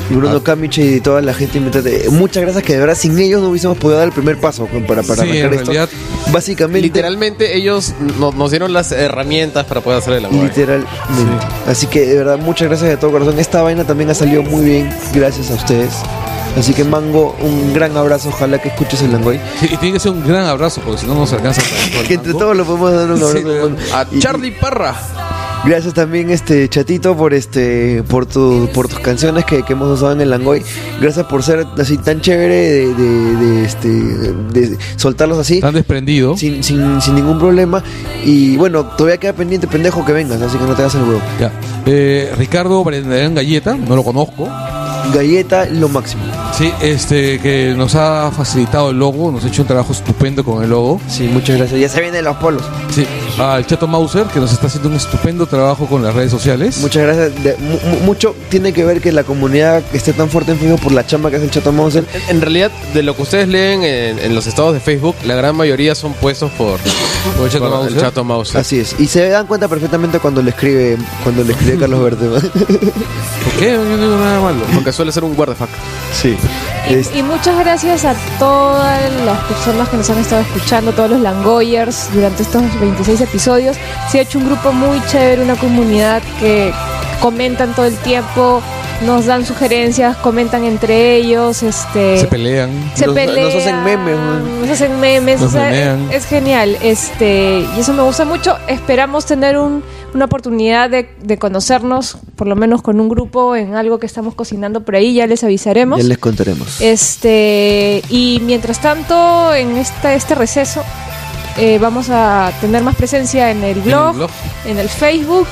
Speaker 4: Bruno Camiche y toda la gente inventate. Muchas gracias que de verdad sin ellos no hubiésemos podido dar el primer paso con- para, para
Speaker 1: Sí, en
Speaker 4: arrancar esto.
Speaker 1: realidad,
Speaker 4: Básicamente,
Speaker 2: Literalmente ellos no- nos dieron las herramientas para poder hacer el amor.
Speaker 4: literalmente. Así que de verdad muchas gracias de todo corazón. Esta vaina también ha salido muy bien gracias a ustedes. Así que Mango, un gran abrazo. Ojalá que escuches el Langoy.
Speaker 1: Sí, y tiene que ser un gran abrazo porque si no nos alcanza para todo el
Speaker 4: Que entre
Speaker 1: mango.
Speaker 4: todos lo podemos dar un abrazo.
Speaker 1: Sí, de-
Speaker 2: A
Speaker 4: Y-
Speaker 2: Charlie Parra.
Speaker 4: Gracias también este chatito por este por tu, por tus canciones que, que hemos usado en el Langoy. Gracias por ser así tan chévere de, de- de, este de soltarlos así.
Speaker 1: Tan desprendido.
Speaker 4: sin, sin, sin ningún problema. Y bueno, todavía queda pendiente, pendejo, que vengas, así que no te hagas el huevo.
Speaker 1: Ya. Eh, Ricardo Brendan Galleta, no lo conozco.
Speaker 4: Galleta, lo máximo.
Speaker 1: Sí, este que nos ha facilitado el logo, nos ha hecho un trabajo estupendo con el logo.
Speaker 4: Sí, muchas gracias. Ya se vienen los polos.
Speaker 1: Sí, al Chato Mauser, que nos está haciendo un estupendo trabajo con las redes sociales.
Speaker 4: Muchas gracias. De- mu- mu- mucho tiene que ver que la comunidad esté tan fuerte en Facebook por la chamba que hace el Chato Monster.
Speaker 2: En- En realidad, de lo que ustedes leen en, en los estados de Facebook, la gran mayoría son puestos por,
Speaker 1: Por el Chato
Speaker 2: por
Speaker 1: Mauser.
Speaker 2: el Chato Mauser.
Speaker 4: Así es. Y se dan cuenta perfectamente cuando le escribe, cuando le escribe Carlos Verde.
Speaker 1: ¿Por qué? Yo no digo nada malo.
Speaker 2: Porque suele ser un guardafac.
Speaker 4: sí.
Speaker 3: Y-
Speaker 4: Es-
Speaker 3: Y, muchas gracias a todas las personas que nos han estado escuchando, todos los Langoyers durante estos 26 episodios. Se ha hecho un grupo muy chévere, una comunidad que comentan todo el tiempo, nos dan sugerencias, comentan entre ellos, este
Speaker 1: Se pelean.
Speaker 3: se
Speaker 4: Nos- nos
Speaker 3: pelean,
Speaker 4: hacen memes, ¿no?
Speaker 3: nos hacen memes,
Speaker 1: Nos
Speaker 3: o sea,
Speaker 1: memean.
Speaker 3: es, es genial, este, y eso me gusta mucho. Esperamos tener un- una oportunidad de, de conocernos, por lo menos con un grupo en algo que estamos cocinando por ahí, ya les avisaremos.
Speaker 4: Ya les contaremos.
Speaker 3: Este, y mientras tanto, en esta, este receso, eh, vamos a tener más presencia en el blog, en el,
Speaker 1: blog.
Speaker 3: Facebook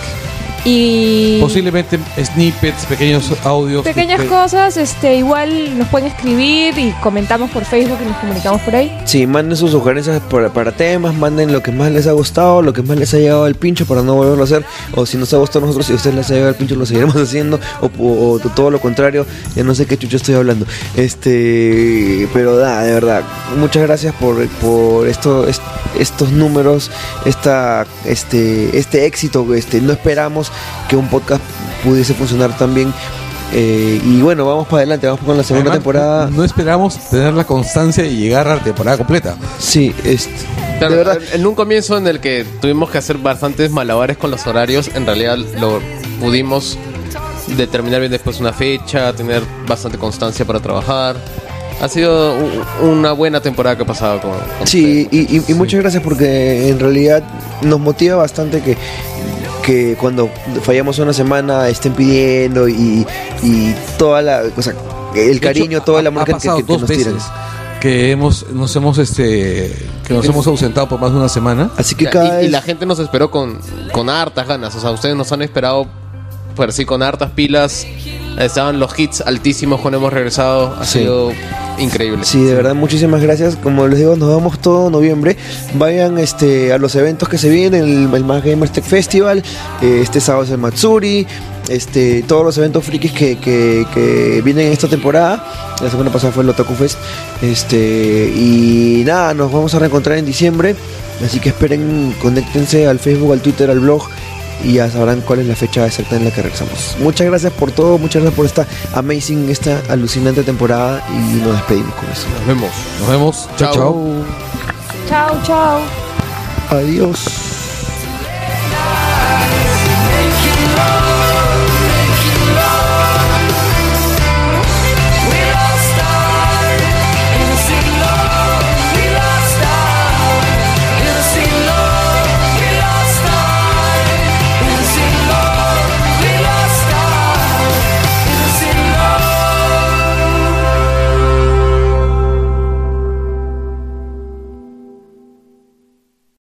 Speaker 3: y
Speaker 1: Posiblemente snippets, pequeños audios.
Speaker 3: pequeñas
Speaker 1: Pe-
Speaker 3: cosas. Este, igual nos pueden escribir y comentamos por Facebook y nos comunicamos por ahí.
Speaker 4: Sí, manden sus sugerencias para, para temas, manden lo que más les ha gustado, lo que más les ha llegado al pincho para no volverlo a hacer. O si nos ha gustado a nosotros y si a ustedes les ha llegado al pincho, lo seguiremos haciendo. O, o- o todo lo contrario, ya no sé qué chucho estoy hablando. Este, pero da, de verdad, muchas gracias por, por esto, est- estos números, esta, este, este éxito. Este, no esperamos que un podcast pudiese funcionar tan bien. Eh, y bueno, vamos para adelante, vamos con la segunda
Speaker 1: Además,
Speaker 4: temporada.
Speaker 1: No esperamos tener la constancia de llegar a la temporada completa.
Speaker 4: Sí, este,
Speaker 2: Claro, eh,
Speaker 4: de verdad.
Speaker 2: En un comienzo en el que tuvimos que hacer bastantes malabares con los horarios, en realidad lo pudimos determinar bien después una fecha, tener bastante constancia para trabajar. Ha sido u- una buena temporada que ha pasado con, con
Speaker 4: Sí,
Speaker 2: ustedes.
Speaker 4: y, y- y muchas gracias porque en realidad nos motiva bastante que, que cuando fallamos una semana estén pidiendo y, y toda la. O sea,
Speaker 1: De
Speaker 4: el cariño,
Speaker 1: hecho,
Speaker 4: todo
Speaker 1: ha-
Speaker 4: el amor
Speaker 1: ha
Speaker 4: que, que-
Speaker 1: pasado
Speaker 4: que
Speaker 1: dos
Speaker 4: nos
Speaker 1: veces
Speaker 4: tiran.
Speaker 1: que hemos nos hemos este que nos hemos ausentado por más de una semana.
Speaker 4: Así que
Speaker 2: Ya,
Speaker 4: cada
Speaker 2: y, y
Speaker 4: vez-
Speaker 2: la gente nos esperó con, con hartas ganas. O sea, ustedes nos han esperado, pues así, con hartas pilas. Estaban los hits altísimos cuando hemos regresado. Ha
Speaker 4: Sí.
Speaker 2: sido increíble.
Speaker 4: Sí, de verdad, muchísimas gracias. Como les digo, nos vamos todo noviembre. Vayan este, a los eventos que se vienen, el, el Más Gamers Tech Festival, eh, este sábado es el Matsuri, este, todos los eventos frikis que, que, que vienen esta temporada. La semana pasada fue el Otaku Fest. Este, y nada, nos vamos a reencontrar en diciembre. Así que esperen, conéctense al Facebook, al Twitter, al blog. Y ya sabrán cuál es la fecha exacta en la que regresamos. Muchas gracias por todo, muchas gracias por esta amazing, esta alucinante temporada y nos despedimos con eso.
Speaker 2: Nos vemos.
Speaker 1: Nos vemos.
Speaker 2: Chao.
Speaker 1: chao. chao.
Speaker 3: Chao, chao.
Speaker 4: Adiós.